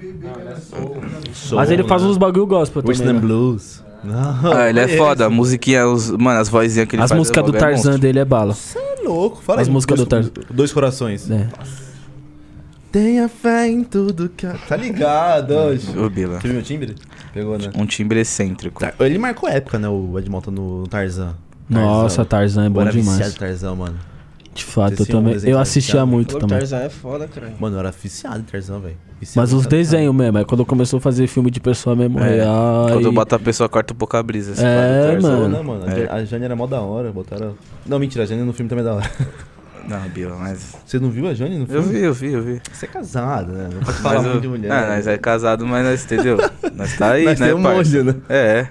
Speaker 1: Soul,
Speaker 2: Mas ele faz
Speaker 1: né?
Speaker 2: uns bagulho gospel
Speaker 1: Whistle
Speaker 2: também.
Speaker 1: and
Speaker 2: né?
Speaker 1: Blues. Não.
Speaker 4: Ah, ele é foda. A musiquinha, os, mano, as vozinhas que ele
Speaker 2: As
Speaker 4: faz.
Speaker 2: músicas
Speaker 4: o
Speaker 2: do
Speaker 4: bagulho é
Speaker 2: Tarzan
Speaker 4: monstro.
Speaker 2: dele é bala.
Speaker 1: É louco, fala
Speaker 2: As
Speaker 1: aí.
Speaker 2: músicas
Speaker 1: dois,
Speaker 2: do Tarzan.
Speaker 1: Dois corações.
Speaker 2: É.
Speaker 1: Tenha fé em tudo que. a- Tá ligado, hoje.
Speaker 4: Ô, Bila,
Speaker 1: Você viu meu timbre? Pegou, né?
Speaker 4: um timbre excêntrico.
Speaker 1: Ele marcou época, né? O Ed Mota no Tarzan.
Speaker 2: Nossa, Tarzan é
Speaker 1: Eu
Speaker 2: bom
Speaker 1: era viciado
Speaker 2: demais.
Speaker 1: em Tarzan, mano.
Speaker 2: De fato, eu
Speaker 1: Vocês tinham um
Speaker 2: também.
Speaker 1: desenho
Speaker 2: Eu assistia
Speaker 1: viciado?
Speaker 2: muito
Speaker 5: Falou que
Speaker 2: também.
Speaker 5: Tarzan é foda, cara.
Speaker 1: Mano, eu era viciado em Tarzan, velho. Viciado
Speaker 2: Mas
Speaker 1: em
Speaker 2: os
Speaker 1: Tarzan.
Speaker 2: desenhos mesmo, é quando começou a fazer filme de pessoa mesmo
Speaker 4: É,
Speaker 2: real.
Speaker 4: Quando
Speaker 2: e-
Speaker 4: eu boto a pessoa, corta um pouco a brisa. esse
Speaker 2: É,
Speaker 4: bagulho do Tarzan.
Speaker 1: Tarzan,
Speaker 2: mano.
Speaker 1: né, mano? A
Speaker 4: É.
Speaker 1: Ja- A Jane era mó da hora, botaram. Não, mentira, a Jane no filme também é da hora.
Speaker 4: Não, Bila, mas.
Speaker 1: Você não viu a Jane no
Speaker 4: Eu
Speaker 1: filme?
Speaker 4: vi, eu vi, eu vi.
Speaker 1: Você é casado, né? Não pode falar
Speaker 4: Mas
Speaker 1: muito
Speaker 4: eu...
Speaker 1: de mulher. né?
Speaker 4: Ah, nós é casado, mas nós, entendeu? nós tá aí,
Speaker 1: Nós
Speaker 4: né,
Speaker 1: tem um
Speaker 4: parça?
Speaker 1: monte, né?
Speaker 4: É.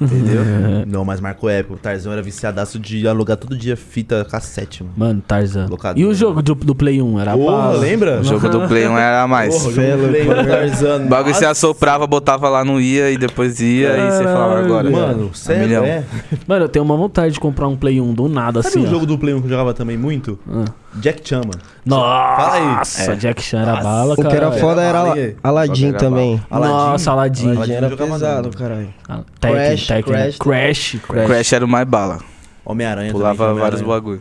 Speaker 1: Entendeu? não, mas marcou época. O Tarzan era viciadaço de alugar todo dia fita cassete, mano.
Speaker 2: Mano, Tarzan.
Speaker 1: Locador.
Speaker 2: E o jogo do, do Play 1 era
Speaker 1: Porra,
Speaker 2: bala.
Speaker 1: lembra?
Speaker 4: O jogo do Play não era mais.
Speaker 1: Porra, eu não lembro, Tarzan.
Speaker 4: O bagulho você
Speaker 1: Nossa.
Speaker 4: assoprava, botava lá, não ia, e depois ia, e você falava
Speaker 2: Caralho,
Speaker 4: agora.
Speaker 1: Mano, sério,
Speaker 4: milhão.
Speaker 1: é?
Speaker 2: Mano, eu tenho uma vontade de comprar um Play 1 do nada
Speaker 1: Sabe
Speaker 2: assim.
Speaker 1: um
Speaker 2: ó.
Speaker 1: jogo do Play 1 que eu jogava também muito?
Speaker 2: Ah.
Speaker 1: Jack Chan, mano.
Speaker 2: Nossa, Jack Chan era bala,
Speaker 5: O que era
Speaker 2: cara.
Speaker 5: foda era
Speaker 1: Fala aí.
Speaker 5: Ala- Aladdin
Speaker 4: Joga
Speaker 5: também.
Speaker 2: Nossa, Aladdin.
Speaker 1: Aladdin.
Speaker 5: Aladdin era
Speaker 1: jogava
Speaker 5: pesado,
Speaker 1: nada.
Speaker 5: caralho.
Speaker 2: Ah, Tekken,
Speaker 5: Crash,
Speaker 2: Tekken, né?
Speaker 5: Crash.
Speaker 2: Crash, Crash.
Speaker 4: Crash era o mais bala.
Speaker 1: Homem-Aranha
Speaker 4: Pulava
Speaker 1: também, tinha
Speaker 4: vários
Speaker 1: Homem-Aranha.
Speaker 4: bagulho.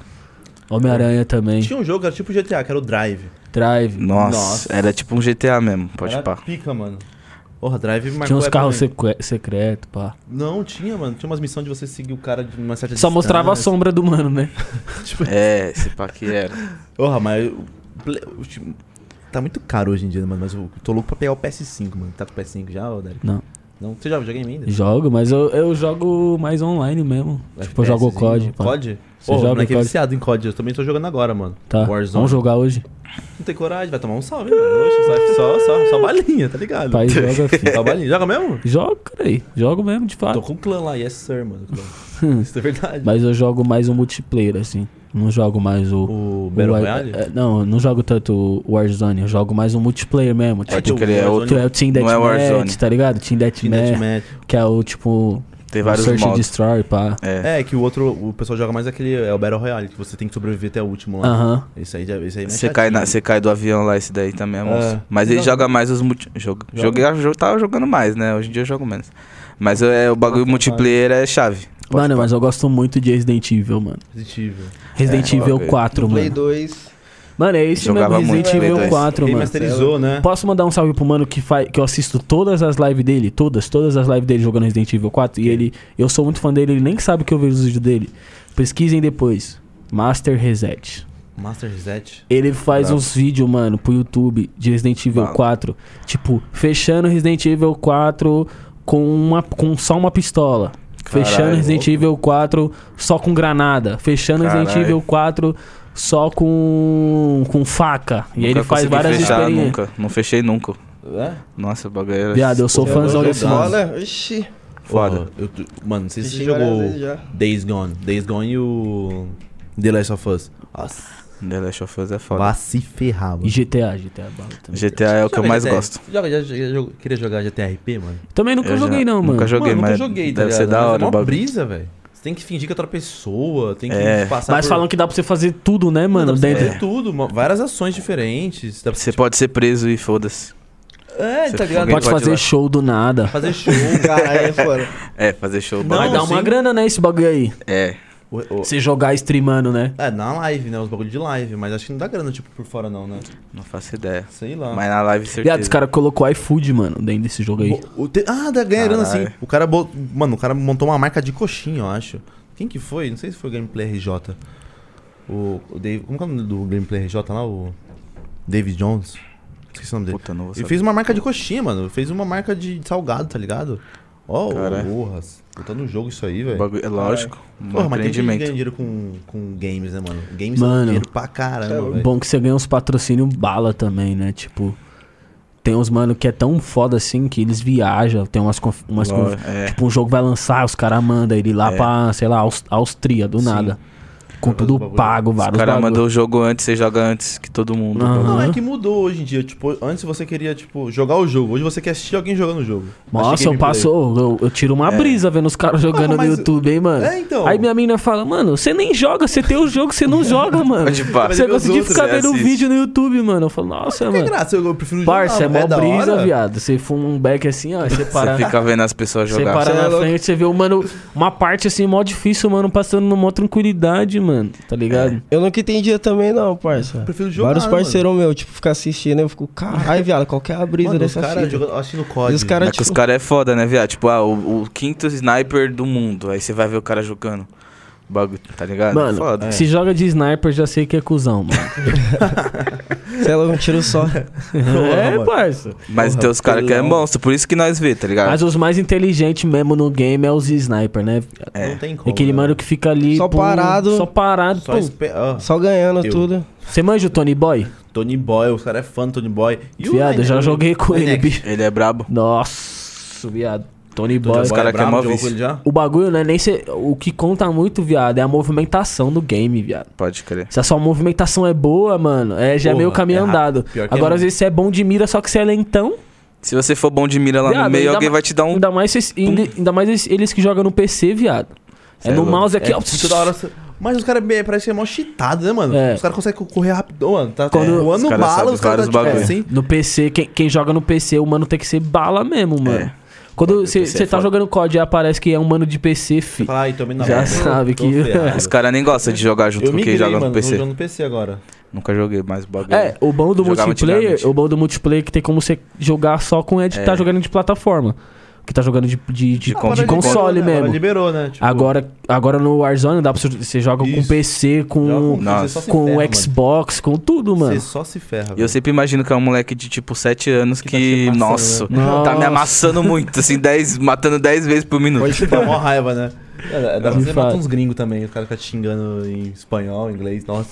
Speaker 2: Homem-Aranha também.
Speaker 1: Tinha um jogo, era tipo GTA, que era o Drive.
Speaker 2: Drive.
Speaker 4: Nossa,
Speaker 1: Nossa.
Speaker 4: era tipo um GTA mesmo, pode
Speaker 1: era
Speaker 4: pá.
Speaker 1: pica, mano. Porra, Drive marcou
Speaker 2: Tinha uns
Speaker 1: época
Speaker 2: carros
Speaker 1: também.
Speaker 2: secre- secreto, pá.
Speaker 1: Não, tinha, mano. Tinha umas missões de você seguir o cara de uma certa
Speaker 2: Só mostrava a
Speaker 1: distância.
Speaker 2: sombra do mano, né?
Speaker 4: É, esse pá que era.
Speaker 1: Porra, mas... o Play- o time- Tá muito caro hoje em dia, né, mano? Mas eu tô louco pra pegar o PS5, mano. Tá com o PS5 já, ô, Derek?
Speaker 2: Não.
Speaker 1: Não? Você já joga videogame ainda?
Speaker 2: Jogo, mas eu, eu jogo mais online mesmo. tipo, eu jogo o COD.
Speaker 1: COD.
Speaker 2: pá.
Speaker 1: COD?
Speaker 2: Você
Speaker 1: Ô,
Speaker 2: joga
Speaker 1: o moleque é
Speaker 2: COD?
Speaker 1: viciado em COD. Eu também tô jogando agora, mano.
Speaker 2: Tá.
Speaker 1: Warzone.
Speaker 2: Vamos jogar hoje?
Speaker 1: Não tem coragem, vai tomar um salve, mano. Oxe, só, só, só, só balinha, tá ligado?
Speaker 2: Pai joga, filho.
Speaker 1: Só balinha. Joga mesmo?
Speaker 2: Jogo, cara aí. Jogo mesmo, de fato.
Speaker 1: Tô com o clã lá, yes sir, mano. Clã. Isso é verdade.
Speaker 2: Ah. Mas eu jogo mais o multiplayer, assim. Não jogo mais o.
Speaker 1: o Battle
Speaker 2: o-
Speaker 1: Royale?
Speaker 2: é, não, eu não jogo tanto o Warzone. Eu jogo mais o multiplayer mesmo.
Speaker 1: É
Speaker 2: Tipo,
Speaker 1: tipo
Speaker 4: que ele é
Speaker 1: Warzone,
Speaker 2: tu é o Team
Speaker 4: não é
Speaker 2: Deathmatch,
Speaker 4: Warzone.
Speaker 2: tá ligado? Team
Speaker 1: Team
Speaker 2: Deathmatch,
Speaker 1: Deathmatch.
Speaker 2: que é o tipo.
Speaker 4: Tem vários
Speaker 2: Search and
Speaker 4: modos.
Speaker 2: Destroy, pá.
Speaker 4: É.
Speaker 1: É, que o outro, o pessoal joga mais aquele, é o Battle Royale, que você tem que sobreviver até o último lá.
Speaker 2: Aham.
Speaker 1: Isso aí, já- isso aí é mais
Speaker 4: Você cai, na,
Speaker 1: chatinho.
Speaker 4: você cai do avião lá, esse daí também é monstro.
Speaker 1: É.
Speaker 4: Mas ele
Speaker 1: Joga.
Speaker 4: joga mais os multi... Jogo. Joguei, eu tava jogando mais, né? Hoje em dia eu jogo menos. Mas é, o bagulho multiplayer é chave.
Speaker 2: mano, mas eu gosto muito de Resident Evil, mano.
Speaker 1: Positivo.
Speaker 2: Resident
Speaker 4: É,
Speaker 2: Evil
Speaker 4: eu-
Speaker 2: 4,
Speaker 5: Play
Speaker 2: mano.
Speaker 5: 2.
Speaker 2: Mano, é esse mesmo,
Speaker 4: Jogava
Speaker 2: Resident
Speaker 4: muito Play
Speaker 2: Evil
Speaker 4: 2.
Speaker 2: 4, mano.
Speaker 1: Remasterizou, né?
Speaker 2: Posso mandar um salve pro mano que, faz, que eu assisto todas as lives dele, todas, todas as lives dele jogando Resident Evil 4. E ele, eu sou muito fã dele, ele nem sabe que eu vejo os vídeos dele. Pesquisem depois. Master Reset.
Speaker 1: Master Reset.
Speaker 2: Ele faz
Speaker 4: Bravo.
Speaker 2: uns vídeos, mano, pro YouTube de Resident Evil
Speaker 4: Mano.
Speaker 2: 4. Tipo, fechando Resident Evil 4 com, uma, com só uma pistola. fechando
Speaker 4: Caralho,
Speaker 2: Resident
Speaker 4: louco.
Speaker 2: Evil 4 só com granada. Fechando Resident
Speaker 4: Caralho.
Speaker 2: Evil 4 só com, com faca. E aí ele
Speaker 4: Nunca
Speaker 2: faz
Speaker 4: consegui
Speaker 2: várias
Speaker 4: fechar
Speaker 2: experiências.
Speaker 4: nunca. Não fechei nunca.
Speaker 1: É?
Speaker 4: Nossa, o bagulho era
Speaker 2: Viado, eu sou
Speaker 5: Eu
Speaker 2: fãzão
Speaker 5: gosto
Speaker 2: desse
Speaker 5: de
Speaker 1: mano.
Speaker 5: bola. Ixi.
Speaker 4: foda.
Speaker 1: Ó, eu tu- mano, não sei se você
Speaker 5: assisti várias
Speaker 1: jogou
Speaker 5: vezes já.
Speaker 1: Days Gone. Days Gone e o The Last of Us. Nossa,
Speaker 4: The Last of Us é foda.
Speaker 1: vá se ferrar, mano.
Speaker 2: E GTA, GTA bala também.
Speaker 4: GTA é o que eu mais
Speaker 1: Joga
Speaker 4: gosto.
Speaker 1: GTA. Joga, já, já, já- queria jogar GTRP, mano.
Speaker 2: Também nunca
Speaker 4: Eu já-
Speaker 2: joguei, não, mano.
Speaker 4: Nunca joguei,
Speaker 1: mano,
Speaker 4: mas
Speaker 1: nunca joguei, tá
Speaker 4: deve
Speaker 1: ligado?
Speaker 4: ser da
Speaker 1: Mas
Speaker 4: hora
Speaker 1: é
Speaker 4: o
Speaker 1: uma
Speaker 4: bagulho.
Speaker 1: brisa, velho. Você tem que fingir que é outra pessoa, tem que
Speaker 4: É.
Speaker 1: passar
Speaker 2: Mas
Speaker 1: por...
Speaker 2: falam que dá pra você fazer tudo, né,
Speaker 1: Mano, dá
Speaker 2: mano?
Speaker 1: pra você
Speaker 2: Dentro.
Speaker 1: fazer tudo, mano. várias ações diferentes. Dá pra... tipo,
Speaker 4: Você pode ser preso e foda-se.
Speaker 1: É,
Speaker 4: Você
Speaker 1: tá ligado?
Speaker 4: Alguém
Speaker 2: Pode
Speaker 4: pode ir
Speaker 2: fazer
Speaker 4: lá.
Speaker 2: show do nada.
Speaker 1: fazer show.
Speaker 5: Caralho, é foda.
Speaker 4: É, fazer
Speaker 1: Não,
Speaker 4: show.
Speaker 1: então-
Speaker 2: Vai
Speaker 4: bagulho.
Speaker 2: dar uma
Speaker 1: sim.
Speaker 2: grana, né, esse bagulho aí.
Speaker 4: É.
Speaker 1: O- o-
Speaker 2: Você jogar streamando, né?
Speaker 1: É, na live, né? Os bagulho de live, mas acho que não dá grana, tipo, por fora não, né?
Speaker 4: Não faço ideia.
Speaker 1: Sei lá.
Speaker 4: Mas na live,
Speaker 2: Viado,
Speaker 4: certeza.
Speaker 2: esse cara colocou iFood, mano, dentro desse jogo aí.
Speaker 1: O- o te- Ah, dá ganha grana sim.
Speaker 4: Caralho.
Speaker 1: O cara bot... Mano, o cara montou uma marca de coxinha, eu acho. Quem que foi? Não sei se foi o Gameplay RJ. O, o Dave... Como que é o nome do Gameplay RJ lá? O David Jones? Esqueci o nome dele.
Speaker 4: Puta, não vou
Speaker 1: Ele
Speaker 4: saber.
Speaker 1: fez uma marca de coxinha, mano. Fez uma marca de salgado, tá ligado? Ó,
Speaker 4: Caralho.
Speaker 1: o Urras. Botando no jogo isso aí,
Speaker 4: O
Speaker 1: velho.
Speaker 4: bagulho- É lógico.
Speaker 1: Porra,
Speaker 4: Um
Speaker 1: mas tem gente que ganha
Speaker 4: empreendimento.
Speaker 1: dinheiro com, com games, né, mano? Games
Speaker 2: Mano.
Speaker 1: dão dinheiro pra
Speaker 4: é
Speaker 1: caramba, velho.
Speaker 2: Bom que você ganha uns patrocínio bala também, né? Tipo, tem uns mano que é tão foda assim que eles viajam, tem umas. conf- umas
Speaker 4: Lógico,
Speaker 2: conf-
Speaker 4: é.
Speaker 2: Tipo, um jogo vai lançar, os caras mandam ele lá
Speaker 4: É.
Speaker 2: pra, sei lá, Aus- Áustria, do nada. Com
Speaker 1: Vários
Speaker 2: tudo
Speaker 1: bagulho.
Speaker 2: pago,
Speaker 4: O
Speaker 2: vários
Speaker 4: cara
Speaker 2: bagulho.
Speaker 4: mandou o jogo antes, você joga antes que todo mundo.
Speaker 2: Aham.
Speaker 1: Não,
Speaker 4: Bagulho.
Speaker 1: é que mudou hoje em dia. Tipo, antes você queria, tipo, jogar o jogo. Hoje você quer assistir alguém jogando o jogo.
Speaker 2: Nossa,
Speaker 1: Achei
Speaker 2: eu
Speaker 1: gameplay.
Speaker 2: passo. Eu, eu tiro uma brisa vendo os caras jogando
Speaker 1: Ah,
Speaker 2: no
Speaker 1: É. mas-
Speaker 2: YouTube, hein, mano.
Speaker 1: É, então.
Speaker 2: Aí minha mina fala, mano, você nem joga, você tem o jogo, você não joga, mano.
Speaker 4: Pode
Speaker 2: Você
Speaker 4: pá.
Speaker 1: Mas vê os
Speaker 2: gosta de
Speaker 1: outros, né?
Speaker 2: ficar
Speaker 4: você
Speaker 2: vendo
Speaker 4: assiste.
Speaker 2: vídeo no YouTube, mano. Eu falo, nossa,
Speaker 1: Que
Speaker 2: mano.
Speaker 1: graça, eu eu prefiro jogar.
Speaker 2: Parça, é mó
Speaker 1: da
Speaker 2: brisa,
Speaker 1: hora.
Speaker 2: viado. Você fuma um beck assim, ó, aí você para.
Speaker 4: Você fica vendo as pessoas
Speaker 2: Você
Speaker 4: jogar.
Speaker 2: para
Speaker 5: Cê é
Speaker 2: na
Speaker 5: louco.
Speaker 2: frente, você vê o mano, uma parte assim, mó difícil, mano, passando numa tranquilidade, mano, tá ligado?
Speaker 4: É,
Speaker 5: Eu nunca entendia também, não, parça.
Speaker 1: Eu prefiro jogar.
Speaker 5: Vários
Speaker 1: mano.
Speaker 5: parceirão meu, tipo, ficar assistindo, eu fico, caralho, viado, qual que é a brisa
Speaker 1: Mano, os
Speaker 5: dessa
Speaker 1: caras
Speaker 5: fita?
Speaker 1: jogando. Acho que no COD.
Speaker 5: E os cara-
Speaker 4: É que os
Speaker 5: tipo-
Speaker 4: caras é foda, né, viado? Tipo, ah, o, o quinto sniper do mundo. Aí você vai ver o cara jogando. O Bagulho, tá ligado?
Speaker 2: Mano,
Speaker 4: foda.
Speaker 2: Se joga de sniper, já sei que é cuzão, mano.
Speaker 5: Você é louco, um tiro só.
Speaker 2: é,
Speaker 1: mano.
Speaker 2: parça.
Speaker 4: Mas tem os caras que é
Speaker 1: pelão.
Speaker 4: monstro, por isso que nós vê, tá ligado?
Speaker 2: Mas os mais inteligentes mesmo no game é os sniper, né?
Speaker 1: Não tem
Speaker 2: É
Speaker 1: como.
Speaker 2: aquele
Speaker 1: né?
Speaker 2: mano que fica ali.
Speaker 5: Só parado.
Speaker 2: Só parado.
Speaker 1: Só
Speaker 2: pum.
Speaker 1: espe- ah,
Speaker 5: Só ganhando
Speaker 1: Eu.
Speaker 5: tudo.
Speaker 2: Você manja o Tony Boy?
Speaker 1: Tony Boy, os caras é fã do Tony Boy. E o né?
Speaker 2: viado, eu
Speaker 1: Nine-
Speaker 2: já joguei com
Speaker 1: Nine
Speaker 2: ele,
Speaker 1: X.
Speaker 2: bicho.
Speaker 4: Ele é brabo.
Speaker 2: Nossa, viado.
Speaker 1: Tony
Speaker 2: Tony Boy.
Speaker 1: Boy
Speaker 4: Os cara
Speaker 1: é
Speaker 4: que é
Speaker 1: brabo,
Speaker 4: mó
Speaker 1: jogou com
Speaker 4: vício.
Speaker 1: ele já?
Speaker 2: O bagulho não é nem ser. O que conta muito, viado, é a movimentação do game, viado.
Speaker 4: Pode crer.
Speaker 2: Se a sua movimentação é boa, mano, é, já é
Speaker 1: Porra,
Speaker 2: meio caminho
Speaker 1: é rápido.
Speaker 2: andado.
Speaker 1: Pior que é
Speaker 2: Agora, às
Speaker 1: mesmo.
Speaker 2: vezes, você é bom de mira, só que você é lentão.
Speaker 4: Se você for bom de mira lá
Speaker 2: Viado,
Speaker 4: no meio,
Speaker 2: ainda
Speaker 4: alguém
Speaker 2: ma-
Speaker 4: vai te dar um.
Speaker 2: Ainda mais, vocês- ainda, ainda mais eles, eles que jogam no PC, viado.
Speaker 4: Cê
Speaker 2: é
Speaker 4: é
Speaker 2: no
Speaker 4: louco.
Speaker 2: mouse aqui,
Speaker 1: É,
Speaker 2: ó.
Speaker 1: tipo, toda hora. Mas os caras é, parece que é mó cheatado, né, mano?
Speaker 2: É.
Speaker 1: Os caras conseguem correr rápido, mano. Tá
Speaker 2: Quando-
Speaker 1: voando
Speaker 4: Os cara
Speaker 1: bala,
Speaker 4: sabe
Speaker 1: os caras
Speaker 4: vários
Speaker 1: tá, tipo,
Speaker 4: bagulho.
Speaker 1: assim.
Speaker 2: É, No PC, quem, quem joga no PC, o mano tem que ser bala mesmo, mano.
Speaker 4: É.
Speaker 2: Quando
Speaker 4: O PC é
Speaker 2: você tá
Speaker 4: foda.
Speaker 2: jogando COD e aparece que é um mano de PC, fi.
Speaker 1: Fala, ai, tomei na
Speaker 2: Já
Speaker 1: boca,
Speaker 2: sabe
Speaker 1: tô
Speaker 2: que-
Speaker 1: ferrado."
Speaker 4: Os caras nem gostam de jogar junto
Speaker 1: Eu
Speaker 4: com
Speaker 1: migrei,
Speaker 4: quem joga
Speaker 1: mano,
Speaker 4: no PC.
Speaker 1: Tô jogando PC agora.
Speaker 4: Nunca joguei mais o bagulho.
Speaker 2: É, o bom do
Speaker 4: Jogava
Speaker 2: multiplayer,
Speaker 4: antigamente.
Speaker 2: o bom do multiplayer é que tem como você jogar só com ele que tá jogando de plataforma. Que tá jogando de, de, de-
Speaker 4: Ah, agora
Speaker 2: é de
Speaker 4: liberou,
Speaker 1: né?
Speaker 2: console
Speaker 1: Agora
Speaker 2: mesmo.
Speaker 1: liberou, né? Tipo,
Speaker 2: Agora, agora no Warzone dá pra você, você joga com
Speaker 1: Isso.
Speaker 2: PC,
Speaker 1: joga
Speaker 2: com,
Speaker 1: PC,
Speaker 4: Nossa.
Speaker 1: só se
Speaker 2: com
Speaker 1: ferra, mano.
Speaker 2: Xbox, com tudo, mano.
Speaker 1: Você só se ferra.
Speaker 4: E eu sempre imagino que é um moleque de tipo 7 anos que,
Speaker 1: tá te amassando,
Speaker 4: nossa,
Speaker 2: né?
Speaker 4: tá me
Speaker 2: Nossa.
Speaker 4: amassando muito, assim, 10, matando 10 vezes por minuto.
Speaker 1: Pode dar uma raiva, né? É, dá pra
Speaker 2: De
Speaker 1: você matar
Speaker 2: fato.
Speaker 1: uns gringos também. Os caras ficam te xingando em espanhol, inglês. Nossa,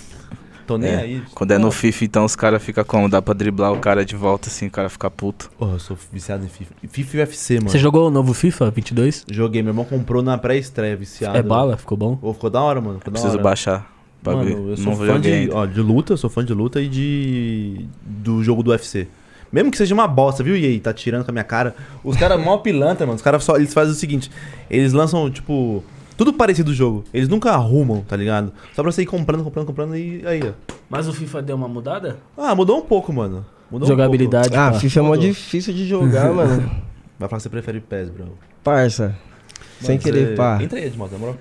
Speaker 1: tô nem
Speaker 4: É,
Speaker 1: aí. tipo,
Speaker 4: Quando é no FIFA, então os caras ficam como? Dá pra driblar o cara de volta, assim, o cara fica puto.
Speaker 1: Porra, eu sou viciado em FIFA. FIFA e UFC, mano.
Speaker 2: Você jogou o novo FIFA 22?
Speaker 1: Joguei, meu irmão comprou na pré-estreia, viciado.
Speaker 2: é bala, ficou bom?
Speaker 1: Ô, ficou da hora, mano. Ficou da
Speaker 4: Preciso
Speaker 1: hora.
Speaker 4: baixar. o Bagulho.
Speaker 1: Mano, eu sou
Speaker 4: não
Speaker 1: fã
Speaker 4: joguei
Speaker 1: de,
Speaker 4: ainda.
Speaker 1: ó, de luta, eu sou fã de luta e de. do jogo do UFC. Mesmo que seja uma bosta, viu? E aí, tá tirando com a minha cara. Os caras mó pilantra, mano. Os caras só. Eles fazem o seguinte: eles lançam, tipo. Tudo parecido do jogo. Eles nunca arrumam, tá ligado? Só pra você ir comprando, comprando, comprando e aí, ó.
Speaker 2: Mas o FIFA deu uma mudada?
Speaker 1: Ah, mudou um pouco, mano. Mudou Um
Speaker 2: Jogabilidade.
Speaker 5: Ah,
Speaker 2: pá.
Speaker 5: FIFA é mó
Speaker 1: Mudou.
Speaker 5: difícil de jogar, mano.
Speaker 1: pouco. Vai falar que você prefere PES, bro.
Speaker 5: Parça. Sem querer, pá.
Speaker 1: Entra aí, Edmota, na moral.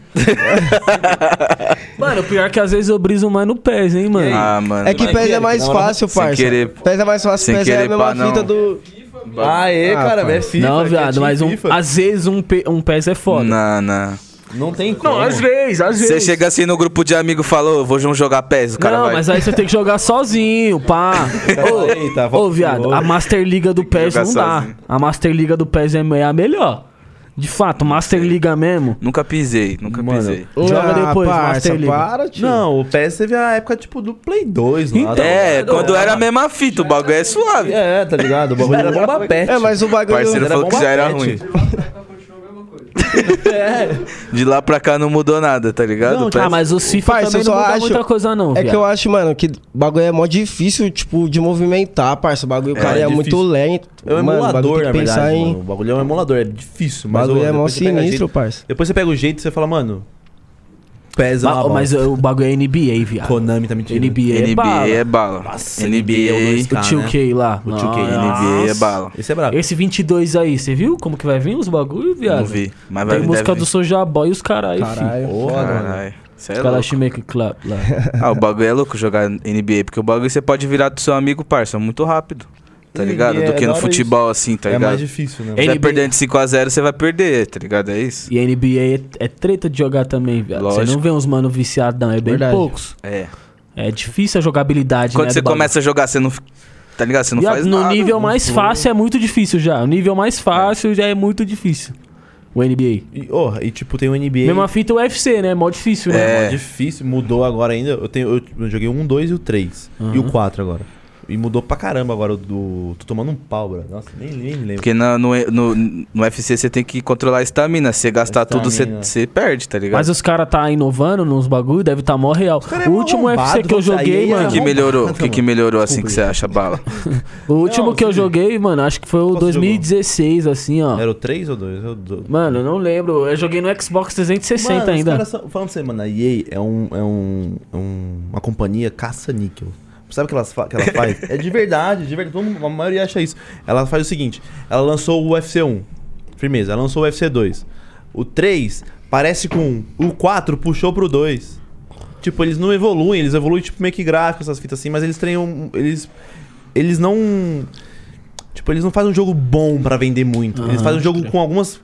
Speaker 2: Mano, pior é que às vezes eu briso mais no pés, hein, mano.
Speaker 4: Ah, mano.
Speaker 5: É que
Speaker 4: mas-
Speaker 5: PES é mais
Speaker 1: Não, não,
Speaker 5: fácil,
Speaker 4: sem
Speaker 5: parça.
Speaker 4: querer.
Speaker 5: PES é mais fácil,
Speaker 4: Sem
Speaker 5: PES é a
Speaker 4: querer,
Speaker 5: mesma
Speaker 4: pá, não.
Speaker 5: fita do.
Speaker 1: Ah, é,
Speaker 5: Ah,
Speaker 1: cara,
Speaker 5: pá.
Speaker 1: é FIFA.
Speaker 2: não,
Speaker 1: é
Speaker 2: viado,
Speaker 1: Team
Speaker 2: mas um,
Speaker 1: FIFA.
Speaker 2: às vezes um, pe- um pés é foda. Não,
Speaker 4: Não, não.
Speaker 1: tem como.
Speaker 2: às vezes, às
Speaker 4: Você
Speaker 2: vezes.
Speaker 4: chega assim no grupo de amigo e fala, "Ô, vou jogar pés, o cara
Speaker 2: não,
Speaker 4: vai.
Speaker 2: mas aí você tem que jogar sozinho, pá.
Speaker 1: Eita,
Speaker 2: Ô,
Speaker 1: volta-
Speaker 2: viado, a Master Liga do
Speaker 4: Tem que
Speaker 2: PES
Speaker 4: jogar
Speaker 2: não dá.
Speaker 4: sozinho.
Speaker 2: A Master Liga do PES é é a melhor. De fato, Master Liga mesmo.
Speaker 4: Nunca pisei, nunca
Speaker 1: Mano,
Speaker 4: pisei.
Speaker 2: Joga
Speaker 5: Ah,
Speaker 2: depois,
Speaker 5: parça,
Speaker 2: Master League.
Speaker 5: para, tio.
Speaker 1: Não, o PS teve a época, tipo, do Play 2 lá. tá
Speaker 4: É,
Speaker 1: ligado?
Speaker 4: quando era a mesma fita, o bagulho é suave.
Speaker 1: É, tá ligado? O bagulho era bomba pet.
Speaker 5: É, mas o bagulho.
Speaker 4: Parceiro
Speaker 1: era
Speaker 4: falou que
Speaker 1: bomba
Speaker 4: já era ruim.
Speaker 1: pet.
Speaker 4: De lá pra cá não mudou nada, tá ligado?
Speaker 2: Não,
Speaker 4: Parece-
Speaker 2: ah, mas o FIFA
Speaker 5: Parça,
Speaker 2: também
Speaker 5: eu
Speaker 2: não
Speaker 5: só
Speaker 2: muda
Speaker 5: acho-
Speaker 2: muita coisa, não,
Speaker 5: É
Speaker 2: viado.
Speaker 5: que eu acho, mano, que bagulho é mó difícil, tipo, de movimentar, parça. O bagulho, o cara é,
Speaker 1: difícil.
Speaker 5: muito lento.
Speaker 1: É um
Speaker 5: Mano, o bagulho
Speaker 1: emulador,
Speaker 5: tem
Speaker 1: na
Speaker 5: que pensar
Speaker 1: verdade.
Speaker 5: em.
Speaker 1: mano. O bagulho é um emulador, é difícil.
Speaker 5: O
Speaker 1: Mas
Speaker 5: bagulho
Speaker 1: ô,
Speaker 5: é mó
Speaker 1: depois você pega
Speaker 5: sinistro,
Speaker 1: jeito-
Speaker 5: parça.
Speaker 1: Depois você pega o jeito e você fala, mano. Pesa
Speaker 2: Ma- mas o bagulho é NBA, viado.
Speaker 1: Konami tá mentindo.
Speaker 2: NBA, é bala.
Speaker 4: NBA é bala.
Speaker 1: Nossa, NBA é o dois
Speaker 4: NBA,
Speaker 1: cara,
Speaker 2: O 2K lá.
Speaker 1: O 2K,
Speaker 4: NBA é bala.
Speaker 1: Esse é brabo.
Speaker 2: Esse 22 aí, você viu como que vai vir os bagulho, viado?
Speaker 4: Não vi, mas vai
Speaker 2: Tem
Speaker 4: deve
Speaker 2: música
Speaker 4: vir.
Speaker 2: do Soulja Boy e os caralho, filho.
Speaker 5: Caralho.
Speaker 1: Porra, é mano.
Speaker 4: Caralho. Cê é
Speaker 2: Os caras
Speaker 4: louco.
Speaker 2: Shimake Club lá.
Speaker 4: Ah, o bagulho é louco jogar NBA, porque o bagulho você pode virar do seu amigo, parça, muito rápido. Tá
Speaker 1: NBA
Speaker 4: ligado? Do
Speaker 1: é
Speaker 4: que
Speaker 1: da
Speaker 4: no
Speaker 1: hora
Speaker 4: futebol, assim, tá
Speaker 1: é
Speaker 4: ligado?
Speaker 1: mais difícil, né?
Speaker 4: Se
Speaker 2: NBA
Speaker 4: vai perdendo de 5x0, você vai perder, tá ligado? É isso?
Speaker 2: E a NBA é, é treta de jogar também, viado. Você
Speaker 4: Lógico.
Speaker 2: não vê uns mano viciados, não. É bem
Speaker 5: Verdade.
Speaker 2: poucos.
Speaker 4: É.
Speaker 2: É difícil a jogabilidade,
Speaker 4: Quando
Speaker 2: né,
Speaker 4: você
Speaker 2: do bagulho.
Speaker 4: começa a jogar, você não. fi- Tá ligado? Você não
Speaker 2: Viado,
Speaker 4: faz
Speaker 2: no
Speaker 4: nada.
Speaker 2: nível
Speaker 4: mano.
Speaker 2: mais fácil é muito difícil já. O nível mais fácil já é muito difícil. O NBA.
Speaker 1: E, oh, e tipo, tem o NBA.
Speaker 2: Mesma fita o UFC, né? Mó difícil, né?
Speaker 1: É.
Speaker 4: É.
Speaker 1: difícil, mudou agora ainda. Eu, tenho, eu, eu joguei um, dois e o três. E o quatro agora. E mudou pra caramba agora o do. Tô tomando um pau, bro. Nossa, nem, nem lembro.
Speaker 4: Porque na- no, no, no UFC você tem que controlar a estamina. Se você gastar tudo, você,
Speaker 1: Estamina.
Speaker 4: você perde, tá ligado?
Speaker 2: Mas os caras tá inovando nos bagulho, deve tá mó real.
Speaker 1: cara é
Speaker 2: o
Speaker 1: mó
Speaker 2: último
Speaker 1: arrombado,
Speaker 2: UFC que eu
Speaker 1: nossa,
Speaker 2: joguei,
Speaker 1: aí é
Speaker 2: mano.
Speaker 4: O que
Speaker 1: Não,
Speaker 4: melhorou?
Speaker 1: não,
Speaker 4: O que, que
Speaker 1: mano.
Speaker 4: melhorou assim
Speaker 1: Desculpa,
Speaker 4: que você acha bala?
Speaker 2: O último
Speaker 1: Não,
Speaker 2: que eu
Speaker 1: sim.
Speaker 2: joguei, mano, acho que foi o
Speaker 1: Qual você
Speaker 2: 2016, assim, ó.
Speaker 1: Era o três ou dois? Era o do-
Speaker 2: Mano, eu não lembro. Eu joguei no Xbox 360
Speaker 1: Mano, os
Speaker 2: ainda.
Speaker 1: caras são- falando pra você, mano, a EA é, um, é, um, é um- uma companhia caça-níquel. Sabe o que, elas fa- que ela faz? é de verdade, de verdade. Todo mundo- A maioria acha isso. Ela faz o seguinte: ela lançou o UFC 1. Firmeza, ela lançou o UFC 2. O 3 parece com um. O 4 puxou pro 2. Tipo, eles não evoluem, eles evoluem tipo meio que gráfico, essas fitas assim, mas eles treinam. Eles. Eles não. Tipo, eles não fazem um jogo bom pra vender muito. eles
Speaker 2: Aham,
Speaker 1: fazem um
Speaker 2: pode
Speaker 1: jogo
Speaker 2: crer.
Speaker 1: com algumas.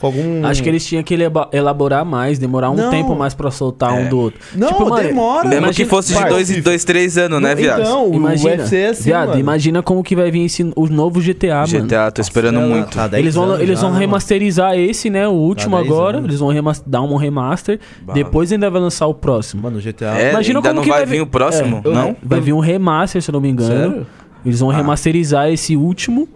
Speaker 1: Com algum...
Speaker 2: Acho que eles tinham que eleba- elaborar mais, demorar um
Speaker 1: Não.
Speaker 2: tempo mais pra soltar um do outro.
Speaker 1: Não,
Speaker 2: Tipo, mano,
Speaker 1: demora.
Speaker 4: Mesmo É. que
Speaker 2: imagina-
Speaker 4: fosse de
Speaker 1: Vai,
Speaker 4: 2 em
Speaker 1: FIFA.
Speaker 4: 2, 3 anos, né, viado?
Speaker 1: Então,
Speaker 2: Imagina,
Speaker 1: o UFC é assim,
Speaker 2: viado,
Speaker 1: mano.
Speaker 2: imagina como que vai vir esse, o novo GTA, mano.
Speaker 4: GTA, tô esperando
Speaker 1: Ela
Speaker 4: muito.
Speaker 1: tá há 10
Speaker 2: Eles vão,
Speaker 1: anos
Speaker 2: eles
Speaker 1: já,
Speaker 2: vão
Speaker 1: né,
Speaker 2: remasterizar esse, né? O último
Speaker 1: Tá 10
Speaker 2: agora.
Speaker 1: anos.
Speaker 2: Eles vão remas- dar um remaster.
Speaker 4: Bala.
Speaker 2: Depois ainda vai lançar o próximo.
Speaker 1: Mano, Mano, GTA.
Speaker 4: É,
Speaker 2: Imagina
Speaker 4: ainda
Speaker 2: como
Speaker 4: não
Speaker 2: que
Speaker 4: vai
Speaker 2: vai
Speaker 4: vir
Speaker 2: vir-
Speaker 4: o próximo,
Speaker 1: É,
Speaker 5: eu-
Speaker 4: não?
Speaker 2: Vai vir um remaster, se eu não me engano.
Speaker 1: Sério?
Speaker 2: Eles
Speaker 4: Ah.
Speaker 2: vão remasterizar esse último.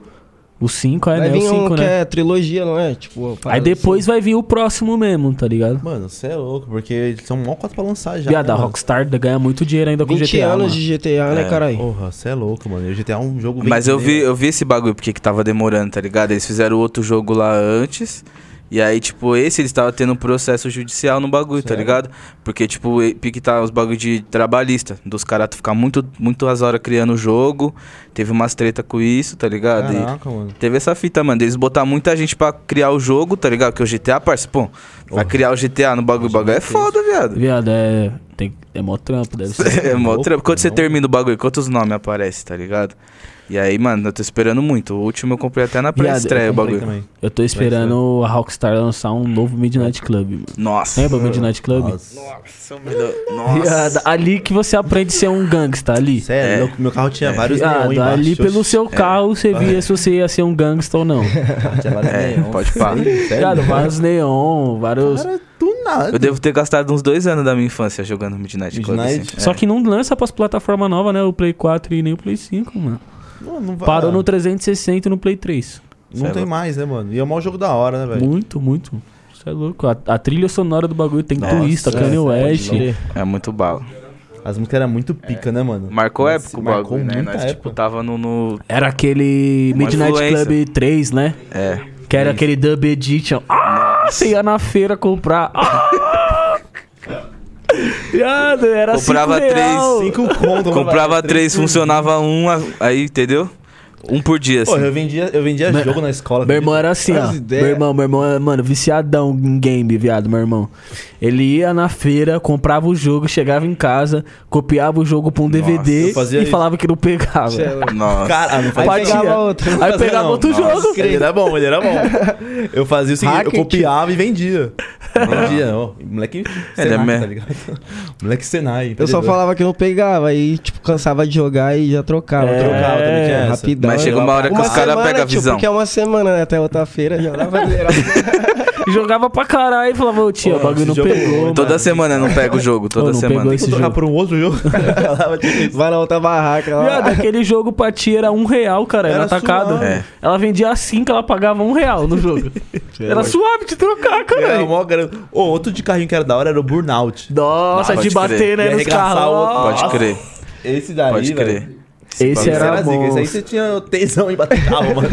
Speaker 2: O 5, é, né?
Speaker 5: Vai
Speaker 2: O
Speaker 5: vir um
Speaker 2: 5,
Speaker 5: que
Speaker 2: né?
Speaker 5: é trilogia, não é? Tipo,
Speaker 2: Aí
Speaker 5: parada
Speaker 2: depois vai vir o próximo mesmo, tá ligado?
Speaker 1: Mano, você é louco, porque eles são mó quatro pra lançar já.
Speaker 2: Viado,
Speaker 1: né,
Speaker 2: a
Speaker 1: mano?
Speaker 2: Rockstar ganha muito dinheiro ainda com
Speaker 5: 20
Speaker 2: GTA.
Speaker 5: assim. anos
Speaker 2: mano.
Speaker 5: de GTA, né, caralho?
Speaker 1: Porra, você é louco, mano. E o GTA é um jogo
Speaker 4: Mas eu vi,
Speaker 1: vendido,
Speaker 4: eu vi esse bagulho porque que tava demorando, tá ligado? Eles fizeram outro jogo lá antes. E aí, tipo, esse eles tava tendo um processo judicial no bagulho, tá ligado? Porque, tipo, e- pique tá os bagulho de trabalhista, dos caras ficar muito, muito as horas criando o jogo. Teve umas treta com isso, tá
Speaker 1: né?
Speaker 4: ligado? E
Speaker 1: Caraca, mano.
Speaker 4: Teve essa fita, mano. Eles botar muita gente pra criar o jogo, tá ligado? Porque o GTA, parça, pô, vai criar o GTA no bagulho. O bagulho é foda, viado.
Speaker 2: Viado, é. Tem, é mó trampo, deve ser.
Speaker 4: É mó
Speaker 1: Louco,
Speaker 4: trampo. Quando você
Speaker 1: não.
Speaker 4: termina o bagulho, quantos nomes aparecem, tá ligado? E aí, mano, eu tô esperando muito. O último eu comprei até na pré-estreia É o
Speaker 1: Comprei
Speaker 4: bagulho.
Speaker 1: também.
Speaker 2: Eu tô esperando a Rockstar lançar um novo Midnight Club. mano.
Speaker 1: É,
Speaker 4: Nossa.
Speaker 2: Lembra o Midnight Club?
Speaker 1: Nossa.
Speaker 4: Nossa, melhor.
Speaker 2: Viado,
Speaker 4: Nossa.
Speaker 2: ali que você aprende a ser um gangsta, ali.
Speaker 1: Você é, louco, meu carro tinha vários
Speaker 2: Viado,
Speaker 1: neon embaixo. É.
Speaker 2: ali Ah, pelo seu carro você via se você ia ser um gangsta ou não.
Speaker 1: Tinha vários
Speaker 4: É,
Speaker 1: neon.
Speaker 4: pode pá.
Speaker 2: Viado, vários neon, vários.
Speaker 1: né? Cara, do nada.
Speaker 4: Eu devo ter gastado uns dois anos da minha infância jogando Midnight Club.
Speaker 1: Midnight?
Speaker 4: Assim.
Speaker 2: Só que não lança pras plataformas novas, né? O Play 4 e nem o Play 5, mano.
Speaker 1: Não, não vai- Ah,
Speaker 2: Parou no 360 e no Play 3.
Speaker 1: Não
Speaker 4: Cê é
Speaker 1: tem
Speaker 4: louco.
Speaker 1: mais, né, mano? E é o maior jogo da hora, né, velho?
Speaker 2: Muito, muito. Isso é louco. A, a trilha sonora do bagulho tem
Speaker 4: Nossa,
Speaker 2: twist, a
Speaker 1: é,
Speaker 2: Kanye
Speaker 1: cê pode
Speaker 2: West.
Speaker 1: crer.
Speaker 4: É muito bala.
Speaker 1: As músicas eram muito pica, né, mano?
Speaker 4: Marcou
Speaker 1: Nossa,
Speaker 4: época o
Speaker 1: marcou
Speaker 4: bagulho, né?
Speaker 1: muita
Speaker 4: Nós, tipo,
Speaker 1: época.
Speaker 4: tava no. no-
Speaker 2: Era aquele
Speaker 4: Uma
Speaker 2: Midnight
Speaker 4: influência.
Speaker 2: Club 3, né?
Speaker 4: É.
Speaker 2: Que era aquele Dub Edition. Ah, você ia na feira comprar. Ah! Viado,
Speaker 1: Tá
Speaker 2: era
Speaker 4: Comprava
Speaker 2: cinco real.
Speaker 4: três,
Speaker 1: Cinco conto, mano.
Speaker 4: Comprava três, funcionava um, a- aí, entendeu? Um por dia, assim.
Speaker 1: Pô, eu vendia, eu vendia jogo na escola.
Speaker 2: Meu irmão
Speaker 1: acredita?
Speaker 2: era assim, ó.
Speaker 5: As ideias.
Speaker 2: Meu irmão, meu irmão, era, mano, viciadão em game, viado, meu irmão. Ele ia na feira, comprava o jogo, chegava em casa, copiava o jogo pra um DVD
Speaker 1: eu fazia
Speaker 2: e
Speaker 1: isso.
Speaker 2: falava que não pegava.
Speaker 5: Cê é louco.
Speaker 4: Nossa.
Speaker 1: Cara, ah, não faz
Speaker 2: Aí
Speaker 1: isso.
Speaker 2: pegava
Speaker 5: outro.
Speaker 1: Não
Speaker 2: Aí
Speaker 1: fazia,
Speaker 2: pegava
Speaker 1: não.
Speaker 2: outro
Speaker 1: Nossa,
Speaker 2: jogo.
Speaker 1: Ele era bom, ele era bom. Eu fazia o seguinte,
Speaker 5: Hacker,
Speaker 1: eu copiava e vendia. Vendia, ó. Moleque
Speaker 4: Ele é
Speaker 1: Senai,
Speaker 4: mer-
Speaker 1: tá ligado? Moleque Senai.
Speaker 5: Eu só
Speaker 1: empreendedor.
Speaker 5: falava que não pegava, aí, tipo, cansava de jogar e já trocava. tá
Speaker 2: É,
Speaker 1: Trocava também, tinha essa.
Speaker 5: rapidão.
Speaker 4: Mas chega uma hora que
Speaker 5: Uma
Speaker 4: os caras
Speaker 5: semana,
Speaker 4: pegam a
Speaker 5: tio,
Speaker 4: visão.
Speaker 5: Porque é uma semana, né? Até outra feira já dava
Speaker 2: Jogava pra caralho e falava, ô tio, o
Speaker 1: Pô,
Speaker 2: bagulho
Speaker 1: esse
Speaker 2: não
Speaker 1: jogo é
Speaker 2: pegou.
Speaker 1: bom,
Speaker 2: mano.
Speaker 4: Toda semana não pega o jogo, toda
Speaker 2: não
Speaker 4: semana.
Speaker 2: pegou
Speaker 1: Vou
Speaker 2: esse
Speaker 1: trocar
Speaker 2: jogo.
Speaker 1: por um outro jogo. Falava tipo isso.
Speaker 5: Vai na outra barraca lá.
Speaker 2: Viado, aquele jogo pra tia era um real, cara. Era,
Speaker 1: Era
Speaker 2: atacado.
Speaker 1: suave.
Speaker 4: É.
Speaker 2: Ela vendia assim que ela pagava um real no jogo. era suave de trocar,
Speaker 1: Era
Speaker 2: cara.
Speaker 1: mó grana. Ô, outro de carrinho que era da hora era o Burnout.
Speaker 2: Nossa,
Speaker 4: Pode
Speaker 2: de
Speaker 4: crer.
Speaker 2: bater, né,
Speaker 1: E
Speaker 2: nos
Speaker 1: arregaçar
Speaker 2: carros.
Speaker 1: o outro.
Speaker 4: Pode
Speaker 1: Nossa.
Speaker 4: crer,
Speaker 1: Esse daí,
Speaker 4: pode
Speaker 1: velho.
Speaker 4: crer.
Speaker 2: Esse
Speaker 1: Esse
Speaker 2: era
Speaker 1: era zica, Esse
Speaker 2: bom.
Speaker 1: aí você tinha tesão em bater carro, mano.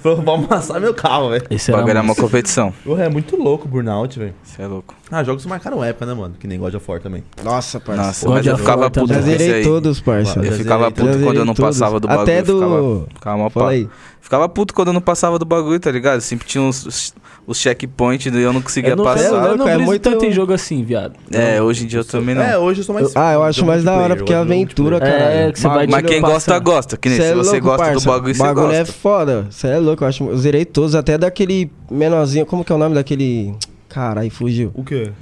Speaker 1: Falou, vou amassar meu carro, velho.
Speaker 2: Esse
Speaker 4: O bagulho
Speaker 2: era
Speaker 4: era
Speaker 2: bom.
Speaker 4: uma competição.
Speaker 1: Porra, é muito louco o Burnout, velho.
Speaker 4: Você é louco.
Speaker 1: Ah, jogos que marcaram época, né, mano? Que nem God of War também.
Speaker 5: Nossa, parça.
Speaker 4: Nossa,
Speaker 2: God
Speaker 4: mas eu
Speaker 2: of
Speaker 4: ficava
Speaker 2: War
Speaker 4: puto
Speaker 2: também.
Speaker 5: Já
Speaker 4: com esse
Speaker 5: zerei
Speaker 4: aí.
Speaker 5: todos, parça.
Speaker 1: Eu
Speaker 4: Eu
Speaker 1: zerei
Speaker 4: ficava
Speaker 1: todos.
Speaker 4: puto
Speaker 5: Eu
Speaker 4: quando eu
Speaker 5: zerei
Speaker 4: não
Speaker 5: todos.
Speaker 4: passava do bagulho.
Speaker 5: Até do-
Speaker 4: Ficava, ficava mó
Speaker 5: Fala
Speaker 4: pá.
Speaker 5: aí.
Speaker 4: Ficava puto quando eu não passava do bagulho, tá ligado? Sempre tinha uns, os- os checkpoints e eu não conseguia
Speaker 2: Eu não,
Speaker 4: passar.
Speaker 2: eu não
Speaker 5: louco, é
Speaker 2: briso
Speaker 5: muito-
Speaker 2: tanto em jogo assim, viado.
Speaker 4: É, hoje em dia eu também não.
Speaker 1: É, hoje eu sou mais.
Speaker 5: Ah, eu acho
Speaker 1: jogo
Speaker 5: mais da hora,
Speaker 1: multiplayer,
Speaker 5: porque é
Speaker 1: eu gosto de um jogo
Speaker 5: aventura,
Speaker 1: multiplayer.
Speaker 2: multiplayer.
Speaker 5: cara.
Speaker 2: É, que você vai de
Speaker 4: Mas quem
Speaker 2: passa.
Speaker 4: gosta, gosta. Que nem
Speaker 5: Cê
Speaker 4: se
Speaker 5: é
Speaker 4: você
Speaker 5: louco,
Speaker 4: gosta do
Speaker 5: parça.
Speaker 4: bagulho, você
Speaker 5: bagulho é
Speaker 4: gosta.
Speaker 5: foda. Você é louco, eu acho. Eu zerei todos, até daquele menorzinho. Como que é o nome daquele. Caralho, fugiu.
Speaker 1: O quê?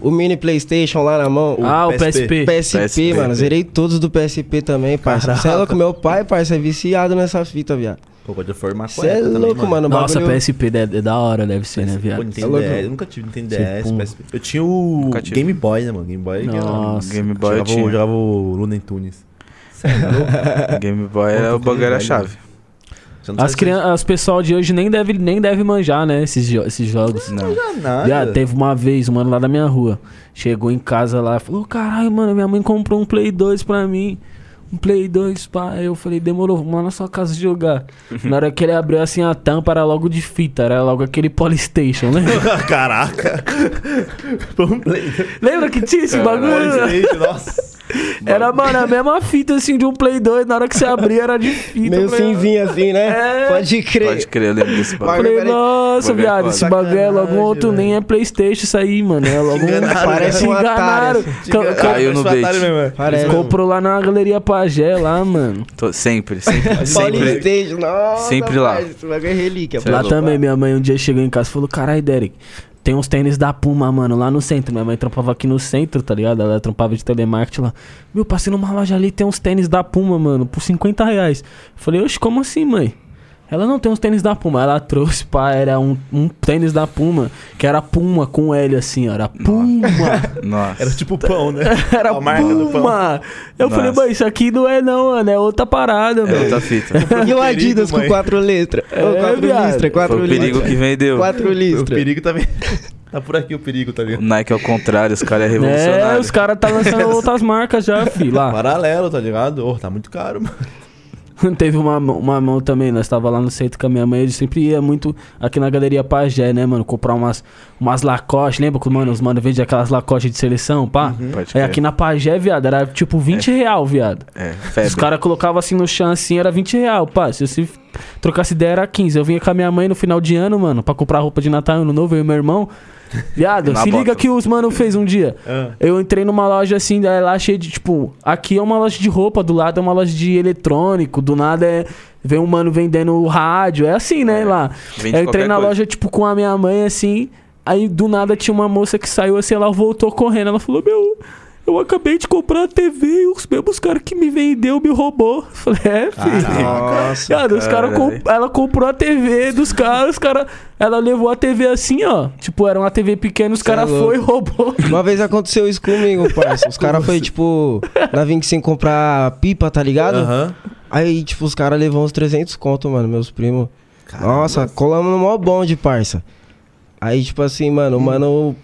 Speaker 5: O mini PlayStation lá na mão.
Speaker 1: O
Speaker 2: ah, o
Speaker 1: PSP.
Speaker 2: PSP.
Speaker 5: PSP,
Speaker 4: PSP.
Speaker 5: mano. Zerei todos do PSP também, parça. Você é louco, meu pai, parça, é viciado nessa fita, viado.
Speaker 1: Pô, God of War marcou
Speaker 5: Você é
Speaker 1: época também,
Speaker 5: louco, mano. o
Speaker 2: Nossa,
Speaker 5: bagulho-
Speaker 2: PSP é, é da hora, deve ser, né,
Speaker 1: Pô,
Speaker 2: viado?
Speaker 1: Nintendo
Speaker 5: Tá louco. tipo
Speaker 1: DS. Eu nunca tive Nintendo
Speaker 2: Sim,
Speaker 1: DS,
Speaker 2: pum.
Speaker 5: um
Speaker 1: PSP. Eu tinha o
Speaker 4: Nunca tive.
Speaker 1: Game Boy, né, mano? Game Boy. que era-
Speaker 2: Nossa.
Speaker 4: Game Boy eu
Speaker 1: jogava, o-
Speaker 4: tinha.
Speaker 1: jogava o Looney Tunes. é
Speaker 4: Game Boy era o bagulho era a chave.
Speaker 1: Você não
Speaker 2: As
Speaker 1: sabe
Speaker 2: crianças, as pessoal de hoje nem deve, nem deve manjar, né, esses, jo- esses jogos.
Speaker 4: Não.
Speaker 1: se joga nada.
Speaker 2: Viado, teve uma vez, um mano lá da minha rua, chegou em casa lá, falou, caralho, mano, minha mãe comprou um Play 2 pra mim. Um Play 2, pá. Aí Eu falei, demorou, vamos lá na sua casa jogar. na hora que ele abriu assim a tampa, era logo de fita, era logo aquele Polystation, né?
Speaker 1: Caraca. Foi um play.
Speaker 2: Lembra que tinha esse bagulho?
Speaker 1: Playstation, Nossa.
Speaker 2: Era, mano, a mesma fita assim de um Play 2. Na hora que você abria era de fita.
Speaker 5: Meio
Speaker 2: eu falei,
Speaker 5: cinzinho assim, né?
Speaker 2: É.
Speaker 5: Pode crer.
Speaker 4: Pode crer, eu lembro desse
Speaker 2: eu
Speaker 4: bagulho.
Speaker 2: Falei,
Speaker 5: Peraí,
Speaker 2: nossa,
Speaker 4: bagulho é
Speaker 2: viado,
Speaker 4: foda.
Speaker 2: esse bagulho é logo
Speaker 5: Sacanagem,
Speaker 2: outro, nem é Playstation isso aí, mano. É logo
Speaker 1: Enganaram,
Speaker 5: Parece
Speaker 4: né?
Speaker 5: um
Speaker 2: enganaram.
Speaker 5: otário.
Speaker 2: Co-
Speaker 1: Cara,
Speaker 2: co-
Speaker 4: Caiu no
Speaker 1: parece um otário
Speaker 4: bait.
Speaker 1: mesmo, é.
Speaker 5: Parece.
Speaker 2: Comprou lá na galeria Pajé lá, mano.
Speaker 4: Tô- sempre, sempre, sempre.
Speaker 5: Polystation, um nossa.
Speaker 4: Sempre lá.
Speaker 5: parça, Esse bagulho é relíquia,
Speaker 4: Cê é
Speaker 2: lá
Speaker 4: louco.
Speaker 2: também, minha mãe um dia chegou em casa e falou: Carai, Derek, tem uns tênis da Puma, mano, lá no centro. Minha mãe trampava aqui no centro, tá ligado? Ela trampava de telemarketing lá. Meu, passei numa loja ali tem uns tênis da Puma, mano, por 50 reais. Falei, oxe, como assim, mãe? Ela não tem uns tênis da Puma. Ela trouxe, pá, era um, um tênis da Puma, que era Puma com L assim, ó. Era Puma.
Speaker 4: Nossa.
Speaker 1: Era tipo pão, né?
Speaker 2: Era
Speaker 1: A marca do pão.
Speaker 2: Puma. Eu falei,
Speaker 4: Nossa.
Speaker 2: mãe, isso aqui não é não, mano. É outra parada,
Speaker 4: É
Speaker 2: mano.
Speaker 4: outra fita.
Speaker 5: E o Adidas com
Speaker 1: mãe.
Speaker 5: quatro letras.
Speaker 2: É,
Speaker 5: Ô, quatro
Speaker 2: viado.
Speaker 5: listras,
Speaker 4: Foi
Speaker 5: quatro
Speaker 4: o perigo que um
Speaker 5: listras.
Speaker 4: vendeu.
Speaker 5: Quatro
Speaker 1: O
Speaker 5: listras.
Speaker 1: perigo também. Tá por aqui o perigo, tá
Speaker 4: O
Speaker 1: ligado?
Speaker 4: Nike é o contrário, os caras é
Speaker 2: É,
Speaker 4: revolucionário.
Speaker 2: os caras tá lançando outras marcas já, fi, lá.
Speaker 1: Paralelo, tá ligado? Ô, tá muito caro, mano.
Speaker 2: Teve uma, uma mão também, nós tava lá no centro com a minha mãe, a gente sempre ia muito aqui na Galeria Pajé, né, mano? Comprar umas, umas lacoste, lembra que, mano, os mano vendem aquelas lacoste de seleção, pá?
Speaker 4: Uhum.
Speaker 2: Aí
Speaker 4: Pode crer.
Speaker 2: aqui na Pajé, viado, era tipo 20 real, viado.
Speaker 4: É,
Speaker 2: Os
Speaker 4: febre.
Speaker 2: caras colocavam assim no chão, assim, era 20 real, pá. Se você trocasse ideia, era 15. Eu vinha com a minha mãe no final de ano, mano, pra comprar roupa de Natal Ano Novo, eu e meu irmão. Viado,
Speaker 4: Na
Speaker 2: se liga
Speaker 4: É bota.
Speaker 2: que os mano fez um dia.
Speaker 1: Ah.
Speaker 2: Eu entrei numa loja assim, daí lá cheia de, tipo, aqui é uma loja de roupa, do lado é uma loja de eletrônico, do nada é. Vem um mano vendendo rádio, é assim, né, lá.
Speaker 4: vende
Speaker 2: eu entrei
Speaker 4: qualquer
Speaker 2: na
Speaker 4: coisa.
Speaker 2: loja, tipo, com a minha mãe, assim, aí do nada tinha uma moça que saiu, assim, ela voltou correndo, ela falou, meu, eu acabei de comprar a TV e os mesmos caras que me vendeu me roubou. Eu falei, é, filho.
Speaker 5: Nossa.
Speaker 2: Cara, os cara
Speaker 4: caralho.
Speaker 2: comp- ela comprou a TV dos caras, os cara, ela levou a TV assim, ó. Tipo, era uma TV pequena, os
Speaker 5: Cê é
Speaker 2: caras
Speaker 5: louco.
Speaker 2: foi e roubou.
Speaker 5: Uma vez aconteceu isso comigo, parça. Os caras foi, tipo, na 25 comprar pipa, tá ligado?
Speaker 1: Aham.
Speaker 5: Aí, tipo, os caras levou uns 300 conto, mano, meus primos. Nossa, colamos no maior bonde, parça. Aí, tipo assim, mano,
Speaker 6: Hum.
Speaker 5: o mano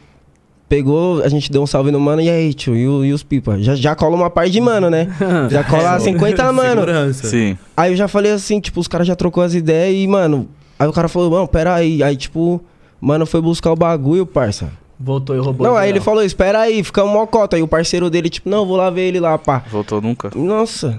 Speaker 5: pegou, a gente deu um salve no mano, e aí, tio, e, o- e os pipa? Já, já cola uma par de mano, né? Já
Speaker 6: É,
Speaker 5: cola
Speaker 1: assim,
Speaker 5: 50 mano.
Speaker 1: Segurança.
Speaker 4: Sim.
Speaker 5: Aí eu já falei assim, tipo, os caras já trocou as ideias e, mano. Aí o cara falou, mano, pera aí. Aí, tipo, mano, foi buscar o bagulho, parça.
Speaker 6: Voltou e roubou.
Speaker 5: Não,
Speaker 6: geral.
Speaker 5: aí ele falou, espera aí, fica uma cota. Aí o parceiro dele, tipo, não, vou lá ver ele lá, pá.
Speaker 4: Voltou nunca.
Speaker 5: Nossa,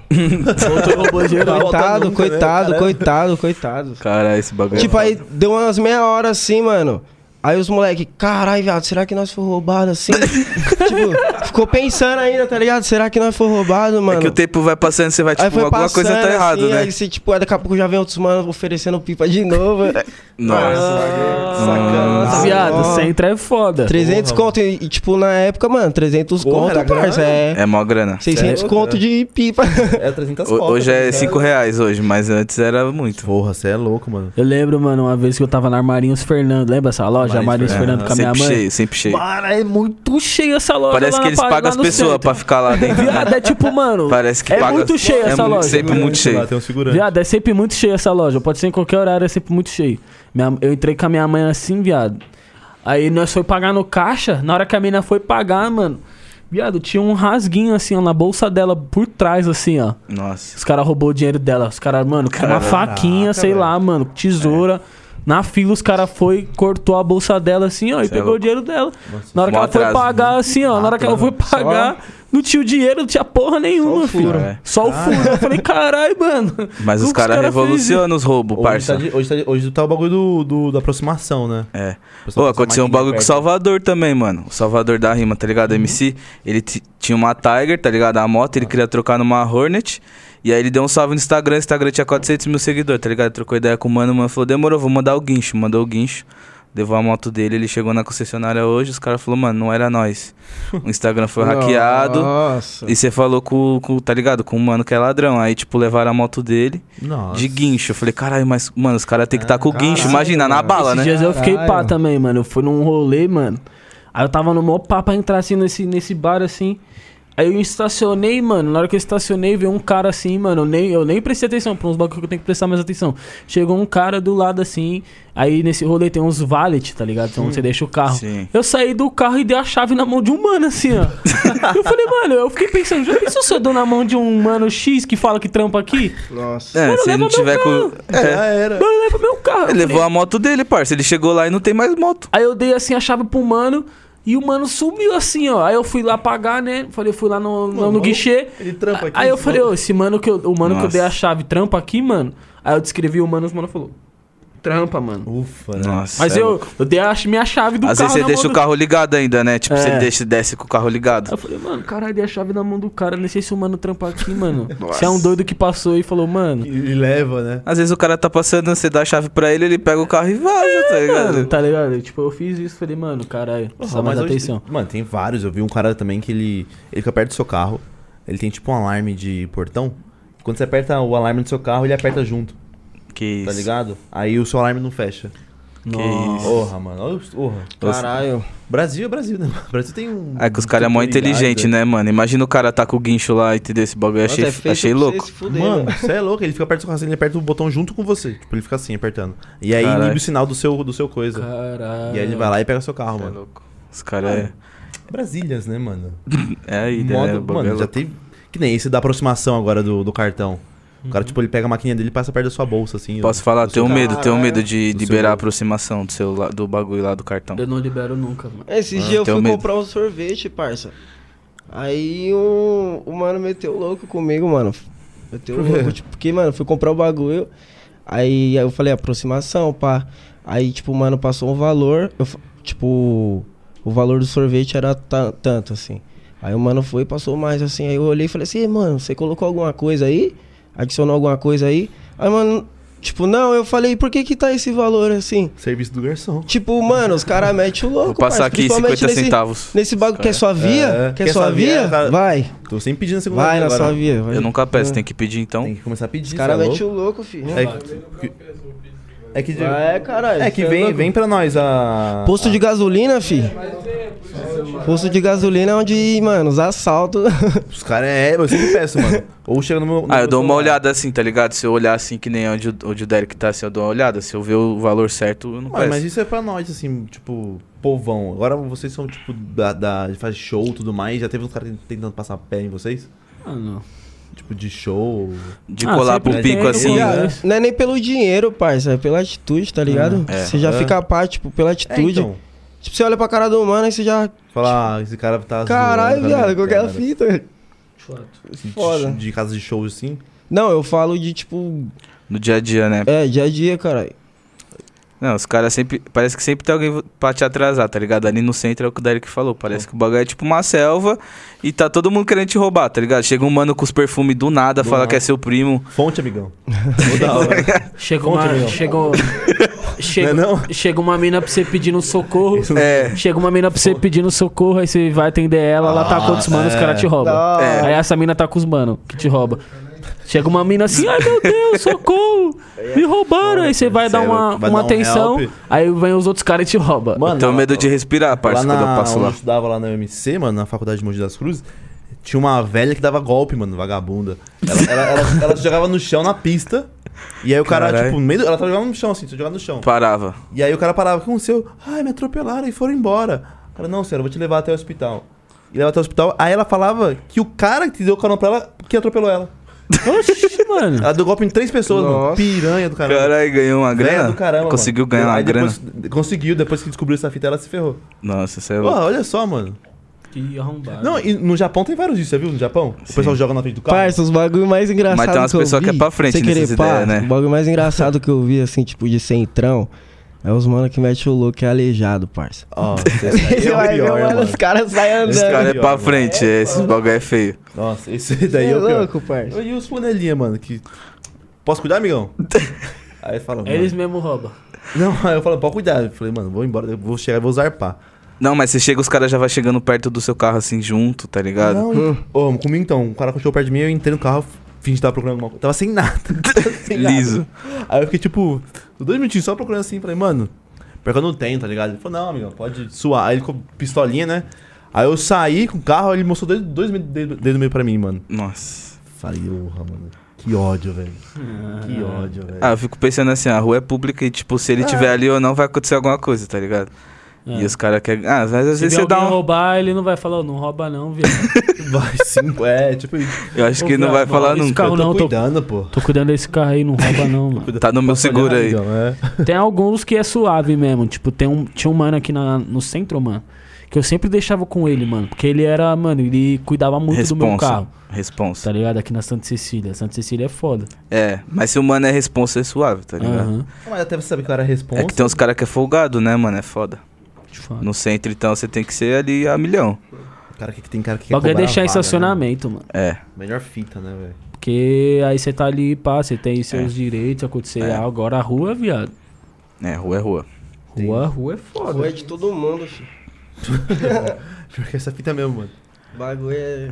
Speaker 6: Voltou e roubou geral.
Speaker 5: coitado,
Speaker 1: nunca, né,
Speaker 5: coitado,
Speaker 1: caralho?
Speaker 5: coitado, coitado,
Speaker 4: Cara, esse bagulho. é
Speaker 5: Tipo, aí
Speaker 4: foda.
Speaker 5: deu umas meia hora assim, mano. Aí os moleque, caralho, viado, será que nós foi roubado assim? tipo, ficou pensando ainda, tá ligado? Será que nós foi roubado, mano?
Speaker 4: É que o tempo vai passando, você vai, tipo,
Speaker 5: aí foi
Speaker 4: alguma
Speaker 5: passando,
Speaker 4: coisa tá errado,
Speaker 5: assim,
Speaker 4: né?
Speaker 5: Aí, se, tipo, aí daqui a pouco já vem outros mano oferecendo pipa de novo.
Speaker 4: É, Nossa. Hum.
Speaker 5: Sacanagem.
Speaker 2: Viado,
Speaker 5: Ó,
Speaker 2: centro é foda.
Speaker 5: 300 conto, e, e, tipo, na época, mano, 300
Speaker 1: Porra, era
Speaker 5: conto, parça,
Speaker 1: grana.
Speaker 5: é...
Speaker 4: É né? mó grana.
Speaker 5: 600
Speaker 1: Sério,
Speaker 5: conto
Speaker 1: cara?
Speaker 5: de pipa.
Speaker 1: É 300
Speaker 4: Ho-
Speaker 1: cotas,
Speaker 4: Hoje
Speaker 1: tá
Speaker 4: é
Speaker 1: ligado?
Speaker 4: 5 reais hoje, mas antes era muito.
Speaker 1: Porra, você é louco, mano.
Speaker 2: Eu lembro, mano, uma vez que eu tava na Armarinhos Fernando. Lembra essa loja?
Speaker 1: Armarinhos
Speaker 2: Armarinhos Fernando Tá com a minha
Speaker 4: Sempre
Speaker 2: mãe.
Speaker 4: cheio, sempre cheio.
Speaker 2: Cara, é muito cheia essa loja.
Speaker 4: Parece
Speaker 2: lá
Speaker 4: que
Speaker 2: na
Speaker 4: eles
Speaker 2: pa- lá
Speaker 4: pagam as
Speaker 2: no
Speaker 4: pessoas
Speaker 2: centro.
Speaker 4: pra ficar lá dentro. né?
Speaker 2: Viado, é tipo, mano.
Speaker 4: Parece que
Speaker 2: é
Speaker 4: paga.
Speaker 2: muito cheia
Speaker 4: é
Speaker 2: essa
Speaker 4: mu-
Speaker 2: loja.
Speaker 4: Sempre
Speaker 1: Tem
Speaker 4: muito
Speaker 1: gente lá,
Speaker 4: cheio.
Speaker 1: Tem um figurante.
Speaker 2: Viado, é sempre muito cheia essa loja. Pode ser em qualquer horário, é sempre muito cheio. Minha- eu entrei com a minha mãe assim, viado. Aí nós foi pagar no caixa. Na hora que a menina foi pagar, mano. Viado, tinha um rasguinho assim, ó, na bolsa dela por trás, assim, ó.
Speaker 4: Nossa.
Speaker 2: Os caras roubou o dinheiro dela. Os caras, mano, com uma
Speaker 4: Caraca, É.
Speaker 2: faquinha, sei
Speaker 1: velho.
Speaker 2: lá, mano, tesoura. Na fila, os caras foi, cortou a bolsa dela assim, ó, e
Speaker 4: Cê é
Speaker 2: pegou
Speaker 4: louco.
Speaker 2: o dinheiro dela. na hora que
Speaker 4: Mó
Speaker 2: ela foi
Speaker 4: atraso,
Speaker 2: pagar, assim, ó, na hora que ela foi pagar, não tinha o dinheiro, não tinha porra nenhuma, filho.
Speaker 4: É.
Speaker 2: Só o furo. Eu falei, caralho, mano.
Speaker 4: Mas os
Speaker 2: Como que
Speaker 4: caras
Speaker 2: cara fez
Speaker 4: revolucionam os roubos,
Speaker 1: Hoje tá,
Speaker 4: parça.
Speaker 1: de- hoje, tá, de- hoje tá o bagulho do, do- da aproximação, né?
Speaker 4: É.
Speaker 1: O pessoal
Speaker 4: Pô,
Speaker 1: passa
Speaker 4: aconteceu
Speaker 1: maquininha
Speaker 4: um bagulho com o
Speaker 1: perto. Uhum.
Speaker 4: Salvador também, mano. O Salvador da rima, tá ligado? O MC, ele ti- tinha uma Tiger, tá ligado? A moto,
Speaker 1: Ah.
Speaker 4: ele queria trocar numa Hornet. E aí ele deu um salve no Instagram, o Instagram tinha 400 mil seguidores, tá ligado? Trocou ideia com o mano, o mano falou, demorou, vou mandar o guincho. Mandou o guincho, levou a moto dele, ele chegou na concessionária hoje, os caras falaram, mano, não era nós. O Instagram foi hackeado.
Speaker 5: Nossa.
Speaker 4: E você falou com, com, tá ligado? Com um mano que é ladrão. Aí, tipo, levaram a moto dele
Speaker 1: Nossa. É,
Speaker 4: de guincho. Eu falei, caralho, mas, mano, os caras tem que estar tá com o guincho.
Speaker 5: caralho,
Speaker 4: Imagina, na
Speaker 5: mano.
Speaker 4: bala,
Speaker 2: Esses
Speaker 4: né?
Speaker 2: dias eu fiquei pá
Speaker 5: Caralho.
Speaker 2: também, mano. Eu fui num rolê, mano. Aí eu tava no maior pá pra entrar assim nesse, nesse bar assim. Aí eu estacionei, mano. Na hora que eu estacionei, veio um cara assim, mano. Eu nem, eu nem prestei atenção, pra uns bagulho que eu tenho que prestar mais atenção. Chegou um cara do lado assim. Aí nesse rolê tem uns valet, tá ligado? Então você deixa o carro.
Speaker 4: Sim.
Speaker 2: Eu saí do carro e dei a chave na mão de um mano, assim, ó. eu falei, mano, eu fiquei pensando, já pensou se eu dou na mão de um mano X que fala que trampa aqui?
Speaker 5: Nossa.
Speaker 4: É,
Speaker 2: Mano,
Speaker 4: se
Speaker 2: leva
Speaker 4: não
Speaker 2: meu
Speaker 4: tiver com.
Speaker 1: Já
Speaker 4: É.
Speaker 1: era.
Speaker 2: Mano, leva meu carro.
Speaker 1: É.
Speaker 2: Eu
Speaker 4: Ele
Speaker 2: falei,
Speaker 4: levou a moto dele, parça. Ele chegou lá e não tem mais moto.
Speaker 2: Aí eu dei assim a chave pro mano e o mano sumiu assim, ó. Aí eu fui lá pagar, né? Falei, eu fui lá no, no, no
Speaker 1: mano,
Speaker 2: guichê.
Speaker 1: ele trampa aqui, é
Speaker 2: Aí eu
Speaker 1: esse
Speaker 2: falei,
Speaker 1: mano.
Speaker 2: ô, esse mano que eu, o mano que eu dei a
Speaker 4: Nossa.
Speaker 2: chave trampa aqui, mano. Aí eu descrevi o mano, o mano falou, trampa, mano.
Speaker 1: Ufa, né?
Speaker 4: Nossa.
Speaker 2: Mas
Speaker 4: é
Speaker 2: eu,
Speaker 4: louco.
Speaker 2: eu dei a minha chave do
Speaker 4: Às
Speaker 2: carro.
Speaker 4: vezes você
Speaker 2: na
Speaker 4: deixa
Speaker 2: mão
Speaker 4: o
Speaker 2: do-
Speaker 4: carro ligado ainda, né? Tipo, você
Speaker 2: É.
Speaker 4: deixa, desce com o carro
Speaker 2: Aí eu
Speaker 4: ligado.
Speaker 2: falei, mano, caralho, dei a chave na mão do cara. Nem sei se o mano trampa aqui, mano. Você é um doido que passou e falou, mano.
Speaker 1: E, e leva, né?
Speaker 4: Às vezes o cara tá passando, você dá a chave pra ele, ele pega o carro e vaza, tá
Speaker 2: Mano,
Speaker 4: ligado?
Speaker 2: tá ligado? Tipo, eu fiz isso, falei, mano, caralho,
Speaker 1: Nossa,
Speaker 2: só mais
Speaker 1: hoje-
Speaker 2: atenção.
Speaker 1: mano, tem vários. Eu vi um cara também que ele. Ele fica perto do seu carro. Ele tem tipo um alarme de portão. Quando você aperta o alarme do seu carro, ele aperta junto,
Speaker 4: Que isso.
Speaker 1: tá ligado? Aí o seu alarme não fecha.
Speaker 2: Nossa.
Speaker 1: Porra, mano. Olha os- Porra.
Speaker 5: Caralho.
Speaker 1: Brasil é Brasil, né? O Brasil tem um.
Speaker 4: É que os caras é mó inteligente, né, mano? Imagina o cara tá com o guincho lá, entendeu? Esse bagulho. Eu
Speaker 5: Nossa,
Speaker 4: Achei,
Speaker 5: é feito
Speaker 4: achei
Speaker 5: pra você
Speaker 4: louco.
Speaker 5: se fuder,
Speaker 1: Mano,
Speaker 5: né?
Speaker 1: você é louco, ele fica perto do seu carro, assim, ele aperta o botão junto com você. Tipo, ele fica assim, apertando. E aí
Speaker 4: Caralho.
Speaker 1: inibe o sinal do seu, do seu coisa.
Speaker 2: Caralho.
Speaker 1: E aí ele vai lá e pega seu carro,
Speaker 4: É
Speaker 1: mano.
Speaker 4: louco. Os caras é.
Speaker 1: Brasílias, né, mano?
Speaker 4: É aí, né?
Speaker 1: Modo,
Speaker 4: O bagulho é
Speaker 1: mano, já
Speaker 4: louco.
Speaker 1: teve. Que nem esse da aproximação agora do, do cartão. O cara, tipo, ele pega a maquininha dele e passa perto da sua bolsa, assim.
Speaker 4: Posso
Speaker 1: ó.
Speaker 4: falar,
Speaker 1: Do seu
Speaker 4: tenho
Speaker 1: carro. né?
Speaker 4: medo, tenho medo de
Speaker 1: Do
Speaker 4: liberar
Speaker 1: seu-
Speaker 4: a aproximação do, seu, la- do bagulho lá do cartão.
Speaker 2: Eu não libero nunca, mano.
Speaker 5: É, Esses
Speaker 4: Ah,
Speaker 5: dias eu
Speaker 4: tenho
Speaker 5: fui
Speaker 4: medo.
Speaker 5: comprar um sorvete, parça. Aí um, o mano meteu o louco comigo, mano. Meteu o louco, tipo, porque, mano, fui comprar o bagulho. Aí eu falei, aproximação, pá. Aí, tipo, o mano passou um valor. eu fa- tipo, o valor do sorvete era ta- tanto, assim. Aí o mano foi e passou mais, assim. Aí eu olhei e falei assim, "Ei, mano, você colocou alguma coisa aí? Adicionou alguma coisa aí? Aí, mano, tipo, não, eu falei, por que que tá esse valor assim?
Speaker 1: Serviço do garçom.
Speaker 5: Tipo, mano, os caras metem o louco.
Speaker 4: Vou passar
Speaker 5: parça,
Speaker 4: aqui
Speaker 5: principalmente
Speaker 4: 50
Speaker 5: nesse,
Speaker 4: centavos.
Speaker 5: Nesse bagulho que é sua
Speaker 1: É,
Speaker 5: via? que é sua via?
Speaker 1: tá-
Speaker 5: Vai.
Speaker 1: Tô sempre pedindo a segunda
Speaker 5: Vai
Speaker 1: via
Speaker 5: na
Speaker 1: agora.
Speaker 5: sua via. Vai.
Speaker 4: Eu nunca peço, tem que pedir então.
Speaker 1: É. Tem que começar a pedir.
Speaker 5: Os caras
Speaker 1: cê é
Speaker 5: metem
Speaker 1: louco?
Speaker 5: o louco, filho.
Speaker 1: É que- É que.
Speaker 5: É, caralho.
Speaker 1: É que
Speaker 5: cê
Speaker 1: vem,
Speaker 5: louco.
Speaker 1: vem pra nós a.
Speaker 5: Posto de gasolina, filho. Posto de gasolina é onde, mano, os assaltos.
Speaker 1: Os caras é. Eu sempre peço, mano. Ou chega no meu. no
Speaker 4: Ah, eu
Speaker 1: meu
Speaker 4: dou uma
Speaker 1: celular.
Speaker 4: olhada assim, tá ligado? Se eu olhar assim, que nem onde, o- onde o Derek tá, assim, eu dou uma olhada. Se eu ver o valor certo, eu não
Speaker 1: Mano,
Speaker 4: peço.
Speaker 1: mas isso é pra nós, assim, tipo, povão. Agora vocês são, tipo, da, da, faz show e tudo mais. Já teve uns caras tentando passar pé em vocês?
Speaker 2: Ah, não.
Speaker 1: Tipo, de show.
Speaker 4: De
Speaker 2: Ah,
Speaker 4: colar
Speaker 2: sempre
Speaker 4: pro
Speaker 2: tem,
Speaker 4: pico
Speaker 2: eu
Speaker 4: assim.
Speaker 2: gosto.
Speaker 1: né?
Speaker 5: Não é nem pelo dinheiro, parça, é pela atitude, tá ligado?
Speaker 4: É.
Speaker 5: Você já
Speaker 1: É.
Speaker 5: fica a pá, tipo, pela atitude.
Speaker 1: então.
Speaker 5: Tipo, você olha pra cara do mano e você já.
Speaker 1: Falar, ah, esse cara tá
Speaker 5: Caralho,
Speaker 1: zoando, tá
Speaker 5: viado,
Speaker 1: vendo,
Speaker 5: qualquer
Speaker 1: cara?" assim,
Speaker 5: fita.
Speaker 1: De-
Speaker 5: Foda.
Speaker 1: De casa de show assim.
Speaker 5: Não, eu falo de tipo.
Speaker 4: No dia a dia, né?
Speaker 5: É, dia a dia, caralho.
Speaker 4: Não, os caras sempre. Parece que sempre tem alguém pra te atrasar, tá ligado? Ali no centro é o que o Derek falou. Parece que o bagulho é tipo uma selva e tá todo mundo querendo te roubar, tá ligado? Chega um mano com os perfumes do nada, fala que é seu primo.
Speaker 1: Fonte, amigão. Toda hora.
Speaker 2: Chega
Speaker 1: Conte,
Speaker 2: uma,
Speaker 1: Miguel.
Speaker 2: chegou, chega,
Speaker 1: Não é
Speaker 2: chega uma mina pra você pedindo socorro.
Speaker 4: É.
Speaker 2: Chega uma mina pra você pedindo socorro, aí você vai atender ela, ela tá com outros manos, os caras te roubam.
Speaker 4: É.
Speaker 2: Aí essa mina tá com os manos que te rouba. Chega uma mina assim, ai meu Deus, socorro! Me roubaram! Aí você vai
Speaker 1: Cê
Speaker 2: dar
Speaker 1: é
Speaker 2: uma,
Speaker 1: louco, vai
Speaker 2: uma
Speaker 1: dar um
Speaker 2: atenção,
Speaker 1: help.
Speaker 2: aí vem os outros caras e te roubam.
Speaker 1: Mano,
Speaker 4: Eu tenho
Speaker 1: Ah, lá-
Speaker 4: um medo de respirar,
Speaker 1: lá
Speaker 4: parça,
Speaker 1: na,
Speaker 4: quando eu passo
Speaker 1: onde
Speaker 4: lá.
Speaker 1: eu estudava lá na UMC, mano, na Faculdade de Monte das Cruzes, tinha uma velha que dava golpe, mano, vagabunda. Ela, ela, ela- ela se jogava no chão na pista. E aí o cara,
Speaker 4: Caralho.
Speaker 1: tipo, no meio do- ela tava jogando no chão, assim, se jogando no chão.
Speaker 4: Parava.
Speaker 1: E aí o cara parava, o que aconteceu? Ai, me atropelaram e foram embora. O cara, não, senhora, eu vou te levar até o hospital. E leva até o hospital. Aí ela falava que o cara que deu o carão pra ela, que atropelou ela.
Speaker 2: Oxi, mano.
Speaker 1: Ela deu golpe em três pessoas, mano.
Speaker 5: Nossa.
Speaker 1: Piranha do caramba.
Speaker 4: Caralho, ganhou uma
Speaker 1: Velha
Speaker 4: grana?
Speaker 1: do caramba,
Speaker 4: Conseguiu
Speaker 1: mano.
Speaker 4: ganhar uma
Speaker 1: Aí
Speaker 4: grana?
Speaker 1: depois- conseguiu, depois que descobriu essa fita, ela se ferrou.
Speaker 4: Nossa, você é
Speaker 1: Pô,
Speaker 4: louco.
Speaker 1: olha só, mano.
Speaker 2: Que
Speaker 5: Ah,
Speaker 2: arrombado.
Speaker 1: Não, e no Japão tem vários disso, você viu? No Japão? O
Speaker 4: Sim.
Speaker 1: pessoal joga na frente do carro.
Speaker 5: Parça, os bagulho mais engraçado
Speaker 4: Mas tem umas
Speaker 5: que eu
Speaker 4: pessoas que é
Speaker 5: vi,
Speaker 4: pra frente
Speaker 5: sem querer,
Speaker 4: nessas
Speaker 5: pá,
Speaker 4: ideias, né?
Speaker 5: O bagulho mais engraçado que eu vi, assim, tipo, de centrão, é os mano que mete o louco, é aleijado, parça.
Speaker 1: Ó, esse
Speaker 5: Você
Speaker 1: é o
Speaker 5: vai ver,
Speaker 1: pior,
Speaker 5: mano,
Speaker 1: mano.
Speaker 5: os caras saem andando.
Speaker 4: Esse cara é
Speaker 1: Pior,
Speaker 4: pra
Speaker 1: mano.
Speaker 4: frente, é, esse bagulho é feio.
Speaker 1: Nossa, esse daí
Speaker 5: é
Speaker 1: é o pior.
Speaker 5: louco, parça.
Speaker 1: E os panelinha, mano, que... Posso cuidar, amigão? Aí fala, mano...
Speaker 2: Eles mesmo roubam.
Speaker 1: Não, aí eu falo, pode cuidar. Eu falei, mano, vou embora, eu vou chegar, e vou zarpar.
Speaker 4: Não, mas você chega, os caras já vai chegando perto do seu carro assim junto, tá ligado?
Speaker 1: Não, e- Ô, comigo então, um cara continuou perto de mim, eu entrei no carro, fingi que tava procurando alguma coisa. Tava sem nada. tava sem nada.
Speaker 4: Liso.
Speaker 1: Aí eu fiquei, tipo, dois minutinhos só procurando assim, falei, mano, pior que eu não tenho, tá ligado? Ele falou, não, amigo, pode suar. Aí ele ficou pistolinha, né? Aí eu saí com o carro, ele mostrou dois, dois dedos dedo no meio pra mim, mano.
Speaker 4: Nossa.
Speaker 1: Falei, porra, mano. Que ódio, velho. Que ódio, velho.
Speaker 4: Ah, eu fico pensando assim, a rua é pública e, tipo, se ele tiver ali ou não, vai acontecer alguma coisa, tá ligado?
Speaker 2: É.
Speaker 4: E os caras querem. Ah, às vezes
Speaker 2: Se
Speaker 4: você
Speaker 2: alguém
Speaker 4: dá um.
Speaker 2: roubar, ele não vai falar, "Ô, não rouba não, viado.
Speaker 1: Vai sim, é, tipo, isso.
Speaker 4: Eu acho
Speaker 2: Ô,
Speaker 4: que ele não vai
Speaker 2: viado,
Speaker 4: falar
Speaker 2: esse
Speaker 4: nunca.
Speaker 2: carro é
Speaker 1: eu
Speaker 2: não,
Speaker 1: tô
Speaker 2: eu tô-
Speaker 1: cuidando, pô.
Speaker 2: Tô cuidando desse carro aí, não rouba não, mano.
Speaker 4: Tá no meu seguro aí.
Speaker 1: Amigão, é.
Speaker 2: Tem alguns que é suave mesmo. Tipo, tem um, tinha um mano aqui na- no centro, mano. Que eu sempre deixava com ele, mano. Porque ele era, mano, ele cuidava muito do meu
Speaker 4: Responsa.
Speaker 2: carro.
Speaker 4: Responsa.
Speaker 2: Tá ligado? Aqui na Santa Cecília. Santa Cecília é foda.
Speaker 4: É, mas se o mano é responsa, é suave, tá ligado?
Speaker 2: Aham.
Speaker 1: Mas até você saber que eu era responsa.
Speaker 4: É que tem uns caras que é folgado, né, mano? É foda.
Speaker 1: Tipo,
Speaker 2: De fato.
Speaker 4: No centro, então, você tem que ser ali a milhão.
Speaker 1: Cara, que tem cara que quer
Speaker 2: Alguém
Speaker 1: cobrar a
Speaker 2: é deixar
Speaker 1: vaga,
Speaker 2: em
Speaker 1: né?
Speaker 2: estacionamento, mano.
Speaker 4: É.
Speaker 1: Melhor fita, né, velho?
Speaker 2: Porque aí você tá ali, pá, você
Speaker 1: É.
Speaker 2: tem seus direitos, acontecer. algo. Agora a rua, viado.
Speaker 4: É, rua é rua.
Speaker 2: Rua, rua é foda.
Speaker 5: Bagulho é de todo mundo, filho.
Speaker 1: Pior que essa fita mesmo, mano.
Speaker 5: Bagulho é.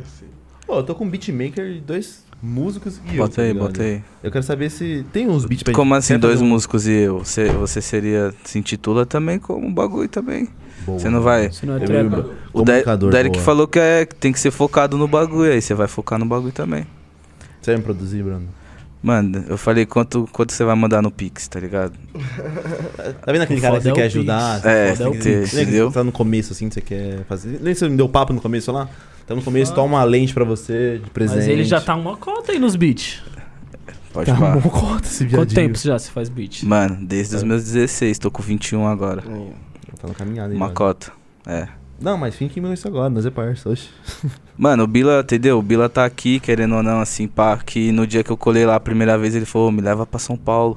Speaker 1: Pô, eu tô com um beatmaker e dois músicos e eu,
Speaker 4: Bota
Speaker 1: tá
Speaker 4: aí,
Speaker 1: ligado?
Speaker 2: né?
Speaker 4: bota aí.
Speaker 1: Eu quero saber se tem uns beats pra
Speaker 4: Como assim,
Speaker 1: Quer
Speaker 4: dois
Speaker 1: fazer um-
Speaker 4: músicos e eu? Você, você seria. Se intitula também como um bagulho também.
Speaker 1: Boa.
Speaker 4: Você não vai.
Speaker 2: Isso não é
Speaker 1: Eu-
Speaker 2: treta.
Speaker 4: O, Der-
Speaker 1: Comunicador,
Speaker 4: o Derek
Speaker 1: um boa.
Speaker 4: falou que, é, que tem que ser focado no bagulho, aí você vai focar no bagulho também.
Speaker 1: Você vai me produzir, Bruno?
Speaker 4: Mano, eu falei quanto, quanto você vai mandar no Pix, tá ligado?
Speaker 1: Tá vendo aquele
Speaker 2: O
Speaker 1: cara
Speaker 2: foda
Speaker 1: que você
Speaker 2: é o
Speaker 1: quer
Speaker 2: Pix.
Speaker 1: ajudar?
Speaker 2: É,
Speaker 4: É,
Speaker 2: foda é
Speaker 4: tem
Speaker 2: o
Speaker 4: que
Speaker 1: Você
Speaker 4: ter,
Speaker 1: lembra que
Speaker 4: entendeu?
Speaker 1: Tá no começo, assim, que você quer fazer. Nem você me deu papo no começo lá? Tá no começo, toma uma lente pra você, de presente.
Speaker 2: Ah. Mas ele já tá uma cota aí nos beats.
Speaker 4: Pode
Speaker 1: Tá
Speaker 4: falar.
Speaker 1: bom, É. conta esse viadinho.
Speaker 2: Quanto tempo você já se faz beat?
Speaker 4: Mano, desde os meus 16, tô com 21 agora.
Speaker 1: Tá na caminhada, hein,
Speaker 4: Uma
Speaker 1: mano.
Speaker 4: cota. É.
Speaker 1: Não, mas finge que me isso agora, nós é parça. Oxe.
Speaker 4: Mano, o Bila, entendeu? O Bila tá aqui, querendo ou não, assim, pá. Que no dia que eu colei lá a primeira vez, ele falou: "Ô, me leva pra São Paulo.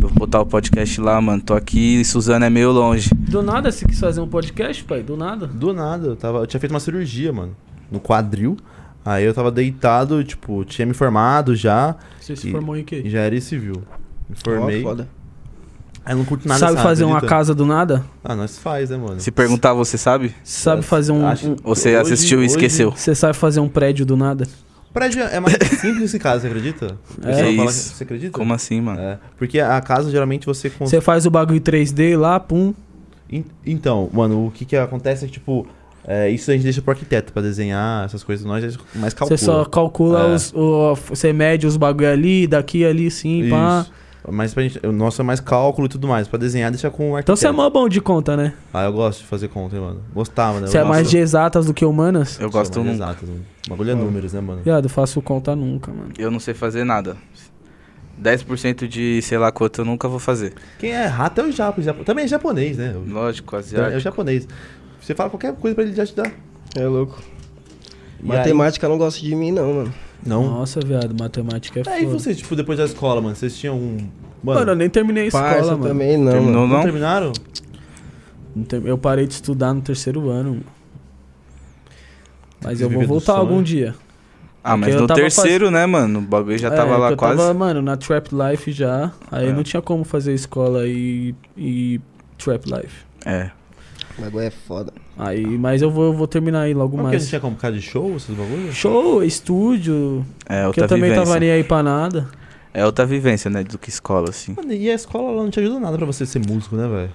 Speaker 4: Pra eu botar o podcast lá, mano. Tô aqui, Suzano é meio longe.
Speaker 2: Do nada você quis fazer um podcast, pai? Do nada?
Speaker 1: Do nada, eu, tava, eu tinha feito uma cirurgia, mano, no quadril. Aí eu tava deitado, tipo, tinha me formado já,
Speaker 2: Você se
Speaker 1: E-
Speaker 2: formou em quê?
Speaker 1: engenharia civil. Me formei.
Speaker 5: foda.
Speaker 1: Aí eu não curto nada
Speaker 2: sabe
Speaker 1: dessa área,
Speaker 2: fazer uma
Speaker 1: acredita?
Speaker 2: casa do nada?
Speaker 1: Ah, nós faz, né, mano?
Speaker 4: Se perguntar, você sabe?
Speaker 2: Sabe fazer um,
Speaker 1: Acho-
Speaker 2: um-
Speaker 4: Ou você
Speaker 1: Hoje-
Speaker 4: assistiu e
Speaker 1: hoje-
Speaker 4: esqueceu?
Speaker 2: Você sabe fazer um prédio do nada?
Speaker 1: Prédio é mais simples que casa, você acredita? O pessoal
Speaker 4: É
Speaker 1: fala que-
Speaker 4: isso.
Speaker 1: Você acredita?
Speaker 4: Como assim, mano?
Speaker 1: É, porque a casa geralmente você cons-
Speaker 2: Você faz o bagulho 3D lá, pum.
Speaker 1: En- Então, mano, o que que acontece é que, tipo, é, isso a gente deixa pro arquiteto pra desenhar essas coisas, nós a gente mais calcula.
Speaker 2: Você só calcula
Speaker 1: É.
Speaker 2: os. o- Você mede os bagulho ali, daqui ali, sim, pá.
Speaker 1: Isso. Mas pra gente, o nosso é mais cálculo e tudo mais. Pra desenhar, deixa com o arquiteto.
Speaker 2: Então você é mó bom de conta, né?
Speaker 1: Ah, eu gosto de fazer conta, hein, mano. Gostava, né?
Speaker 2: Você é
Speaker 1: Eu gosto.
Speaker 2: mais de Ah. exatas do que humanas?
Speaker 1: Sou
Speaker 4: Eu gosto um-
Speaker 1: mais
Speaker 4: num.
Speaker 1: exato, mano. O bagulho é números, né, mano?
Speaker 2: Viado, eu faço conta nunca, mano.
Speaker 4: Eu não sei fazer nada. 10% de sei lá quanto eu nunca vou fazer.
Speaker 1: Quem é rato é o japo. japo- Também é japonês, né? O-
Speaker 4: Lógico,
Speaker 1: é o
Speaker 4: asiático.
Speaker 1: japonês. Você fala qualquer coisa pra ele já te dar.
Speaker 5: É louco.
Speaker 1: E
Speaker 5: Matemática não gosta de mim, não, mano.
Speaker 1: Não.
Speaker 2: Nossa, viado, matemática é foda.
Speaker 1: Aí você, tipo, depois da escola, mano, vocês tinham um. Mano,
Speaker 2: Mano, eu nem terminei a escola,
Speaker 5: Parça
Speaker 2: mano.
Speaker 5: também não, mano.
Speaker 4: Terminou,
Speaker 1: não,
Speaker 4: não?
Speaker 1: terminaram?
Speaker 2: Não tem- Eu parei de estudar no terceiro ano. mano. Mas
Speaker 1: Você
Speaker 2: eu vou
Speaker 1: vive do
Speaker 2: voltar
Speaker 1: sonho.
Speaker 2: algum dia.
Speaker 4: Ah, mas
Speaker 2: Porque eu
Speaker 4: no
Speaker 2: tava
Speaker 4: terceiro, né, mano? O bagulho já
Speaker 2: É,
Speaker 4: tava
Speaker 2: que
Speaker 4: lá
Speaker 2: eu
Speaker 4: quase.
Speaker 2: Tava, mano, na Trap Life já. Aí
Speaker 4: É.
Speaker 2: não tinha como fazer escola e, e Trap Life.
Speaker 4: É.
Speaker 5: O bagulho é foda.
Speaker 2: Aí, mas eu vou, eu vou terminar aí logo
Speaker 1: Mas porque a gente
Speaker 2: mais.
Speaker 1: tinha como ficar de show, esses bagulhos?
Speaker 2: Show, estúdio.
Speaker 4: É
Speaker 2: Porque
Speaker 4: outra
Speaker 2: eu também
Speaker 4: vivência.
Speaker 2: tava nem aí pra nada.
Speaker 4: É outra vivência, né? Do que escola, assim.
Speaker 1: Mano, e a escola ela não te ajuda nada pra você ser músico, né, velho?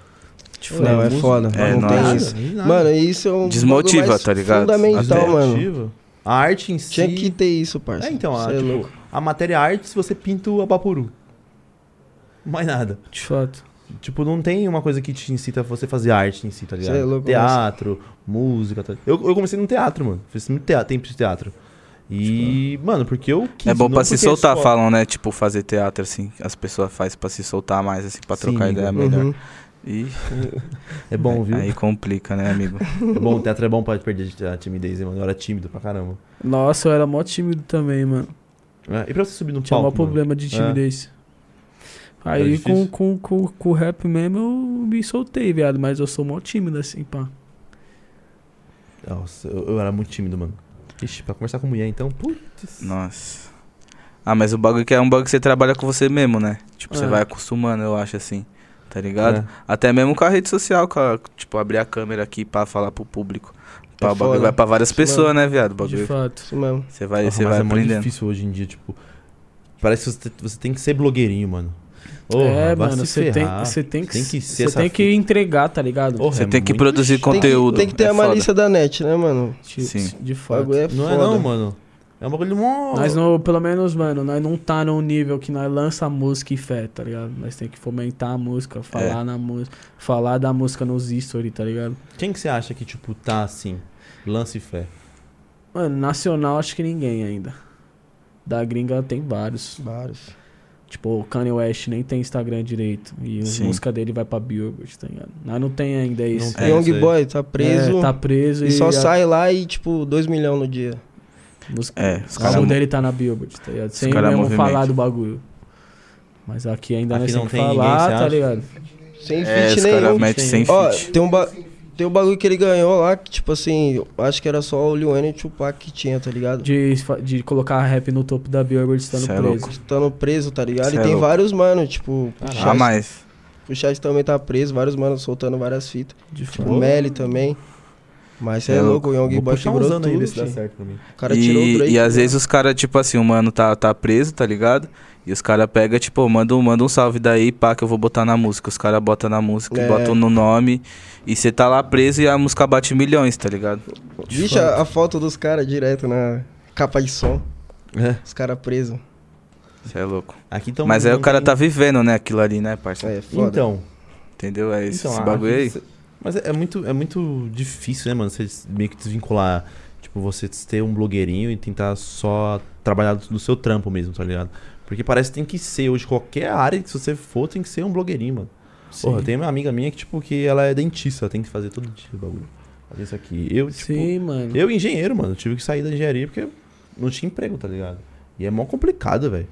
Speaker 5: não, é foda.
Speaker 4: É,
Speaker 5: não,
Speaker 4: não
Speaker 5: tem
Speaker 4: ajuda.
Speaker 5: isso. Mano, isso é um.
Speaker 4: Desmotiva,
Speaker 5: bagulho mais
Speaker 4: tá ligado?
Speaker 5: Fundamental,
Speaker 2: então,
Speaker 4: Até.
Speaker 5: mano.
Speaker 1: é A arte em si.
Speaker 5: Tinha que ter isso, parça.
Speaker 1: É, então,
Speaker 5: Cê
Speaker 1: a,
Speaker 5: é
Speaker 1: tipo,
Speaker 5: louco.
Speaker 1: a matéria arte se você pinta o abapuru. Mais nada.
Speaker 2: De fato.
Speaker 1: Tipo, não tem uma coisa que te incita a você fazer arte em si, tá ligado?
Speaker 5: Cê é louco,
Speaker 1: teatro, música. Tá... Eu, eu comecei no teatro, mano. Fiz muito teatro, tempo de teatro. E,
Speaker 5: Tipo,
Speaker 1: mano, porque eu quis,
Speaker 4: é bom
Speaker 1: não
Speaker 4: pra se
Speaker 1: porque a
Speaker 4: soltar,
Speaker 1: escola-
Speaker 4: falam, né? Tipo, fazer teatro, assim. As pessoas fazem pra se soltar mais, assim, pra
Speaker 1: Sim,
Speaker 4: trocar ideia
Speaker 1: amigo.
Speaker 4: melhor.
Speaker 5: Uhum.
Speaker 4: E
Speaker 1: É bom, viu?
Speaker 4: aí complica, né, amigo?
Speaker 1: É bom, o teatro é bom pra perder a timidez, hein, mano. Eu era tímido pra caramba.
Speaker 2: Nossa, eu era mó tímido também, mano.
Speaker 1: É, E pra você subir no
Speaker 2: Tinha
Speaker 1: palco,
Speaker 2: maior
Speaker 1: mano?
Speaker 2: problema
Speaker 4: É.
Speaker 2: de timidez.
Speaker 1: Era
Speaker 2: Aí
Speaker 1: difícil?
Speaker 2: com, com, com, com o rap mesmo eu me soltei, viado. Mas eu sou mó tímido assim, pá.
Speaker 1: Nossa, eu, eu era muito tímido, mano. Ixi, pra conversar com mulher, então, putz.
Speaker 4: Nossa. Ah, mas o bagulho que é um bagulho que você trabalha com você mesmo, né? Tipo, você
Speaker 2: É.
Speaker 4: vai acostumando, eu acho, assim. Tá ligado?
Speaker 1: É.
Speaker 4: Até mesmo com a rede social, com a- tipo, abrir a câmera aqui pra falar pro público. Pá, o
Speaker 5: foda.
Speaker 4: bagulho vai pra várias
Speaker 5: Isso
Speaker 4: pessoas, né, viado? O
Speaker 2: De
Speaker 4: bagulho.
Speaker 2: fato.
Speaker 5: Isso mesmo.
Speaker 4: Você vai,
Speaker 1: Nossa,
Speaker 4: você
Speaker 1: mas
Speaker 4: vai
Speaker 1: é muito
Speaker 4: aprendendo.
Speaker 1: difícil hoje em dia, tipo. Parece que você, você tem que ser blogueirinho, mano.
Speaker 2: é, mano, você tem,
Speaker 1: você
Speaker 2: você tem que,
Speaker 1: Tem que ser
Speaker 2: você
Speaker 1: essa
Speaker 2: tem que
Speaker 1: fita.
Speaker 2: entregar, tá ligado?
Speaker 1: é
Speaker 4: Você tem que produzir
Speaker 5: Tem que-
Speaker 4: conteúdo.
Speaker 5: Tem que, ter
Speaker 4: é
Speaker 5: a
Speaker 4: foda.
Speaker 5: malícia da net, né, mano?
Speaker 2: De,
Speaker 4: Sim.
Speaker 2: de
Speaker 5: O
Speaker 2: fato.
Speaker 5: bagulho é
Speaker 1: Não
Speaker 5: foda.
Speaker 1: é não, mano. É um bagulho mó.
Speaker 2: Nós não, pelo menos, mano, nós não tá num nível que nós lança a música e fé, tá ligado? Nós tem que fomentar a música, falar
Speaker 4: É.
Speaker 2: na música, falar da música nos history, tá ligado?
Speaker 1: Quem que você acha que, tipo, tá assim? Lance e fé.
Speaker 2: Mano, nacional acho que ninguém ainda. Da gringa tem vários.
Speaker 5: Vários.
Speaker 2: Tipo, o Kanye West nem tem Instagram direito. E a
Speaker 4: Sim.
Speaker 2: música dele vai pra Billboard, tá ligado? Nós não tem ainda isso.
Speaker 1: É, isso
Speaker 5: Young
Speaker 1: aí.
Speaker 5: Boy tá preso.
Speaker 2: É, tá preso
Speaker 5: E só
Speaker 2: a
Speaker 5: sai lá e, tipo, 2 milhões no dia.
Speaker 2: música.
Speaker 4: É, os
Speaker 2: O
Speaker 4: caras.
Speaker 2: álbum dele tá na Billboard, tá ligado? Sem
Speaker 4: cara
Speaker 2: mesmo
Speaker 4: movimento.
Speaker 2: falar do bagulho. Mas aqui ainda
Speaker 1: Aqui
Speaker 2: nós
Speaker 1: não
Speaker 2: temos que
Speaker 1: tem ninguém,
Speaker 2: falar,
Speaker 1: você
Speaker 2: tá
Speaker 1: acha?
Speaker 2: ligado?
Speaker 5: Sem
Speaker 4: É,
Speaker 5: fit
Speaker 4: os
Speaker 5: nenhum.
Speaker 4: caras metem sem
Speaker 5: Ó,
Speaker 4: fit.
Speaker 5: tem um, ba- tem um bagulho que ele ganhou lá, que, tipo assim, eu acho que era só o Lil Wayne e o Tupac que tinha, tá ligado?
Speaker 2: De, fa- de colocar rap no topo da Billboard estando
Speaker 4: Cê é
Speaker 2: preso.
Speaker 4: louco.
Speaker 5: Tando preso, tá ligado?
Speaker 4: Cê
Speaker 5: e
Speaker 4: é
Speaker 5: tem
Speaker 4: louco.
Speaker 5: vários, mano, tipo, o Chaz-
Speaker 4: A mais.
Speaker 5: o Chaz também tá preso, vários, mano, soltando várias fitas.
Speaker 4: Tipo,
Speaker 2: De
Speaker 5: O
Speaker 2: fato.
Speaker 5: Melly também. Mas você é,
Speaker 4: É
Speaker 5: louco, o Young
Speaker 1: Vou
Speaker 5: Boy
Speaker 1: puxar
Speaker 5: quebrou
Speaker 1: uns
Speaker 5: tudo,
Speaker 1: anos aí, ver se dá
Speaker 5: fi.
Speaker 1: certo pra mim.
Speaker 5: O cara
Speaker 4: e,
Speaker 5: tirou o Drake.
Speaker 4: e às
Speaker 5: né?
Speaker 4: vezes os caras, tipo assim, o mano tá, tá preso, tá ligado? E os caras pegam, tipo, manda, um- manda um salve daí, pá, que eu vou botar na música. Os caras botam na música,
Speaker 5: É.
Speaker 4: botam no nome. E você tá lá preso e a música bate milhões, tá ligado?
Speaker 5: Vixe, a, a foto dos caras direto na capa de som.
Speaker 1: É.
Speaker 5: Os caras presos.
Speaker 4: Você é louco.
Speaker 1: Aqui então,
Speaker 4: Mas aí
Speaker 1: não
Speaker 4: o cara
Speaker 1: tem-
Speaker 4: tá vivendo, né, aquilo ali, né, parceiro?
Speaker 5: É, foda.
Speaker 1: Então,
Speaker 4: Entendeu? É isso, esse
Speaker 1: Então,
Speaker 4: bagulho
Speaker 1: acho que
Speaker 4: aí.
Speaker 1: cê- Mas é é muito, é muito difícil, né, mano? Você meio que desvincular. Tipo, você ter um blogueirinho e tentar só trabalhar do do seu trampo mesmo, tá ligado? Porque parece que tem que ser hoje, qualquer área que você for, tem que ser um blogueirinho, mano. Porra, tem uma amiga minha que, tipo, que ela é dentista, ela tem que fazer todo dia o bagulho. Fazer isso aqui. Eu, tipo,
Speaker 2: Sim, mano.
Speaker 1: eu, engenheiro, mano, tive que sair da engenharia porque não tinha emprego, tá ligado? E é mó complicado, velho.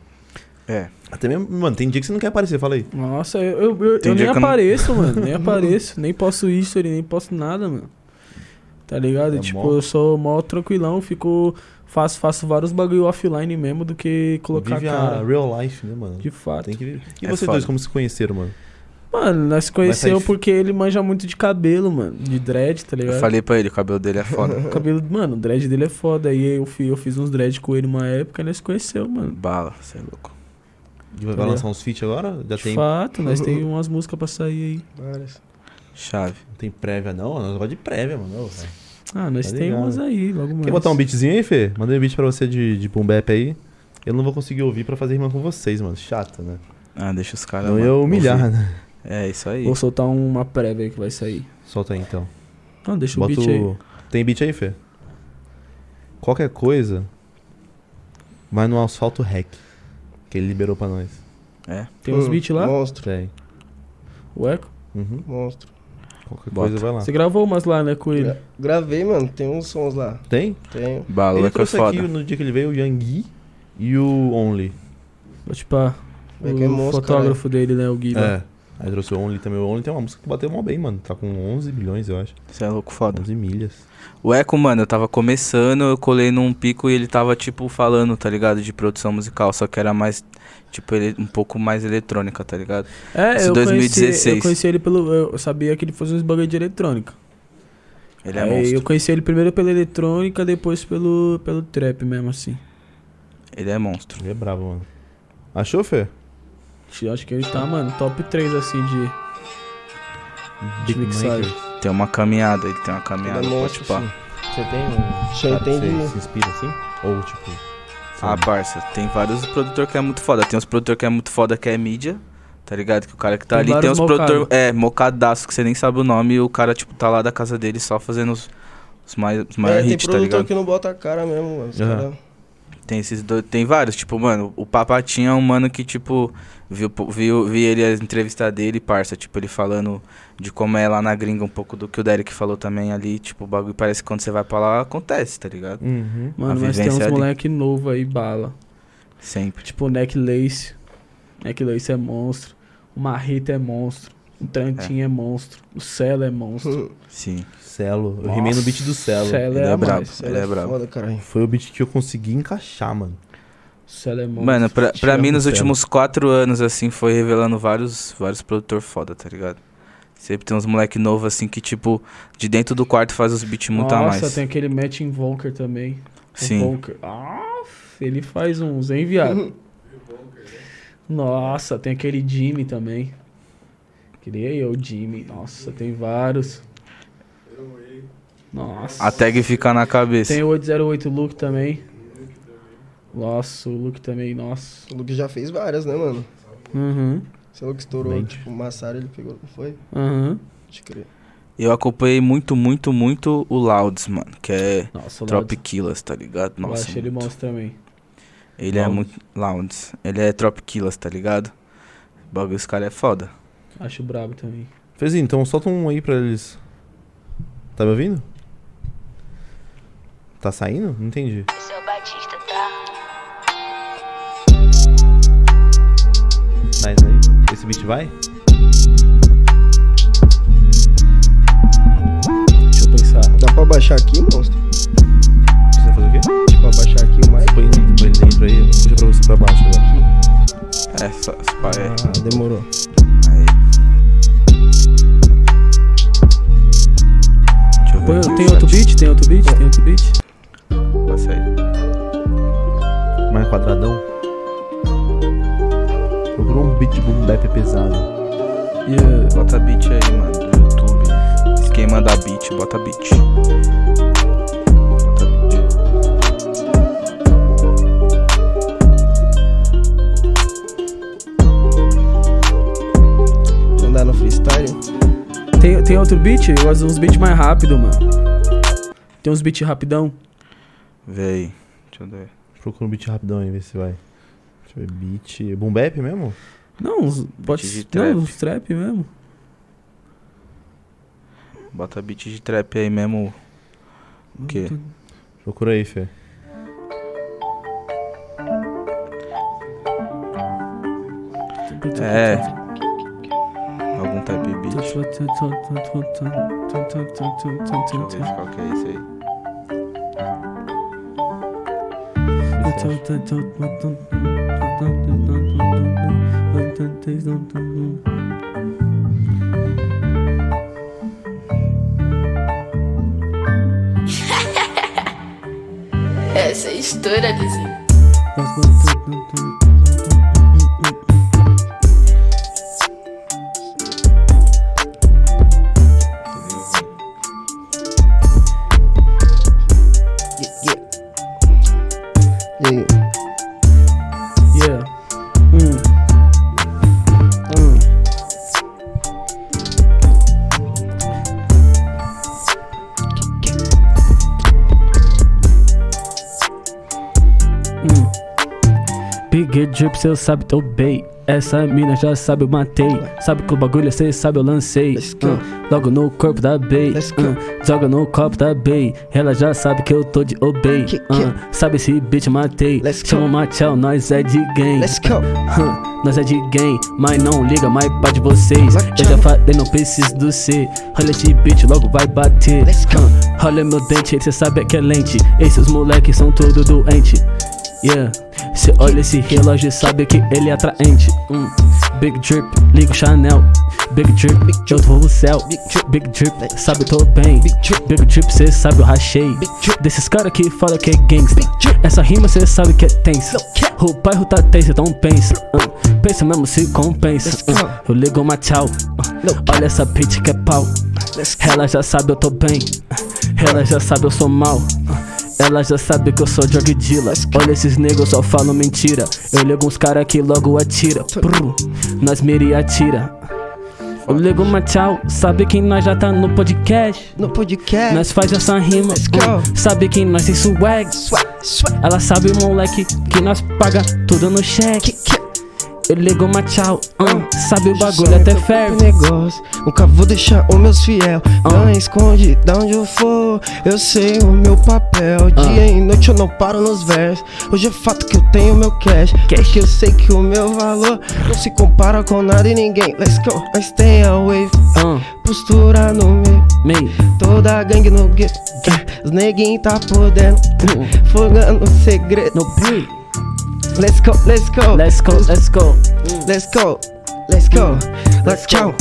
Speaker 4: É.
Speaker 1: Até mesmo, mano, tem dia que você não quer aparecer, fala aí.
Speaker 2: Nossa, eu, eu, eu- eu
Speaker 4: Tem
Speaker 2: nem
Speaker 4: dia que eu não-
Speaker 2: apareço, mano. Nem apareço. Nem posso history, nem posso nada, mano. Tá ligado?
Speaker 1: É
Speaker 2: tipo,
Speaker 1: mó-
Speaker 2: eu sou mó tranquilão, fico. Faço, faço vários bagulho offline mesmo do que colocar
Speaker 1: Vive
Speaker 2: a
Speaker 1: a
Speaker 2: cara.
Speaker 1: real life, né, mano?
Speaker 2: De fato.
Speaker 1: Tem que viver. E
Speaker 4: É
Speaker 1: vocês
Speaker 4: foda.
Speaker 1: dois, como se conheceram, mano?
Speaker 2: Mano, nós se conheceu
Speaker 1: sair-
Speaker 2: porque ele manja muito de cabelo, mano. De dread, tá ligado?
Speaker 4: Eu falei pra ele, o cabelo dele é foda.
Speaker 2: O cabelo, mano, o dread dele é foda. Aí eu, fi- eu fiz uns dread com ele uma época e nós se conheceu, mano.
Speaker 4: Bala, você é louco.
Speaker 1: Vai
Speaker 2: Olha.
Speaker 1: lançar uns feat agora? Já
Speaker 2: De
Speaker 1: tem,
Speaker 2: fato, nós tem umas músicas pra sair aí.
Speaker 5: Várias.
Speaker 4: Chave.
Speaker 1: não tem prévia, não? Nós gosta de prévia, mano. Ô, cara.
Speaker 2: Ah, nós
Speaker 1: Tá
Speaker 2: tem
Speaker 1: ligado.
Speaker 2: umas aí, logo mais.
Speaker 1: Quer botar um beatzinho aí, Fê? Mandei um beat pra você de, de boom bap aí. Eu não vou conseguir ouvir pra fazer rima com vocês, mano. Chato, né?
Speaker 4: Ah, deixa os caras.
Speaker 1: Não
Speaker 4: mano,
Speaker 1: ia humilhar,
Speaker 4: ouvir.
Speaker 1: né?
Speaker 4: É, isso aí.
Speaker 2: Vou soltar uma prévia aí que vai sair.
Speaker 1: Solta aí, então.
Speaker 2: Não, deixa o
Speaker 1: Bota
Speaker 2: beat aí.
Speaker 1: o... Tem beat aí, Fê? Qualquer coisa, vai no asfalto rec. Que ele liberou pra nós.
Speaker 4: É.
Speaker 2: Tem uns
Speaker 5: Hum,
Speaker 2: beats lá?
Speaker 5: Monstro,
Speaker 1: Tem.
Speaker 2: O Echo?
Speaker 1: Uhum.
Speaker 5: monstro.
Speaker 1: Qualquer
Speaker 4: Bota.
Speaker 1: coisa vai lá.
Speaker 2: Você gravou umas lá, né, com ele?
Speaker 1: É.
Speaker 5: Gra- gravei, mano, tem uns sons lá.
Speaker 1: Tem?
Speaker 5: Tenho.
Speaker 4: Bala
Speaker 1: ele
Speaker 4: é que é
Speaker 1: trouxe aqui
Speaker 4: foda.
Speaker 1: no dia que ele veio o Yang e o Only.
Speaker 2: Tipo, ah,
Speaker 5: É que é
Speaker 2: o
Speaker 5: monstro,
Speaker 2: fotógrafo dele, né, o Gui. lá.
Speaker 1: É. Aí trouxe o Only também. O Only tem uma música que bateu mó bem, mano. Tá com 11 milhões, eu acho.
Speaker 4: Você é louco foda.
Speaker 1: 11 milhas.
Speaker 4: O Echo, mano, eu tava começando, eu colei num pico e ele tava, tipo, falando, tá ligado? De produção musical, só que era mais, tipo, ele, um pouco mais eletrônica, tá ligado?
Speaker 2: É,
Speaker 4: Esse
Speaker 2: eu,
Speaker 4: 2016.
Speaker 2: Conheci, eu conheci ele pelo. Eu sabia que ele fazia uns bagulho de eletrônica.
Speaker 4: Ele é
Speaker 2: Aí
Speaker 4: monstro.
Speaker 2: eu conheci ele primeiro pela eletrônica, depois pelo, pelo trap mesmo, assim.
Speaker 4: Ele é monstro.
Speaker 1: Ele é brabo, mano. Achou, Fê?
Speaker 2: Eu Acho que ele tá, mano, top 3 assim de. De mixagem.
Speaker 4: Tem uma caminhada, ele tem uma caminhada,
Speaker 5: Ele é
Speaker 4: pode
Speaker 5: monstro,
Speaker 4: pá.
Speaker 5: sim.
Speaker 1: Você tem um.
Speaker 5: Só entendi.
Speaker 1: Você se inspira assim? Ou tipo.
Speaker 4: Ah, parça, tem vários produtor que é muito foda. Tem uns produtor que é muito foda que é mídia, tá ligado? Que o cara que tá
Speaker 2: Tem
Speaker 4: ali. Tem
Speaker 2: vários
Speaker 4: uns produtor. É, mocadaço, que você nem sabe o nome, e o cara, tipo, tá lá da casa dele só fazendo os, os mais, os
Speaker 5: É,
Speaker 4: maiores
Speaker 5: tem
Speaker 4: hits, tá
Speaker 5: produtor
Speaker 4: ligado?
Speaker 5: que não bota a cara mesmo, mano. Os
Speaker 1: Aham.
Speaker 5: cara-
Speaker 4: Tem esses dois. Tem vários. Tipo, mano, o Papatinho é um mano que, tipo, viu, viu, vi ele a entrevista dele, parça. Tipo, ele falando de como é lá na gringa, um pouco do que o Derek falou também ali. Tipo, o bagulho parece que quando você vai pra lá, acontece, tá ligado?
Speaker 1: Uhum.
Speaker 2: Mano, mas
Speaker 4: vivência
Speaker 2: tem uns
Speaker 4: ali.
Speaker 2: moleque novo aí, bala.
Speaker 4: Sempre.
Speaker 2: Tipo, o Neck Lace. Neck Lace é monstro. O Marrita é monstro. O Trantinho é, monstro. O Celo é monstro.
Speaker 4: tipo, Sim.
Speaker 1: Celo. Eu rimei no beat do Celo.
Speaker 2: Celo
Speaker 4: Ele
Speaker 2: é,
Speaker 4: é
Speaker 2: a
Speaker 4: brabo.
Speaker 2: mais.
Speaker 5: Esse cara
Speaker 4: Ele é brabo.
Speaker 5: Foda, caralho.
Speaker 1: Foi o beat que eu consegui encaixar, mano.
Speaker 2: Celo é monstro.
Speaker 4: Mano, pra, pra
Speaker 1: amo,
Speaker 4: mim, nos
Speaker 1: Celo.
Speaker 4: últimos quatro anos, assim, foi revelando vários, vários produtores foda, tá ligado? Sempre tem uns moleque novo, assim, que, tipo, de dentro do quarto faz os beats muito a tá mais.
Speaker 2: Nossa, tem aquele Matt Invoker também.
Speaker 4: Sim.
Speaker 2: Invoker. Ah, ele faz uns, hein, viado?
Speaker 5: Uhum.
Speaker 2: Nossa, tem aquele Jimmy também. Queria eu, Jimmy. Nossa, tem vários. Nossa.
Speaker 4: A tag fica na cabeça.
Speaker 2: Tem o 808 Luke também. Nossa, o Luke também, nossa.
Speaker 5: O Luke já fez várias, né, mano?
Speaker 2: Uhum.
Speaker 5: Esse Luke estourou,
Speaker 1: Mente.
Speaker 5: tipo, o Massaro ele pegou, não foi?
Speaker 2: Uhum.
Speaker 5: Pode crer.
Speaker 4: Eu acompanhei muito, muito, muito o Louds, mano, que é
Speaker 2: Nossa, o
Speaker 4: Trop
Speaker 2: Loud.
Speaker 4: Killers, tá ligado?
Speaker 2: Eu
Speaker 4: Nossa,
Speaker 2: acho ele
Speaker 4: muito.
Speaker 2: monstro também.
Speaker 4: ele é muito Louds. Ele é Trop Killers, tá ligado? O bagulho, esse cara é foda.
Speaker 2: Acho brabo também.
Speaker 1: Fezinho, então solta um aí pra eles. Tá me ouvindo? Tá saindo? Não entendi.
Speaker 7: Esse é o Batista, tá?
Speaker 1: Nice aí. Esse beat vai?
Speaker 2: Deixa eu pensar.
Speaker 5: Dá pra baixar aqui, monstro?
Speaker 1: Você vai fazer o quê?
Speaker 5: Dá pra baixar aqui o mais?
Speaker 1: Põe põe ele dentro aí, puxa pra você pra baixo né? agora.
Speaker 4: É, só, só pá, é.
Speaker 5: Ah, demorou.
Speaker 4: Aí. Deixa eu ver.
Speaker 2: Põe-
Speaker 4: aqui o
Speaker 2: Tem outro
Speaker 4: chat.
Speaker 2: beat? Tem outro beat? Tem outro beat?
Speaker 4: Passa aí.
Speaker 1: Mais quadradão. Procura um beat boom bap pesado.
Speaker 2: Yeah.
Speaker 4: Bota beat aí, mano, do YouTube. Esquema da beat, bota beat. Bota beat.
Speaker 5: Andar no freestyle?
Speaker 2: Tem, tem outro beat? Eu gosto de uns beats mais rápido, mano. Tem uns beats rapidão?
Speaker 4: Vê aí. Deixa eu ver.
Speaker 1: Procura um beat rapidão aí, vê se vai. Deixa eu ver, beat. Boom bap mesmo?
Speaker 2: Não, uns, pode,
Speaker 4: de
Speaker 2: não,
Speaker 4: trap.
Speaker 2: uns trap mesmo.
Speaker 4: Bota beat de trap aí mesmo. O quê?
Speaker 1: Procura aí, Fê.
Speaker 4: É. Algum type beat. Deixa eu ver qual que é esse aí.
Speaker 7: Essa é a história desse.
Speaker 5: E aí?
Speaker 2: Yeah. Hum. Hum. Hum. Big drip, cê sabe, tô bem. Essa mina já sabe, eu matei. Sabe que o bagulho é cê, sabe, eu lancei.
Speaker 5: Let's go.
Speaker 2: Ah, logo no corpo da Bey.
Speaker 5: Let's go.
Speaker 2: Ah, joga no copo da Bey. Ela já sabe que eu tô de obey.
Speaker 5: Que- que-
Speaker 2: Ah, sabe esse bitch, matei.
Speaker 5: Let's go.
Speaker 2: Chama o Mattel, nós é de gang.
Speaker 5: Let's go.
Speaker 2: Hã, Nós é de gang, mas não liga, mas pá de vocês. Eu já falei, não preciso do C. Olha esse bitch, logo vai bater.
Speaker 5: Let's go.
Speaker 2: Hã, Hum, Olha meu dente, cê sabe que é lente. Esses moleques são tudo doente. Yeah, cê olha esse relógio e sabe que ele é atraente. Hum, Big drip, ligo Chanel. Big drip, eu vou pro céu. Big drip, sabe tô bem. Big drip, cê sabe eu rachei. Desses caras que fala que é gangsta. Essa rima cê sabe que é tensa. O bairro tá tenso, então pensa. Hum, Pensa mesmo se compensa. Hum, Eu ligo uma tchau. Hum, Olha essa bitch que é pau. Ela já sabe eu tô bem. Ela já sabe eu sou mal. Ela já sabe que eu sou drug dealer. Olha esses negros só falam mentira. Eu ligo uns cara que logo atira. Prr, nós miri atira. Eu ligo uma tchau. Sabe que nós já tá no podcast.
Speaker 5: No podcast.
Speaker 2: Nós faz essa rima.
Speaker 5: Let's go.
Speaker 2: hum, Sabe que nós tem swag.
Speaker 5: Swag, swag.
Speaker 2: Ela sabe, moleque, que nós paga tudo no cheque. Eu ligo uma tchau. hum, Sabe o bagulho até ferro.
Speaker 5: negócio. Nunca vou deixar os meus fiel.
Speaker 2: Ah.
Speaker 5: Não esconde da onde eu for. Eu sei o meu papel.
Speaker 2: Ah.
Speaker 5: Dia e noite eu não paro nos versos. Hoje é fato que eu tenho meu cash. Porque eu sei que o meu valor não se compara com nada e ninguém. Let's go, I stay away.
Speaker 2: Hum,
Speaker 5: Postura no meio.
Speaker 2: meio.
Speaker 5: Toda a gangue no gueto. Os neguinho tá podendo. Fogando segredo.
Speaker 2: Hum. No play.
Speaker 5: Let's go, let's go.
Speaker 2: Let's go, let's go.
Speaker 5: Let's go. Let's
Speaker 2: Hum.
Speaker 5: go. Let's go.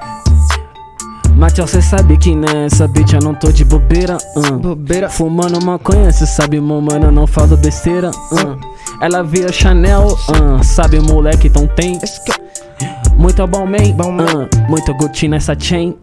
Speaker 2: Uh. Matheus, cê sabe que nessa bitch eu não tô de bobeira. Uh.
Speaker 5: Bobeira.
Speaker 2: Fumando maconha, cê sabe, mo, mano, eu não falo besteira. Uh. Ela via Chanel, uh. sabe, moleque, então tem.
Speaker 5: Let's go.
Speaker 2: Muito Balmain,
Speaker 5: Balmain.
Speaker 2: uh. muito Gucci nessa chain.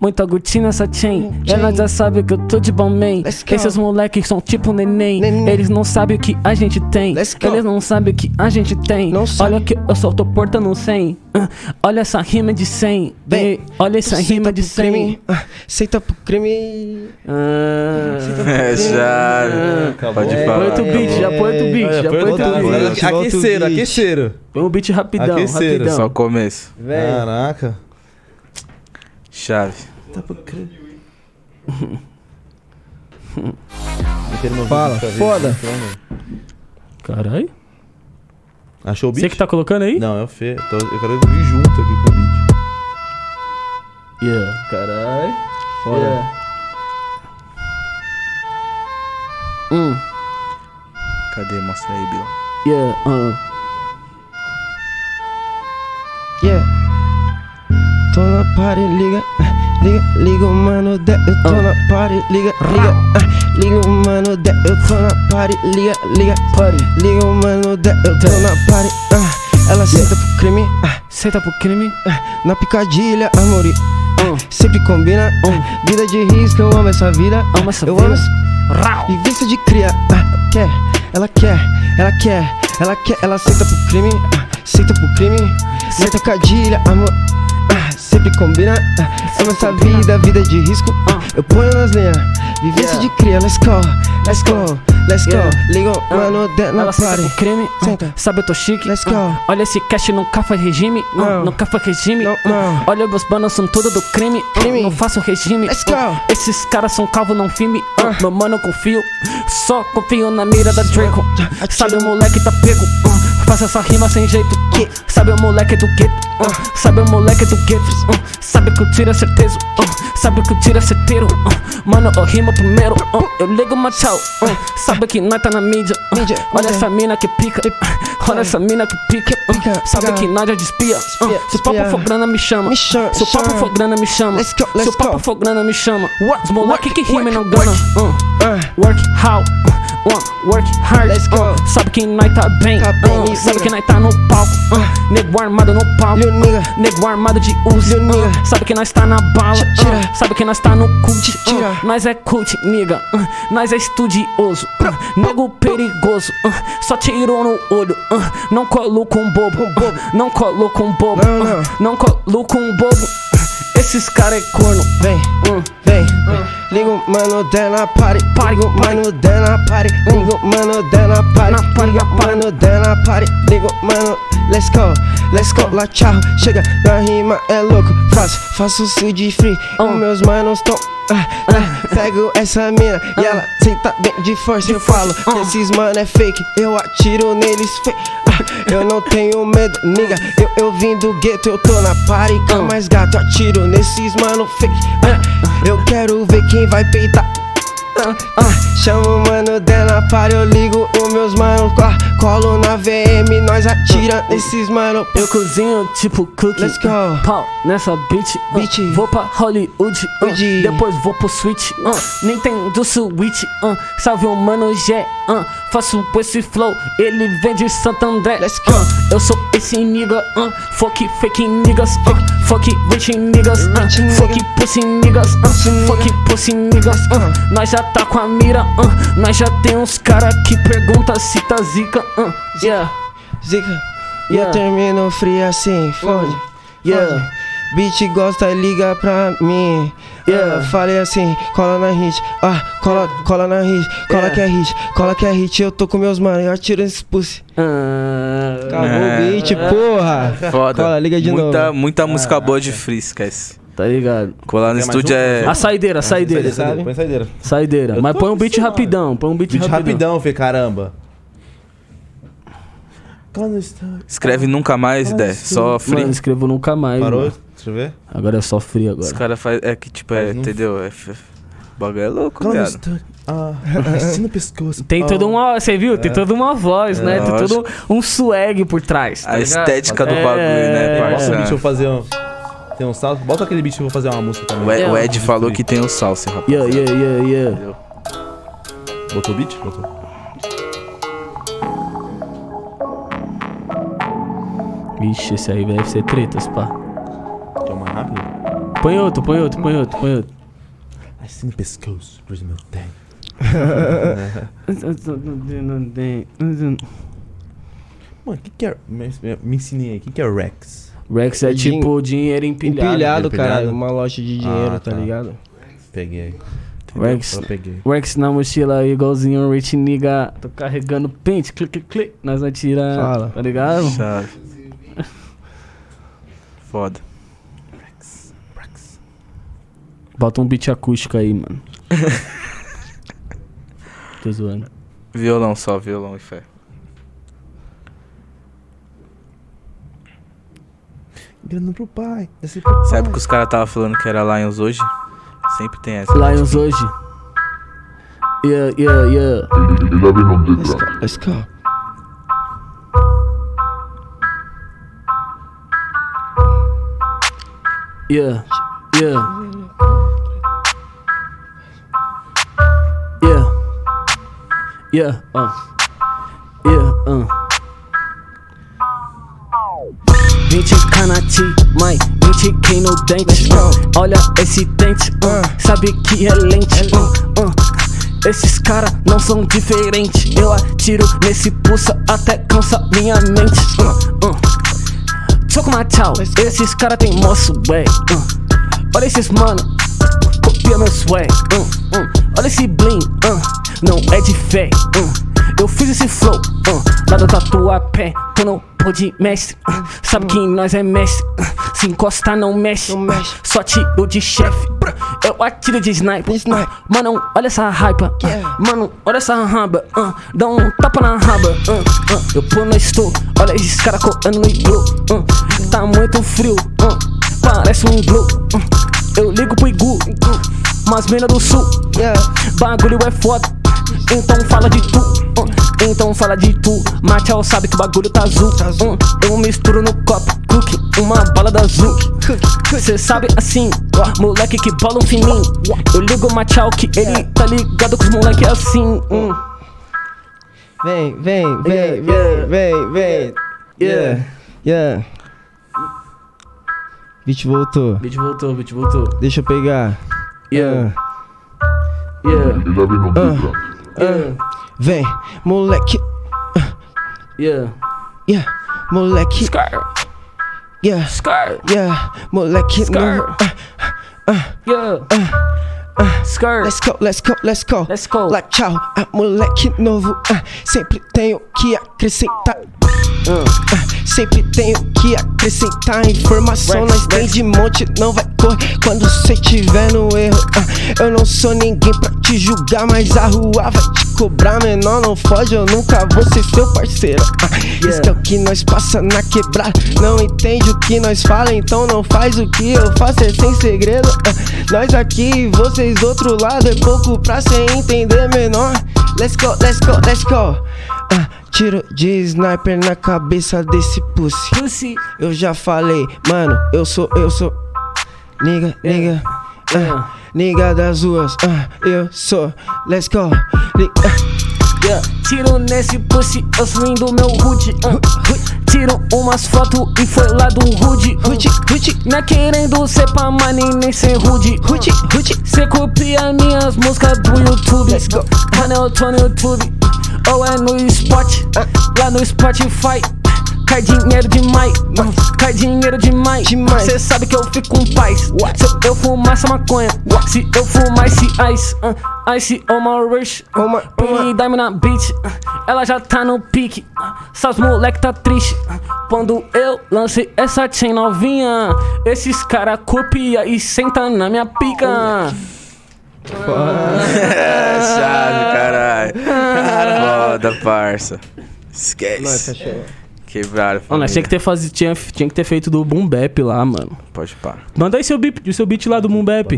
Speaker 2: Muito Gucci nessa chain.
Speaker 5: Chain.
Speaker 2: Ela já sabe que eu tô de Balmain.
Speaker 5: Let's go.
Speaker 2: Esses moleques são tipo neném.
Speaker 5: Neném.
Speaker 2: Eles não sabem o que a gente tem.
Speaker 5: Let's go.
Speaker 2: Eles não sabem o que a gente tem.
Speaker 5: Não sabe.
Speaker 2: Olha que eu só tô portando 100. Uh. Olha essa rima de 100.
Speaker 5: Vem.
Speaker 2: Ei, Olha essa rima de 100.
Speaker 5: crime. Ah, Aceita pro crime.
Speaker 2: Ah.
Speaker 4: É, já. Pode
Speaker 5: É,
Speaker 4: falar.
Speaker 2: Põe outro beat, já põe outro beat,
Speaker 1: É,
Speaker 2: já põe outro
Speaker 1: Aqueceram,
Speaker 2: beat.
Speaker 5: Volta o beat.
Speaker 1: aqueceram, aqueceram.
Speaker 2: Põe um beat rapidão,
Speaker 1: Aqueceram.
Speaker 4: Só o
Speaker 2: rapidão.
Speaker 4: começo.
Speaker 5: Velho.
Speaker 1: Caraca.
Speaker 4: Chave.
Speaker 5: Fala.
Speaker 1: Ah.
Speaker 5: Foda.
Speaker 2: Caralho.
Speaker 1: Achou o beat?
Speaker 2: Você que tá colocando aí?
Speaker 1: Não, é o Fê. Tô- eu quero vir junto aqui com o beat.
Speaker 2: Yeah, caralho. Foda. Hum,
Speaker 4: Cadê? Mostra aí, Bill.
Speaker 2: yeah, hum.
Speaker 5: Yeah. Tô na party, liga. ah, Liga, liga, mano, de, eu
Speaker 2: Ah.
Speaker 5: tô na party, liga, liga, ah, liga, mano, de, eu tô na party, liga, liga, party, liga, mano, de, eu tô na party, ah, ela senta pro crime, ah,
Speaker 2: Senta pro crime.
Speaker 5: É, na picadilha, amori,
Speaker 2: Hum,
Speaker 5: sempre combina, ah, vida de risco, eu amo essa vida, hum,
Speaker 2: Amo essa
Speaker 5: eu
Speaker 2: vida.
Speaker 5: amo essa
Speaker 2: rau.
Speaker 5: Vivência de cria, ah, quer, ela quer, ela quer, ela quer, ela senta pro crime, ah, senta pro crime, senta cadilha, amor, ah, sempre combina, ah, ama essa vida, vida de risco, ah, eu ponho nas linhas. Vivência de cria, let's go, let's go, let's go,
Speaker 2: Yeah. Ah.
Speaker 5: liga o mano de na
Speaker 2: Ela senta
Speaker 5: party.
Speaker 2: pro crime. hum.
Speaker 5: Senta.
Speaker 2: Sabe, eu tô chique.
Speaker 5: Let's
Speaker 2: hum.
Speaker 5: go.
Speaker 2: Olha esse cash nunca faz regime. hum.
Speaker 5: Não.
Speaker 2: Nunca faz regime.
Speaker 5: Não,
Speaker 2: hum.
Speaker 5: não.
Speaker 2: Olha, meus banos são tudo do crime. hum.
Speaker 5: Crime.
Speaker 2: Não faço regime.
Speaker 5: Let's
Speaker 2: hum.
Speaker 5: go. Ah.
Speaker 2: Esses caras são calvo, não filme. hum. Meu mano, eu confio. Só confio na mira da Draco.
Speaker 5: Ah,
Speaker 2: hum. Sabe, o moleque tá pego. hum. Faz essa rima sem jeito. hum. Sabe, o moleque do gueto.
Speaker 5: Ah.
Speaker 2: hum. Sabe, o moleque do gueto. hum. Sabe que o tiro é certeiro. hum. Sabe que o tiro é certeiro. hum. Mano, eu rimo primeiro. hum. Eu ligo uma tchau. hum. Sabe que nós tá na mídia. hum.
Speaker 5: Mídia,
Speaker 2: Olha
Speaker 5: mídia.
Speaker 2: essa mina que pica. Olha essa mina que pica.
Speaker 5: Pica,
Speaker 2: Sabe
Speaker 5: pica.
Speaker 2: que Nádia despia.
Speaker 5: Espia,
Speaker 2: Se o papo
Speaker 5: espia.
Speaker 2: for grana, me chama.
Speaker 5: Me chama,
Speaker 2: Se o papo
Speaker 5: chama.
Speaker 2: for grana, me chama.
Speaker 5: Let's go, let's
Speaker 2: Se o papo
Speaker 5: go.
Speaker 2: for grana, me chama.
Speaker 5: Work,
Speaker 2: Os moleque que
Speaker 5: work,
Speaker 2: rima e não
Speaker 5: work,
Speaker 2: gana. Uh,
Speaker 5: Ah,
Speaker 2: Work how? Uh, work hard.
Speaker 5: Let's go.
Speaker 2: Uh, Sabe que nós tá bem.
Speaker 5: Tá bem, Ah.
Speaker 2: Uh,
Speaker 5: me
Speaker 2: Sabe
Speaker 5: liga.
Speaker 2: que nós tá no palco. Uh, Nego armado no palco.
Speaker 5: Lil nigga.
Speaker 2: Nego armado de Uzi.
Speaker 5: Lil nigga.
Speaker 2: Uh, Sabe que nós tá na bala.
Speaker 5: Ti-
Speaker 2: Uh,
Speaker 5: tira.
Speaker 2: Sabe que nós tá no cult.
Speaker 5: Ti- tira.
Speaker 2: Uh, Nós é cult, nigga. Uh, Nós é estudioso. Uh, Nego perigoso. Uh, Só tirou no olho. Uh, Não colo com bobo. Uh, Não colo com bobo.
Speaker 5: Não, não.
Speaker 2: Uh, Não colo com bobo. Uh, Esses cara é corno.
Speaker 5: vem,
Speaker 2: Uh,
Speaker 5: vem, liga o mano de na party,
Speaker 2: Party,
Speaker 5: liga o
Speaker 2: party.
Speaker 5: mano de na party, liga o mano de na party.
Speaker 2: Na party, na party.
Speaker 5: mano, dela pare, ligo, mano, let's let's go, let's go, lá tchau. Chega na rima, é louco, faço, faço isso de free. Os meus manos tão. Ah, ah, pego essa mina e ela senta bem Hum. de força. Eu falo que esses mano é fake, eu atiro neles fake. eu não tenho medo, nigga. Eu, eu vim do gueto, eu tô na party com mais gato. Atiro nesses mano fake. ah, eu quero ver quem vai peitar. Ah, ah, chamo o mano dela, para eu ligo os meus manos. Colo na VM, nós atira nesses mano.
Speaker 2: Eu cozinho tipo cookie.
Speaker 5: Let's go.
Speaker 2: Pau nessa beat. ah.
Speaker 5: Beat.
Speaker 2: Vou pra Hollywood. ah.
Speaker 5: Woody.
Speaker 2: Depois vou pro Switch. ah. Nintendo Switch. ah. Salve o mano G. ah. Faço esse flow. Ele vem de Santo André.
Speaker 5: Let's go.
Speaker 2: ah. Eu sou esse nigga. ah. Fuck fake niggas. ah. Fuck rich niggas. ah.
Speaker 5: Rich nigga.
Speaker 2: Fuck pussy niggas. ah.
Speaker 5: Pussy nigga. Uh.
Speaker 2: Fuck pussy niggas. ah.
Speaker 5: go.
Speaker 2: Nós já tá com a mira. ah. Nós já tem uns cara que pergunta se tá zica. ah. Yeah.
Speaker 5: Zica. E
Speaker 2: Yeah.
Speaker 5: eu termino free assim, fode.
Speaker 2: Yeah.
Speaker 5: Beat gosta, liga pra mim.
Speaker 2: Yeah.
Speaker 5: Ah, falei assim, cola na hit, ah, cola, cola na hit, cola
Speaker 2: Yeah.
Speaker 5: que é hit, cola que é hit, eu tô com meus mano, eu atiro esses pussy.
Speaker 2: Ah,
Speaker 5: Acabou o beat, porra!
Speaker 4: É, Foda.
Speaker 5: Cola, liga de
Speaker 4: muita,
Speaker 5: novo.
Speaker 4: muita música boa de free, esquece.
Speaker 2: Tá ligado?
Speaker 4: Colar
Speaker 1: Ah,
Speaker 4: no
Speaker 1: é. Quer mais
Speaker 4: estúdio
Speaker 1: um?
Speaker 4: é.
Speaker 2: A saideira, a saideira.
Speaker 5: Saideira, sabe?
Speaker 1: Põe saideira.
Speaker 2: Saideira.
Speaker 1: Eu
Speaker 2: Mas
Speaker 1: tô
Speaker 2: põe um beat
Speaker 1: acostumado.
Speaker 2: rapidão. Põe um beat,
Speaker 1: Vídeo
Speaker 2: rapidão.
Speaker 1: rapidão, Fê, caramba. Cola no Instagram.
Speaker 4: Escreve nunca mais, Dé. Só free.
Speaker 2: Mano, escrevo nunca mais.
Speaker 1: Parou?
Speaker 2: mano.
Speaker 1: Deixa eu ver.
Speaker 2: Agora é só frio
Speaker 4: Os
Speaker 2: agora.
Speaker 4: caras fazem. É que tipo, é,
Speaker 1: Mas não-
Speaker 4: entendeu? É, f- o bagulho é louco,
Speaker 1: Cola no
Speaker 4: cara.
Speaker 1: Instagram. Ah, assim no pescoço.
Speaker 2: Tem um
Speaker 1: Ah.
Speaker 2: toda uma. Você viu? Tem toda uma voz, né? Tem
Speaker 4: lógico.
Speaker 2: todo um swag por trás. tá
Speaker 4: A
Speaker 2: ligado?
Speaker 4: estética do
Speaker 2: É,
Speaker 4: bagulho, né,
Speaker 2: é.
Speaker 1: Bota o beat, eu vou
Speaker 4: parça?
Speaker 1: fazer um... Tem um salto. Bota aquele beat, eu vou fazer uma música também.
Speaker 4: O Ed, o
Speaker 2: É.
Speaker 4: Ed falou que tem o salsa, rapaz.
Speaker 2: Yeah, yeah, yeah, yeah.
Speaker 1: Botou o beat? Botou.
Speaker 2: Ixi, esse aí vai ser tretas, pá.
Speaker 1: Quer uma rápida?
Speaker 2: Põe outro, põe outro, põe outro, põe outro.
Speaker 1: Assim no pescoço, cruz meu tempo. Mano, o que que é... Me, me ensinei aí, o que que é Rex?
Speaker 2: Rex é
Speaker 5: Din-
Speaker 2: tipo dinheiro empilhado.
Speaker 5: Empilhado,
Speaker 1: empilhado.
Speaker 5: caralho, uma loja de dinheiro,
Speaker 1: Ah,
Speaker 5: tá
Speaker 1: tá.
Speaker 5: ligado?
Speaker 1: Peguei.
Speaker 2: Rex,
Speaker 1: Eu peguei.
Speaker 2: Rex na mochila igualzinho um Rich Nigga. Tô carregando pente, clic, clic, clic. Nós vai tirar.
Speaker 5: Fala.
Speaker 2: Tá ligado?
Speaker 4: Sabe? Foda.
Speaker 2: Bota um beat acústico aí, mano. Tô zoando.
Speaker 4: Violão só, violão e fé.
Speaker 1: Grana pro pai. Desce pro
Speaker 4: Sabe que os caras tava falando que era Lions hoje? Sempre tem essa. É
Speaker 2: Lions hoje. Yeah, yeah, yeah.
Speaker 5: Let's go, let's go.
Speaker 2: Yeah, yeah. Yeah. Yeah, uh. Yeah, uh. 20k na T-Mai, 20k no dente. uh. Olha esse dente, uh. sabe que é lente. uh, uh. Esses cara não são diferentes. Eu atiro nesse pulsa até cansa minha mente. uh, uh. Choco Matal, esses cara tem mó swag. hum. Olha esses mano, copia meu swag. hum, hum. Olha esse bling, hum, não é de fé. hum. Eu fiz esse flow, hum, lá do tatuapé. Tu não pôde mestre, hum. sabe que nós é mestre. hum. Se encostar, não mexe.
Speaker 5: Não mexe.
Speaker 2: Só tiro de chefe. Eu atiro de sniper.
Speaker 5: Sniper.
Speaker 2: Mano, olha essa hype.
Speaker 5: Yeah.
Speaker 2: Mano, olha essa raba. ah, dá um tapa na raba. ah, ah. eu pô no estou. Olha esses caras correndo no iglu. ah. tá muito frio. ah, parece um iglu. ah. eu ligo pro igu. Mas mina do sul.
Speaker 5: Yeah,
Speaker 2: Bagulho é foda. Então fala de tu. ah. então fala de tu. Machel sabe que o bagulho tá azul.
Speaker 5: Tá azul.
Speaker 2: ah. eu misturo no copo. Cookie, uma bala da azul. Cê sabe assim, ó, moleque que bola um fininho. Eu ligo o Machal que
Speaker 5: É.
Speaker 2: ele tá ligado com os moleque assim. hum.
Speaker 5: vem, vem, vem,
Speaker 2: Yeah, yeah.
Speaker 5: vem, vem, vem. Yeah, yeah. Beat voltou,
Speaker 2: Beat voltou, beat voltou.
Speaker 5: deixa eu pegar.
Speaker 2: Yeah, yeah,
Speaker 5: Ah, ah.
Speaker 2: yeah,
Speaker 5: Vem, moleque, Ah.
Speaker 2: yeah.
Speaker 5: yeah, moleque,
Speaker 2: Scar,
Speaker 5: yeah,
Speaker 2: scar,
Speaker 5: yeah, moleque.
Speaker 2: Scar.
Speaker 5: novo. Ah,
Speaker 2: hum, yeah. Scar,
Speaker 5: Let's go, let's go, let's go.
Speaker 2: let's go.
Speaker 5: Lá tchau, ah, moleque novo, ah, sempre tenho que acrescentar. Sempre tenho que acrescentar informação
Speaker 2: Rex,
Speaker 5: Nós tem de monte, não vai correr quando cê tiver no erro ah. Eu não sou ninguém pra te julgar Mas a rua vai te cobrar Menor não foge, eu nunca vou ser seu parceiro ah. Isso que é o que nós passa na quebrada Não entende o que nós fala Então não faz o que eu faço, é sem segredo ah. Nós aqui e vocês do outro lado É pouco pra cê entender menor Let's go, let's go, let's go Ah, Tiro de sniper na cabeça desse pussy
Speaker 2: Pussy,
Speaker 5: eu já falei, mano, eu sou, eu sou. Nigga, nigga. ah,
Speaker 2: Yeah.
Speaker 5: nigga das ruas, ah, eu sou. Let's go. Li- ah,
Speaker 2: yeah. Tiro nesse pussy, eu swing do meu hood ah. Tiro umas fotos e foi lá do hood ah.
Speaker 5: Ruti, ruti,
Speaker 2: Não é querendo ser pra mano nem ser rude
Speaker 5: ruti, ruti.
Speaker 2: Cê copia minhas músicas do YouTube
Speaker 5: Let's go.
Speaker 2: Mano, eu tô no YouTube Ou é no Spot
Speaker 5: Uh.
Speaker 2: Lá no Spotify Cai dinheiro demais uh. Cai dinheiro demais
Speaker 5: Demais.
Speaker 2: Cê sabe que eu fico com paz
Speaker 5: What?
Speaker 2: Se eu fumar essa maconha Se eu fumar esse ice ah, Ice on my wrist uh.
Speaker 5: On my- on my-
Speaker 2: Billy Dime na beat ah, Ela já tá no pique ah, Essas moleque tá triste ah, Quando eu lancei essa chain novinha Esses cara copia e senta na minha pica
Speaker 4: É chave, caralho. Foda, parça.
Speaker 1: é
Speaker 4: Esquece. Quebraram.
Speaker 8: Mano,
Speaker 4: família.
Speaker 8: nós tinha que ter fazi- tinha, tinha que ter feito do Boom Bap lá, mano.
Speaker 4: Pode pá.
Speaker 8: Manda aí seu, beat, seu beat lá do Boom Bap.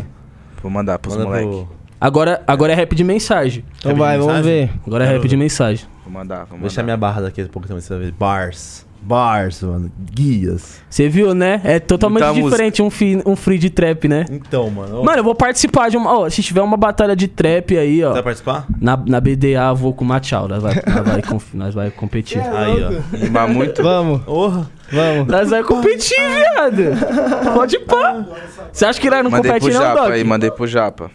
Speaker 4: Vou mandar pros
Speaker 1: Manda
Speaker 4: moleque.
Speaker 1: pro-
Speaker 8: Agora, agora é rap de mensagem.
Speaker 5: Então vai, vamos ver.
Speaker 8: Agora é rap de mensagem.
Speaker 4: Vou mandar, vou mandar.
Speaker 1: Deixa a minha barra daqui a pouco também, você vai ver. Bars. Bars, mano. Guias.
Speaker 8: Você viu, né? É totalmente
Speaker 4: Muita
Speaker 8: diferente um, fi- um free de trap, né?
Speaker 1: Então, mano. ô,
Speaker 8: Mano, eu vou participar de uma. Ó, se tiver uma batalha de trap aí,
Speaker 1: Você vai
Speaker 8: ó.
Speaker 1: participar?
Speaker 8: Na, na BDA, eu vou com o Machau. Nós vai, nós vai, com- nós vai competir.
Speaker 2: é
Speaker 1: Aí, ó.
Speaker 4: Rimar muito.
Speaker 5: Vamos,
Speaker 1: Porra.
Speaker 5: vamos.
Speaker 8: Nós vai competir, viado. Pode pá. Você acha que nós não
Speaker 4: Mandei pro
Speaker 8: competimos,
Speaker 2: um
Speaker 8: não,
Speaker 4: Japa
Speaker 8: Doc?
Speaker 4: aí, mandei pro Japa.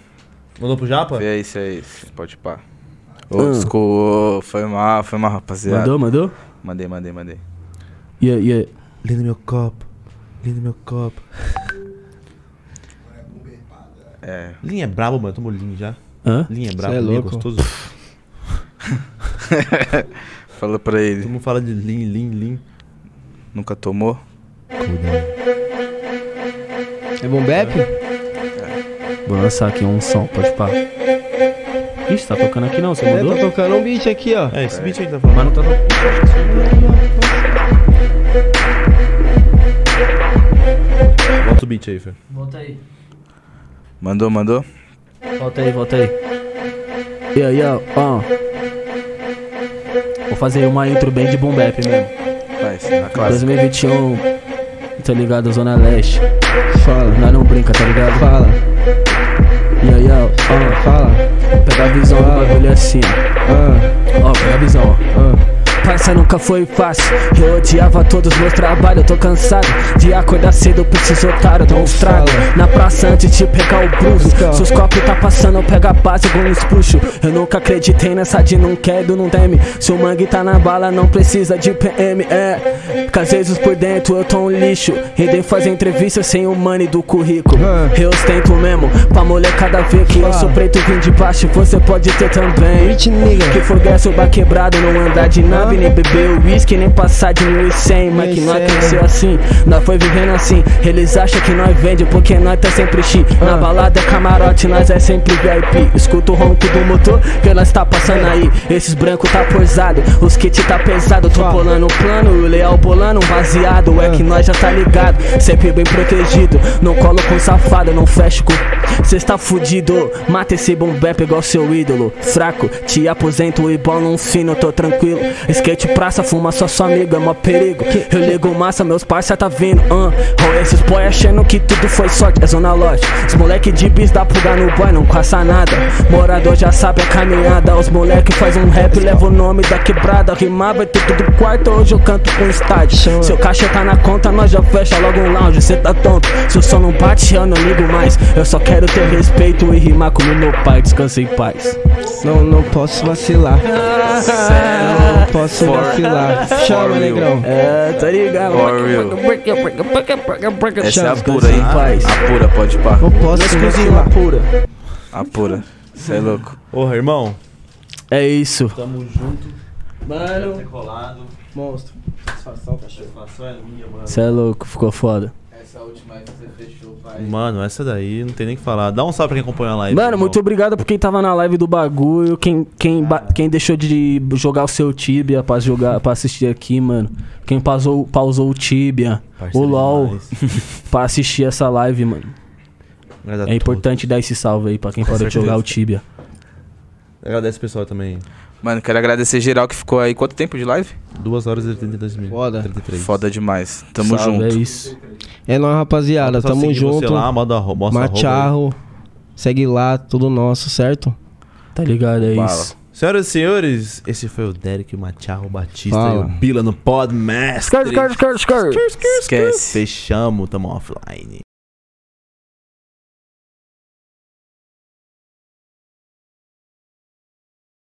Speaker 1: Mandou pro Japa?
Speaker 4: Vê aí se é isso. Pode pá. Ô, desculpa, ô, foi mal, foi mal, rapaziada.
Speaker 8: Mandou, mandou?
Speaker 4: Mandei, mandei, mandei.
Speaker 8: Yeah, yeah.
Speaker 1: Lindo meu copo. Lindo meu copo.
Speaker 4: É.
Speaker 1: Linha é brabo, mano. Eu tomo linha já.
Speaker 8: Hã?
Speaker 1: Linha é brabo.
Speaker 5: Cê é
Speaker 1: linha
Speaker 5: louco.
Speaker 1: gostoso.
Speaker 4: Fala pra
Speaker 1: Todo
Speaker 4: ele.
Speaker 1: mundo fala de lean, lean, lean.
Speaker 4: Nunca tomou?
Speaker 5: É bom bap?
Speaker 8: Vou lançar aqui um som, pode pá. Ixi, tá tocando aqui não, você
Speaker 5: É,
Speaker 8: mandou?
Speaker 5: tá tocando um beat aqui, ó.
Speaker 1: É, esse beat aí que tá falando. Mas não tá tão... Bota o beat aí, Fer.
Speaker 8: Volta aí.
Speaker 4: Mandou, mandou?
Speaker 8: Volta aí, volta aí. Yeah, yeah, ó. Vou fazer uma intro bem de boom bap mesmo.
Speaker 4: Faz, na classe.
Speaker 8: 2021, tá ligado? Zona Leste.
Speaker 5: Fala,
Speaker 8: Nós não brinca, tá ligado?
Speaker 5: fala,
Speaker 8: Yeah, yeah, ó.
Speaker 5: fala.
Speaker 8: Pega a visão do bagulho assim, ó.
Speaker 5: Ah,
Speaker 8: Ó, pega a visão, ó.
Speaker 5: ah.
Speaker 2: Parça nunca foi fácil. Eu odiava todos meus trabalhos. Tô cansado de acordar cedo pra esses otários. Dou um estrago
Speaker 5: fala.
Speaker 2: na praça antes de pegar o bruxo.
Speaker 5: Busca.
Speaker 2: Seus copos tá passando, pega a base com os puxo. Eu nunca acreditei nessa de não quero, não teme. Seu mangue tá na bala, não precisa de PM. É, que às vezes por dentro eu tô um lixo. E de fazer entrevista sem o money do currículo.
Speaker 5: Ah.
Speaker 2: Eu ostento mesmo, pra molecada ver que eu
Speaker 5: Fala.
Speaker 2: sou preto, vim de baixo. Você pode ter também.
Speaker 5: Beat, nigga.
Speaker 2: Que forguer soba quebrado, não andar de nave, nem beber uísque, nem passar de 1100. Mas que nós
Speaker 5: Cem.
Speaker 2: cresceu assim, nós foi vivendo assim. Eles acham que nós vende porque nós tá sempre chi. Na
Speaker 5: Ah.
Speaker 2: balada é camarote, nós é sempre VIP. Escuta o ronco do motor que nós tá passando aí. Esses brancos tá posado, os kit tá pesado. Tô
Speaker 5: Fala. Ah.
Speaker 2: bolando um plano, e o leal bolando um baseado. É que nós já tá ligado, sempre bem protegido. Não colo com safado, não fecho com. Cê tá fudido, mata esse bombep igual seu ídolo. Fraco, te aposento e bola um sino, tô tranquilo. Skate praça, fuma só sua amiga, é mó perigo. Eu ligo massa, meus parça tá vindo. ah. Ou esses boy achando que tudo foi sorte, é zona loja. Os moleque de bis dá pulga no boy, não caça nada. Morador já sabe a caminhada. Os moleque faz um rap, leva o nome da quebrada. Rimava tudo do quarto, hoje eu canto com estádio.
Speaker 5: Chama.
Speaker 2: Seu caixa tá na conta, nós já fecha logo um lounge. Cê tá tonto, se o som não bate, eu não ligo mais. Eu só quero ter respeito e rimar como meu pai. Descansa em paz.
Speaker 5: Não, não posso vacilar. Não posso vacilar. Chama,
Speaker 4: for real.
Speaker 5: negrão.
Speaker 2: É, tá ligado?
Speaker 4: For real. Essa é a pura aí.
Speaker 2: em paz.
Speaker 4: A pura, pode pá.
Speaker 5: Não posso
Speaker 2: Nós cozinha
Speaker 5: vacilar.
Speaker 2: pura.
Speaker 4: A pura. Você é louco.
Speaker 1: Porra, irmão.
Speaker 8: É isso.
Speaker 1: Deve
Speaker 5: Mano,
Speaker 1: ter rolado.
Speaker 5: monstro. Satisfação, cachorro.
Speaker 1: Satisfação é minha, mano.
Speaker 2: Você é louco, ficou foda.
Speaker 4: Essa última aí você fechou, vai.
Speaker 1: Mano, essa daí não tem nem o que falar. Dá um salve pra quem acompanha a live.
Speaker 2: Mano,
Speaker 1: irmão.
Speaker 2: muito obrigado por quem tava na live do bagulho, quem, quem, ba- quem deixou de jogar o seu Tibia pra, jogar, pra assistir aqui, mano. Quem pausou, pausou o Tibia,
Speaker 1: Parceiro
Speaker 2: o LOL,
Speaker 1: demais.
Speaker 2: pra assistir essa live, mano.
Speaker 1: Obrigado a
Speaker 2: É
Speaker 1: todos.
Speaker 2: importante dar esse salve aí pra quem
Speaker 1: Tá Com
Speaker 2: parou de
Speaker 1: certeza.
Speaker 2: jogar o Tibia.
Speaker 1: Agradece o pessoal também.
Speaker 4: Mano, quero agradecer geral que ficou aí. Quanto tempo de live?
Speaker 1: 2 horas e 32 minutos.
Speaker 5: Foda.
Speaker 1: 33.
Speaker 4: Foda demais. Tamo
Speaker 2: Salve,
Speaker 4: junto.
Speaker 2: É isso.
Speaker 5: É nóis, rapaziada.
Speaker 1: Só
Speaker 5: Tamo
Speaker 1: seguir Você
Speaker 5: junto.
Speaker 1: lá, moda, moça
Speaker 5: Macharro. Segue lá, tudo nosso, certo?
Speaker 2: Tá ligado? É
Speaker 4: Fala.
Speaker 2: isso.
Speaker 1: Senhoras e senhores, esse foi o Derek Macharro Batista
Speaker 5: Fala.
Speaker 1: e o Bila no Podmaster.
Speaker 2: Skirt, skirt, skirt, skirt.
Speaker 4: Esquece.
Speaker 1: Fechamos, tamo offline.